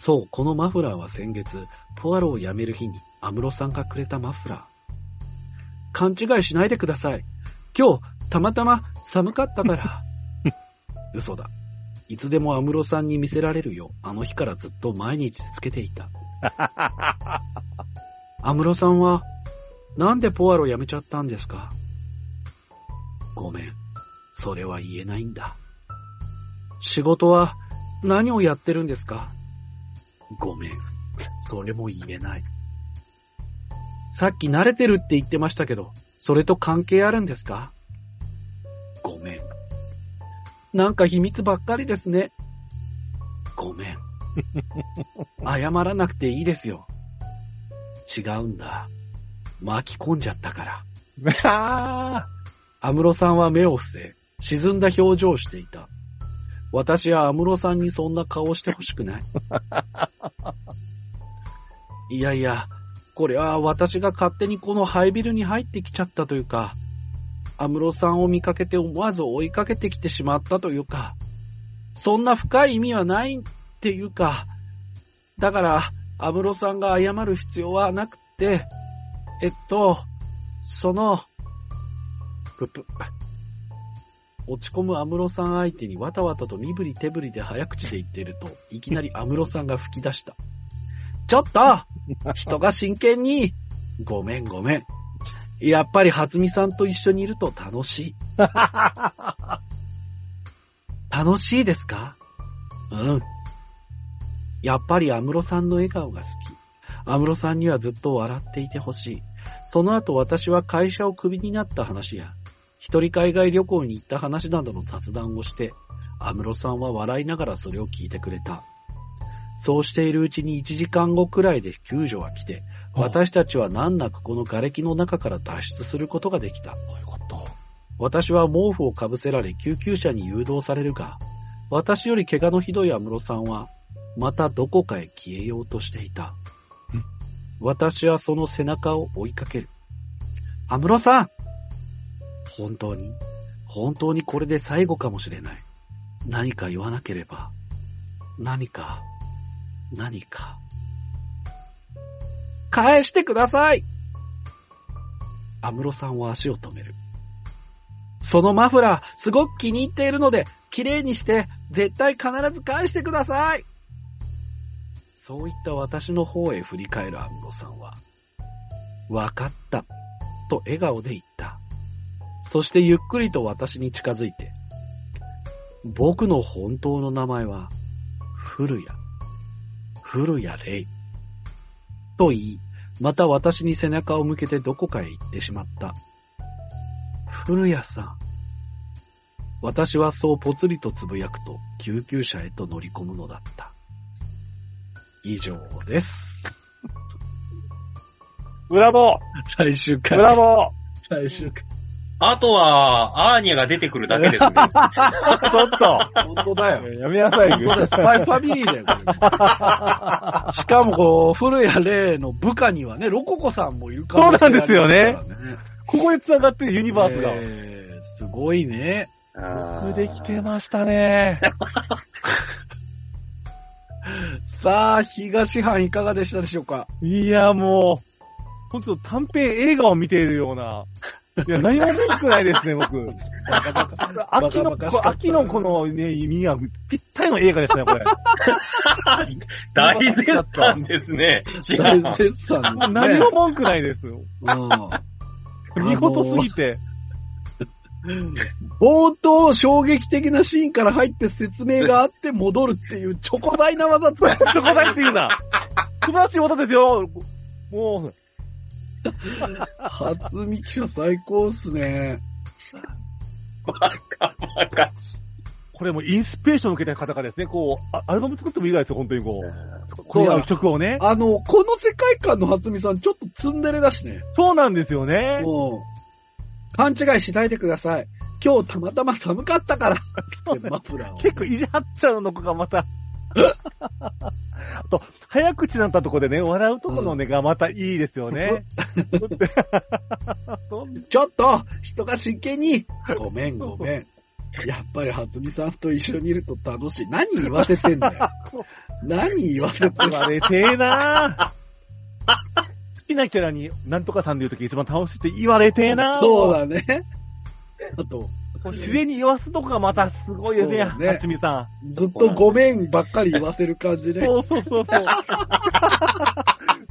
Speaker 1: そう、このマフラーは先月、ポアロを辞める日に安室さんがくれたマフラー。勘違いしないでください。今日、たまたま寒かったから。嘘だ。いつでも安室さんに見せられるよう、あの日からずっと毎日つけていた。安室さんは、なんでポアロ辞めちゃったんですかごめん。それは言えないんだ。仕事は何をやってるんですかごめん。それも言えない。さっき慣れてるって言ってましたけど、それと関係あるんですかごめん。なんか秘密ばっかりですね。ごめん。謝らなくていいですよ。違うんだ。巻き込んじゃったから。
Speaker 5: ああ
Speaker 1: 安室さんは目を伏せ、沈んだ表情をしていた。私は安室さんにそんな顔をしてほしくない。いやいや、これは私が勝手にこのハイビルに入ってきちゃったというか、安室さんを見かけて思わず追いかけてきてしまったというか、そんな深い意味はないっていうか、だから安室さんが謝る必要はなくて、えっと、その、ぷぷ、落ち込む安室さん相手にわたわたと身振り手振りで早口で言っていると、いきなり安室さんが吹き出した。 ちょっと人が真剣にごめんごめん。やっぱり初見さんと一緒にいると楽しい。楽しいですかうん。やっぱり安室さんの笑顔が好き。安室さんにはずっと笑っていてほしい。その後私は会社をクビになった話や、一人海外旅行に行った話などの雑談をして、安室さんは笑いながらそれを聞いてくれた。そうしているうちに1時間後くらいで救助が来て、私たちは難なくこの瓦礫の中から脱出することができた。私は毛布をかぶせられ救急車に誘導されるが、私より怪我のひどい安室さんは、またどこかへ消えようとしていた。私はその背中を追いかける。安室さん本当に、本当にこれで最後かもしれない。何か言わなければ。何か、何か。返してください安室さんは足を止める。そのマフラー、すごく気に入っているので、綺麗にして、絶対必ず返してくださいそういった私の方へ振り返る安室さんは、わかった、と笑顔で言った。そしてゆっくりと私に近づいて、僕の本当の名前は、古谷、古谷レイ。と言い、また私に背中を向けてどこかへ行ってしまった。古谷さん。私はそうぽつりとつぶやくと、救急車へと乗り込むのだった。以上です。
Speaker 3: ブラボー
Speaker 1: 最終
Speaker 3: ブ
Speaker 1: 回。
Speaker 3: ラボ
Speaker 1: 最終回。
Speaker 2: あとは、アーニャが出てくるだけですね。
Speaker 3: ーちょっと
Speaker 1: 本当だよ。
Speaker 3: やめなさ いよ
Speaker 1: 本当だよ。スパイファミリーだよ、これ。しかも、こう、古谷霊の部下にはね、ロココさんもいるから、
Speaker 3: そうなんですよね。ここで繋がってるユニ
Speaker 1: ユ
Speaker 3: バースが。
Speaker 1: すごいね。
Speaker 2: あー
Speaker 3: できてましたね。
Speaker 1: さあ、東藩いかがでしたでしょうか
Speaker 3: いや、もう、ほんと短編映画を見ているような。いや、何も嬉しくないです ね、僕。秋の、
Speaker 1: バカバカしかった
Speaker 3: 秋のこのね、耳がぴったりの映画ですね、これ。
Speaker 2: 大絶賛ですね。違
Speaker 1: 大
Speaker 2: う。
Speaker 1: 絶賛ですね。
Speaker 3: 何も文句ないです。
Speaker 1: うん
Speaker 3: 見事すぎて。
Speaker 1: 冒頭衝撃的なシーンから入って説明があって戻るっていうチョコ大な技つ
Speaker 3: そこだって言うな。素晴らしい技ですよ。も
Speaker 1: 初見記者最高っすね。
Speaker 2: バカ
Speaker 3: う、これもうインスピレーションを受けた方がですね、こう、あアルバム作ってもいいぐらいですよ、本当にこう。これらの曲をね。
Speaker 1: あの、この世界観の初見さんちょっとツンデレだしね。
Speaker 3: そうなんですよね。
Speaker 1: もう、勘違いしないでください。今日たまたま寒かった からってマフラーを。
Speaker 3: 結構いじはっちゃうの子がまた。あと、早口になったとこでね、笑うとこのね、がまたいいですよね。
Speaker 1: ちょっと人が真剣にごめんごめん。やっぱり初見さんと一緒にいると楽しい。何言わせてんだ よ。何言わせてんだ
Speaker 3: 言
Speaker 1: よ。
Speaker 3: われてえな好きなキャラに、なんとかさんで言うとき一番楽しいって言われてえな
Speaker 1: そうだね。あと、
Speaker 3: もう自然に言わすとこがまたすごいですね、
Speaker 1: そうだね
Speaker 3: はちみさ
Speaker 1: ずっとごめんばっかり言わせる感じ
Speaker 3: ん。
Speaker 1: ね。
Speaker 3: そうそうそうそう。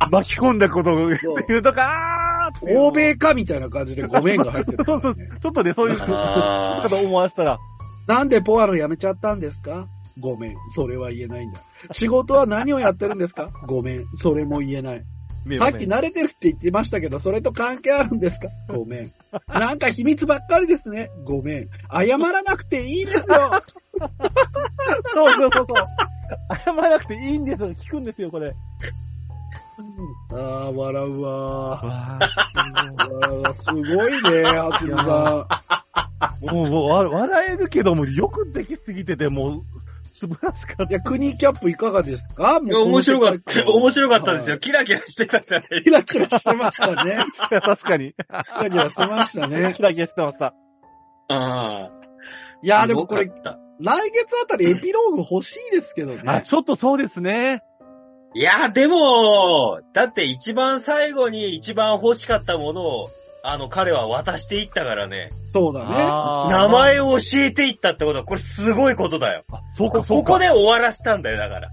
Speaker 3: 巻き込んだことを
Speaker 1: そう
Speaker 3: 言うとか、あーっていう
Speaker 1: 欧米かみたいな感じでごめんが入ってる、
Speaker 3: そうそう。ちょっとね、そういう、
Speaker 2: あー
Speaker 3: ちょっと思わせたら、
Speaker 1: なんでポアロ辞めちゃったんですかごめん、それは言えないんだ。仕事は何をやってるんですかごめん、それも言えない。さっき慣れてるって言ってましたけど、それと関係あるんですかごめん。なんか秘密ばっかりですね。ごめん。謝らなくていいですよ。
Speaker 3: そうそうそうそう。謝らなくていいんですよ。聞くんですよ、これ。
Speaker 1: あ あ、笑うわー。
Speaker 3: も
Speaker 1: 笑うわすごいね、初見さ
Speaker 3: う、もう、わ笑えるけども、よくできすぎてて、もう、素晴らしかっ
Speaker 1: ん。いや、国キャップいかがですか
Speaker 2: いや面白か った、面白かったです。
Speaker 1: も
Speaker 2: よ。
Speaker 1: う
Speaker 2: キラキラしてたじゃない
Speaker 1: キラキラしてましたね。
Speaker 3: た。いや確かに。
Speaker 1: キラキラしてましたね
Speaker 3: キ。ラキラしてました。
Speaker 2: あ
Speaker 1: いや、でもこれ、
Speaker 2: い
Speaker 1: 来月あたりエピローグ欲しいですけど
Speaker 3: あ、
Speaker 1: ね。
Speaker 3: ちょっとそうですね。
Speaker 2: や、でも、だって一番最後に一番欲しかったものをあの、彼は渡していったからね、
Speaker 1: そうだね。
Speaker 2: 名
Speaker 3: 名
Speaker 2: 前を教えていったってことは、これすごいことだよ。
Speaker 3: そうか、そ
Speaker 2: そう
Speaker 3: か。
Speaker 2: こで終わらしたんだよ、だから。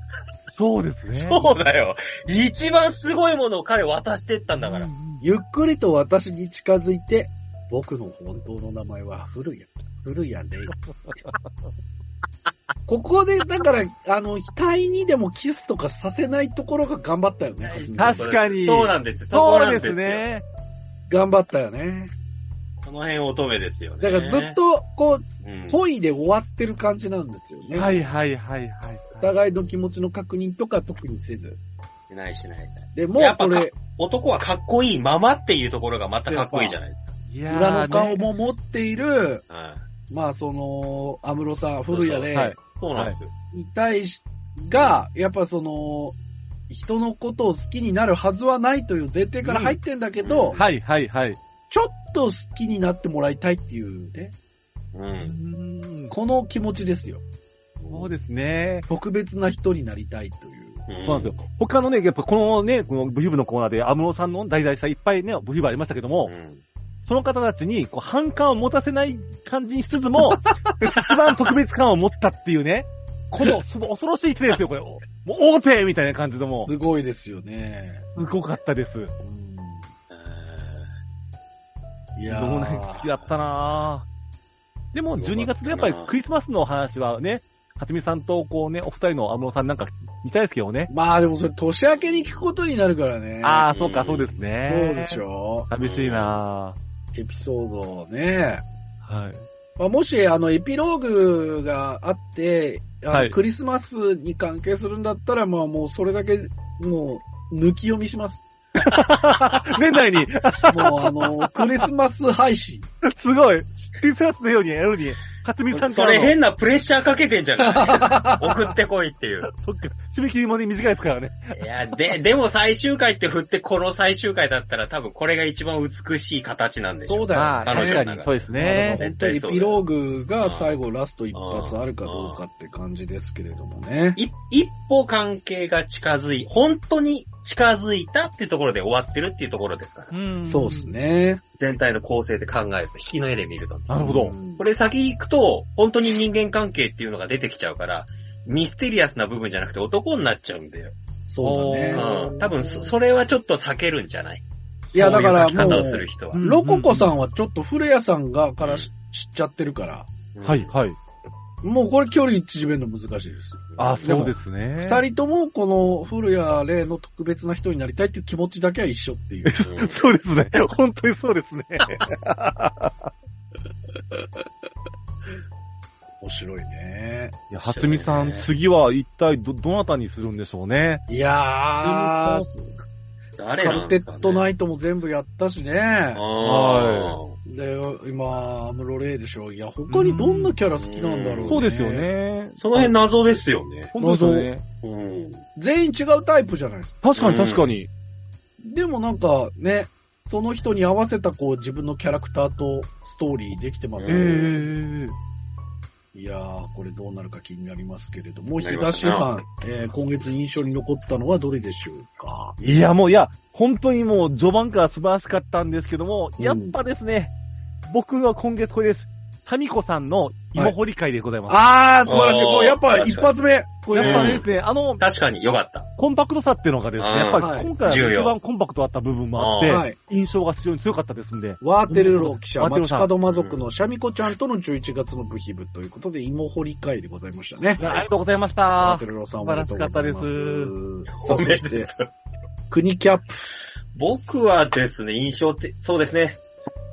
Speaker 3: そうですね。
Speaker 2: そうだよ。一番すごいものを彼渡していったんだから。
Speaker 1: ゆっくりと私に近づいて、僕の本当の名前は古谷、古谷 レイ。ここで、だから、あの、額にでもキスとかさせないところが頑張ったよね。
Speaker 3: 確かに
Speaker 2: そうなんですよ。そこ
Speaker 3: そ
Speaker 2: な
Speaker 3: うんで
Speaker 2: です
Speaker 3: す
Speaker 2: よ。
Speaker 3: ね。
Speaker 1: 頑張ったよね。
Speaker 2: この辺乙女ですよね。
Speaker 1: だからずっと、こ
Speaker 2: うん、
Speaker 1: う、恋で終わってる感じなんですよね。
Speaker 3: はいはいはいはい。
Speaker 1: お互いの気持ちの確認とか特にせず。
Speaker 2: しないしない。
Speaker 1: で、もう
Speaker 2: やっぱ
Speaker 1: これ、
Speaker 2: 男はかっこいいままっていうところがまたかっこいいじゃないですか。
Speaker 3: いや
Speaker 1: 裏の
Speaker 3: ー
Speaker 1: 顔
Speaker 3: ね
Speaker 1: も持っている、
Speaker 2: うん
Speaker 1: まあその、安室さん、古谷
Speaker 2: そう
Speaker 1: で、
Speaker 2: そう
Speaker 3: はい
Speaker 2: そうなんですよ。
Speaker 1: に対し、が、やっぱその、人のことを好きになるはずはないという前提から入ってんだけど、
Speaker 2: うん
Speaker 3: はいはいはい。
Speaker 1: ちょっと好きになってもらいたいっていうね、
Speaker 2: うん。
Speaker 1: この気持ちですよ。
Speaker 3: そうですね。
Speaker 1: 特別な人になりたいという。
Speaker 2: うん
Speaker 3: そうなんですよ。他のね、やっぱこのね、このブヒブのコーナーで、安室さんの題材したいっぱいね、ブヒブありましたけども、
Speaker 2: うん
Speaker 3: その方たちに、こう、反感を持たせない感じにしつつも、一番特別感を持ったっていうね、この、その恐ろしい手ですよ、これ。もう、大手みたいな感じでも
Speaker 1: すごいですよね。
Speaker 3: う、すごかったです。
Speaker 1: いやー
Speaker 3: どうなん好きだったなぁ。でも、12月でやっぱりクリスマスの話はね、はちみさんとこうね、お二人の安室さんなんか見たいですけどね。
Speaker 1: まあでもそれ年明けに聞くことになるからね。
Speaker 3: ああ、そうか、そうですね。
Speaker 1: そうでしょ
Speaker 3: 寂しいな
Speaker 1: う。エピソードをね。
Speaker 3: ぁ。はい。
Speaker 1: まあ、もし、あの、エピローグがあって、あの
Speaker 3: はい
Speaker 1: クリスマスに関係するんだったら、まあもうそれだけ、もう、抜き読みし ます。
Speaker 3: 年内に、
Speaker 1: もうあの、クリスマス配信。
Speaker 3: すごい、クリスマスのようにやるに、勝美さん
Speaker 2: そ
Speaker 3: から
Speaker 2: れ
Speaker 3: の、
Speaker 2: 変なプレッシャーかけてんじゃない 送ってこいっていう。
Speaker 3: そっか締め切りもね、短いですからね。
Speaker 2: いや、で、でも最終回って振ってこの最終回だったら多分これが一番美しい形なんでしょ
Speaker 1: そうだよ
Speaker 3: まあ、
Speaker 2: 彼
Speaker 3: 確
Speaker 2: 女の
Speaker 3: か
Speaker 2: 中
Speaker 3: に
Speaker 2: で、
Speaker 3: そうです
Speaker 1: ね。
Speaker 3: ね。
Speaker 1: 本当にエピローグが最後ラスト一発あるかどうかって感じですけれどもね。
Speaker 2: 一一歩関係が近づい、本当に近づいたっていうところで終わってるっていうところですから。
Speaker 3: うん
Speaker 1: そうです。ね。
Speaker 2: 全体の構成で考えると、引きの絵で見ると。
Speaker 3: なるほど
Speaker 1: う。ん
Speaker 2: これ先行くと、本当に人間関係っていうのが出てきちゃうから、ミステリアスな部分じゃなくて男になっちゃうんだよ。
Speaker 1: そう
Speaker 2: う
Speaker 1: だね。
Speaker 2: ん。多分そ、それはちょっと避けるんじゃない
Speaker 1: いや、だから
Speaker 2: そういう書き
Speaker 1: も
Speaker 2: 方をする
Speaker 1: う、
Speaker 2: 人は。
Speaker 3: うん
Speaker 1: ロココさんはちょっと古谷さんがからし知っちゃってるから、
Speaker 3: はい、はい。
Speaker 1: もうこれ距離縮めるの難しいです。
Speaker 3: あ、そうですね。
Speaker 1: 二人ともこの古谷霊の特別な人になりたいっていう気持ちだけは一緒っていう。
Speaker 2: うん。
Speaker 3: そうですね。 本当にそうですね。
Speaker 1: 面白いね。
Speaker 3: いや、初見さん、次は一体ど、どなたにするんでしょうね。
Speaker 1: いやー、
Speaker 2: 誰
Speaker 1: カ
Speaker 2: な
Speaker 1: ル
Speaker 2: ん
Speaker 1: テ
Speaker 2: ですか、ね、
Speaker 1: ットナイトも全部やったしね。
Speaker 2: は
Speaker 1: で、今、アムロレイでしょ。いや、他にどんなキャラ好きなんだろう、ね。
Speaker 2: ん
Speaker 3: そうですよ。ね。
Speaker 2: い。その辺謎ですよね。
Speaker 3: 本当ですよね。
Speaker 2: うん。
Speaker 1: 全員違うタイプじゃないですか。
Speaker 3: 確かに確かに。
Speaker 1: でもなんかね、その人に合わせたこう自分のキャラクターとストーリーできてます
Speaker 2: う
Speaker 3: え
Speaker 1: ね。
Speaker 3: え
Speaker 1: いやー、これどうなるか気になりますけれども、
Speaker 2: な
Speaker 1: 東
Speaker 2: ります
Speaker 1: さ
Speaker 2: ね
Speaker 1: ん、えー今月印象に残ったのはどれでしょうか
Speaker 3: いや、もう、いや、本当にもう、序盤から素晴らしかったんですけども、やっぱですね、僕は今月これです。サミコさんの芋掘り会でございます。
Speaker 1: あー、素晴
Speaker 2: 素晴
Speaker 1: ら
Speaker 2: ら
Speaker 1: し
Speaker 2: し
Speaker 1: い。
Speaker 2: い
Speaker 1: これ
Speaker 2: これ
Speaker 1: や
Speaker 2: や
Speaker 1: っ
Speaker 2: っ
Speaker 1: ぱ
Speaker 2: ぱ
Speaker 1: 一
Speaker 2: 一
Speaker 1: 発
Speaker 2: 発
Speaker 1: 目。こ
Speaker 3: や
Speaker 1: れ、
Speaker 3: っぱ
Speaker 2: ね
Speaker 3: ですね、あの、
Speaker 2: 確かに良かった。
Speaker 3: コンパクトさっていうのがですね、
Speaker 2: うん
Speaker 3: やっぱ
Speaker 1: はい
Speaker 3: り今回
Speaker 2: 重要
Speaker 3: 一番コンパクトだった部分もあって、
Speaker 2: うん
Speaker 1: はい
Speaker 3: 印象が非常に強かったですんで、
Speaker 1: ワーテルロ記者、
Speaker 3: ワーテ
Speaker 1: 街
Speaker 3: ルさん
Speaker 1: 角魔族のシャミ子ちゃんとの11月の部品部ということで、芋掘り会でございましたね
Speaker 3: い。やありがとうございまし
Speaker 1: ワ
Speaker 3: た
Speaker 1: ーテ。ルロさんおめでとうございます。さあ
Speaker 2: お
Speaker 1: そ
Speaker 2: めで
Speaker 1: し
Speaker 2: とう
Speaker 1: て、国キャップ。
Speaker 2: 僕はですね、印象って、そうですね。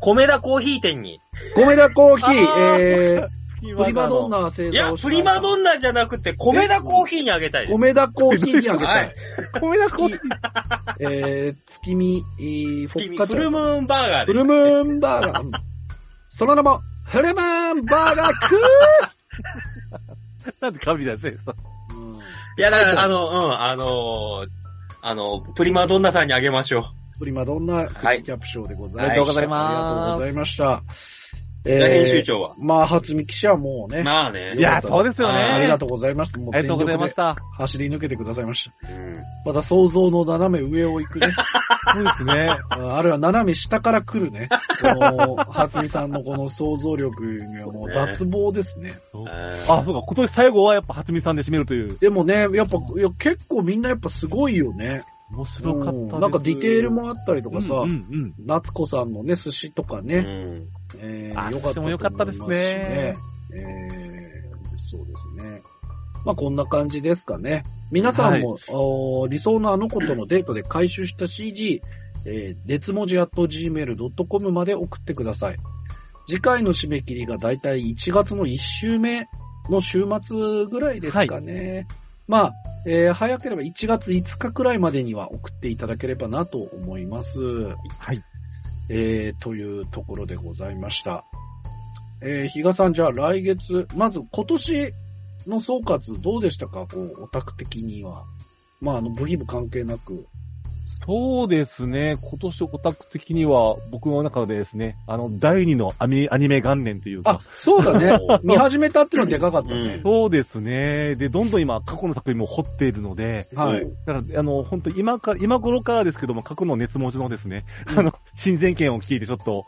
Speaker 2: 米田コーヒー店に。
Speaker 1: 米田コーヒー、
Speaker 3: あー
Speaker 1: えー、プ
Speaker 3: プ
Speaker 1: リマドンナ製
Speaker 2: い
Speaker 1: 造
Speaker 2: や
Speaker 1: を、した
Speaker 2: プリマドンナじゃなくて、米田コーヒーにあげたいです。
Speaker 1: 米田コーヒーにあげた
Speaker 2: はいい。
Speaker 3: 米田コーヒー。
Speaker 1: えー、月見、えー、フォッカチ
Speaker 2: フル
Speaker 1: ャ。
Speaker 2: ムーンバーガー
Speaker 1: フ
Speaker 2: で
Speaker 1: ルムーンバーガー。その名も、フルムーンバーガーク
Speaker 3: なんで神だぜ。
Speaker 1: ー、
Speaker 2: す。いや、だから、あの、うん、あのーあの、プリマドンナさんにあげましょう。
Speaker 1: プリマドンナ、
Speaker 2: はい
Speaker 1: キャップ賞でご
Speaker 3: お
Speaker 1: ざい
Speaker 3: め
Speaker 1: ま。
Speaker 3: ですとうご
Speaker 1: あ
Speaker 3: ざい
Speaker 1: りがとう
Speaker 3: ま
Speaker 1: ご
Speaker 3: す。
Speaker 1: ざいました。え
Speaker 2: じゃあ編集長は。
Speaker 1: まあ、初見記者はもうね。
Speaker 2: まあね。
Speaker 3: いや、そうですよね。
Speaker 1: ありがとうございました。もう
Speaker 3: ありがとうございまし
Speaker 1: 全力
Speaker 3: た。
Speaker 1: で走り抜けてくださいました。
Speaker 2: うん
Speaker 1: また想像の斜め上を行くね。
Speaker 3: そうですね。
Speaker 1: うんあるいは斜め下から来るね。この、初見さんのこの想像力にはもう脱帽ですね。
Speaker 3: あ、そうか、今年最後はやっぱ初見さんで締めるという。
Speaker 1: でもね、やっぱ、いや結構みんなやっぱすごいよね。
Speaker 3: 面白かったです。
Speaker 1: うんなんかディテールもあったりと
Speaker 3: と
Speaker 1: かさ、
Speaker 3: うんうん
Speaker 1: 夏子さんのね、寿司とか
Speaker 2: う
Speaker 1: ね、
Speaker 2: ん。
Speaker 1: え
Speaker 3: あ
Speaker 1: ー、よかったと思いますし
Speaker 3: 寿司も良かったで。
Speaker 1: えー、そうですね。まあこんな感じですかね。皆さんも、おー理想のあの子とのデートで回収した CG、えー、熱文字 at gmail.com まで送ってください。次回の締め切りがだいたい1月の1週目の週末ぐらいですかね。まあ、えー早ければ1月5日くらいまでには送っていただければなと思います。
Speaker 3: はい。
Speaker 1: えーというところでございました。えー、比嘉さん、じゃあ来月、まず今年の総括どうでしたかこう、オタク的には。まあ、あの、ブギ部関係なく。
Speaker 3: そうですね。今年オタク的には、僕の中でですね、あの、第二のアニアニメ元年という
Speaker 1: あ
Speaker 3: か。、
Speaker 1: そうだね。 見始めたってのはでかかったね。
Speaker 3: そうですね。で、どんどん今、過去の作品も掘っているので、
Speaker 2: ん
Speaker 1: はい。
Speaker 3: だから、あの、本当今か、今頃からですけども、過去の熱文字のですね、あの、親善権を聞いてちょっと、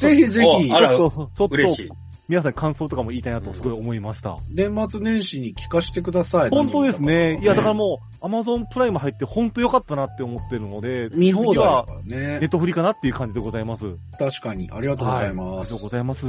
Speaker 1: ぜひぜひ
Speaker 2: お、あら
Speaker 3: ちょっと、ちょっ と
Speaker 2: 嬉しい。
Speaker 3: 皆さん感想とかも言いたいなとすごい思いました。
Speaker 1: 年末年始に聞かせてください。
Speaker 3: 本当ですね。いや、だから
Speaker 1: ね
Speaker 3: もう、アマゾンプライム入って本当良かったなって思ってるので、
Speaker 1: 見放題
Speaker 3: 次
Speaker 1: だ
Speaker 3: は
Speaker 1: からね
Speaker 3: ネッ。トフリかなっていう感じでございます。あり
Speaker 1: 確かに。ありがとうござい
Speaker 3: あり
Speaker 1: ま
Speaker 3: が
Speaker 1: す。
Speaker 3: とうございます。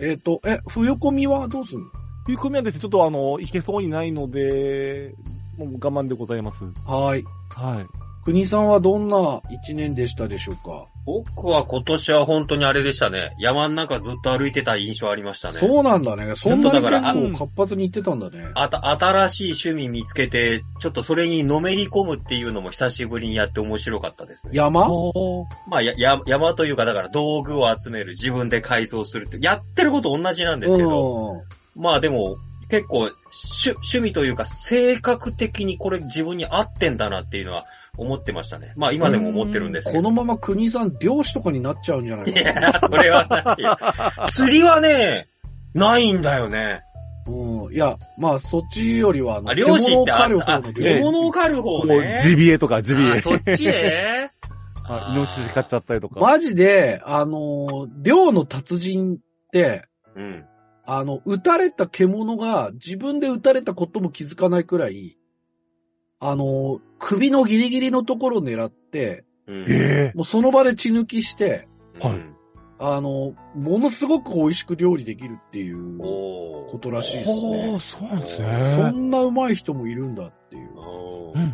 Speaker 1: えっ、と、え、冬コミはどうするの
Speaker 3: いう組はですね、ちょっとあの、いけそうにないので、もう我慢でございます。
Speaker 1: はーい。
Speaker 3: はい。
Speaker 1: 国さんはどんな一年でしたでしょうか、
Speaker 2: 僕は今年は本当にあれでしたね。山の中ずっと歩いてた印象ありましたね。
Speaker 1: そうなんだね。そんな
Speaker 2: ちょっとだから
Speaker 1: に結構活発に行ってたんだね。
Speaker 2: あた、新しい趣味見つけて、ちょっとそれにのめり込むっていうのも久しぶりにやって面白かったですね。
Speaker 1: 山
Speaker 3: おー
Speaker 2: まあ、や、や山というか、だから道具を集める、自分で改造するって、やってること同じなんですけど、まあでも、結構、趣、趣味というか、性格的にこれ自分に合ってんだなっていうのは思ってましたね。まあ今でも思ってるんです
Speaker 1: うん
Speaker 2: け
Speaker 1: こ
Speaker 2: ど。
Speaker 1: のまま国さん漁師とかになっちゃうんじゃないいかな。
Speaker 2: や、それはないよ。釣りはね、ないんだよね。
Speaker 1: うん、いや、まあ、そっちよりは、あの
Speaker 2: あ、漁師ってあ
Speaker 1: 獣を狩る方の
Speaker 2: 獲
Speaker 3: ええ
Speaker 1: 漁
Speaker 2: 物を狩る方
Speaker 3: もう、ジ
Speaker 2: ね。
Speaker 3: ビエとか、ジビ
Speaker 2: あ
Speaker 3: エ。
Speaker 2: そっちね。
Speaker 3: あイノシシ買っちゃったりとか。
Speaker 1: マジで、あのー、漁の達人って、
Speaker 2: うん。
Speaker 1: あの、撃たれた獣が自分で撃たれたことも気づかないくらい、あのー、首のギリギリのところを狙って、
Speaker 2: うん。
Speaker 3: ええ
Speaker 1: もうその場で血抜きして、
Speaker 2: うん
Speaker 3: はい
Speaker 1: あのー、ものすごく美味しく料理できるっていう
Speaker 2: おー
Speaker 1: ことらしいです
Speaker 3: お
Speaker 1: ね。
Speaker 3: ー、そうなんです
Speaker 1: そ
Speaker 3: ね。
Speaker 1: んな上手い人もいるんだっていう。
Speaker 2: お
Speaker 3: う
Speaker 2: ー
Speaker 3: んうん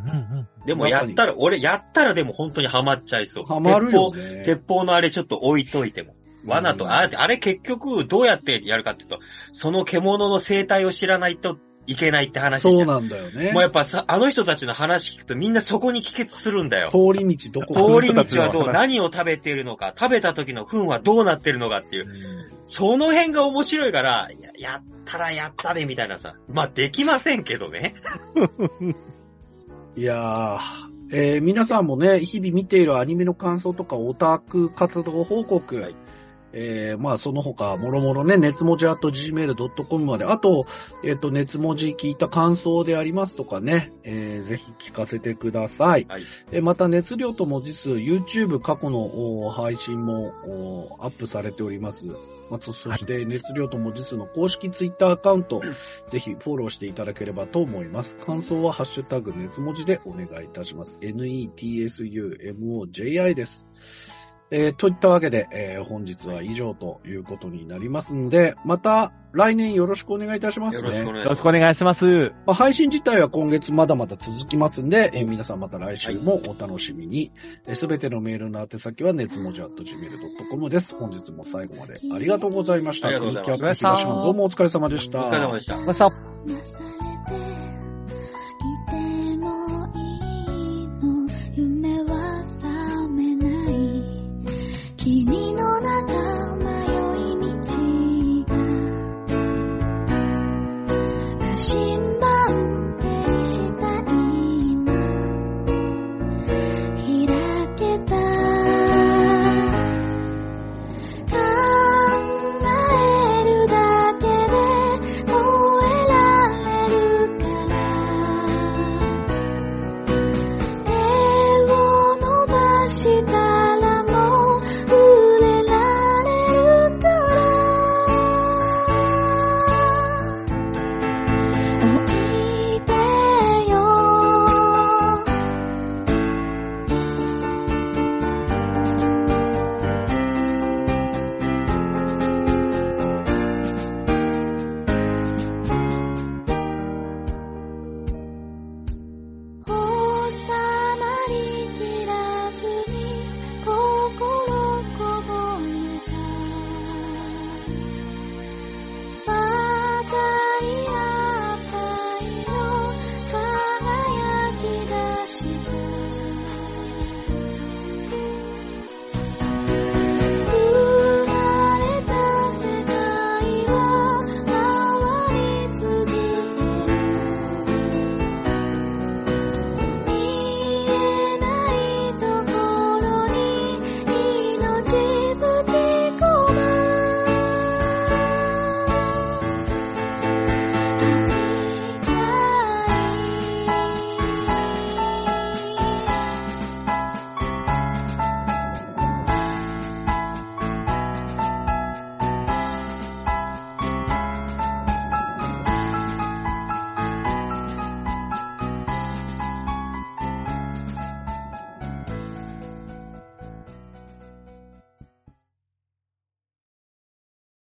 Speaker 2: でもやったら、俺やったらでも本当にハマっちゃいそう。
Speaker 1: ハマるよ
Speaker 2: 鉄
Speaker 1: ね。
Speaker 2: 砲。鉄砲のあれちょっと置いといても。罠
Speaker 1: う
Speaker 2: と、
Speaker 1: ん
Speaker 2: あれあれ結局どうやってやるかっていうと、その獣の生態を知らないといけないって話じゃん
Speaker 1: そうなんだよね。
Speaker 2: もうやっぱさ、あの人たちの話聞くとみんなそこに帰結するんだよ。
Speaker 1: 通り道どこ
Speaker 2: 通
Speaker 1: か
Speaker 2: り道はどう、
Speaker 3: その人たちの話
Speaker 2: 何を食べているのか、食べた時の糞はどうなってるのかっていう、その辺が面白いから、ややったらやったでみたいなさ。まあ、できませんけどね。
Speaker 1: いやー、えー皆さんもね、日々見ているアニメの感想とか、オタク活動報告、
Speaker 2: はい
Speaker 1: えーまあ、その他、もろもろね、熱文字 at gmail.com まで、あと、えっ、と、熱文字聞いた感想でありますとかね、えーぜひ聞かせてください。
Speaker 2: はい
Speaker 1: えーまた、熱量と文字数、YouTube 過去のおー配信もおーアップされております。まあ、そそして、熱量と文字数の公式 Twitter アカウント、ぜひフォローしていただければと思います。感想はハッシュタグ熱文字でお願いいたします。netsumoji です。えーといったわけで、えー本日は以上ということになりますので、また来年よろしくお願いいたします、ね。
Speaker 2: よろしくお願
Speaker 3: よ
Speaker 2: いします
Speaker 3: ろしく。お願いします。
Speaker 1: まあ配信自体は今月まだまだ続きますんで、えー皆さんまた来週もお楽しみに。すべてのメールの宛先は熱文字 .gmail.com です。本日も最後までありがとうございました。
Speaker 2: ありがとうございました
Speaker 1: 国木明子東野どうもお疲れ様でした。
Speaker 2: お疲れ様でした。
Speaker 3: ました。
Speaker 6: なされ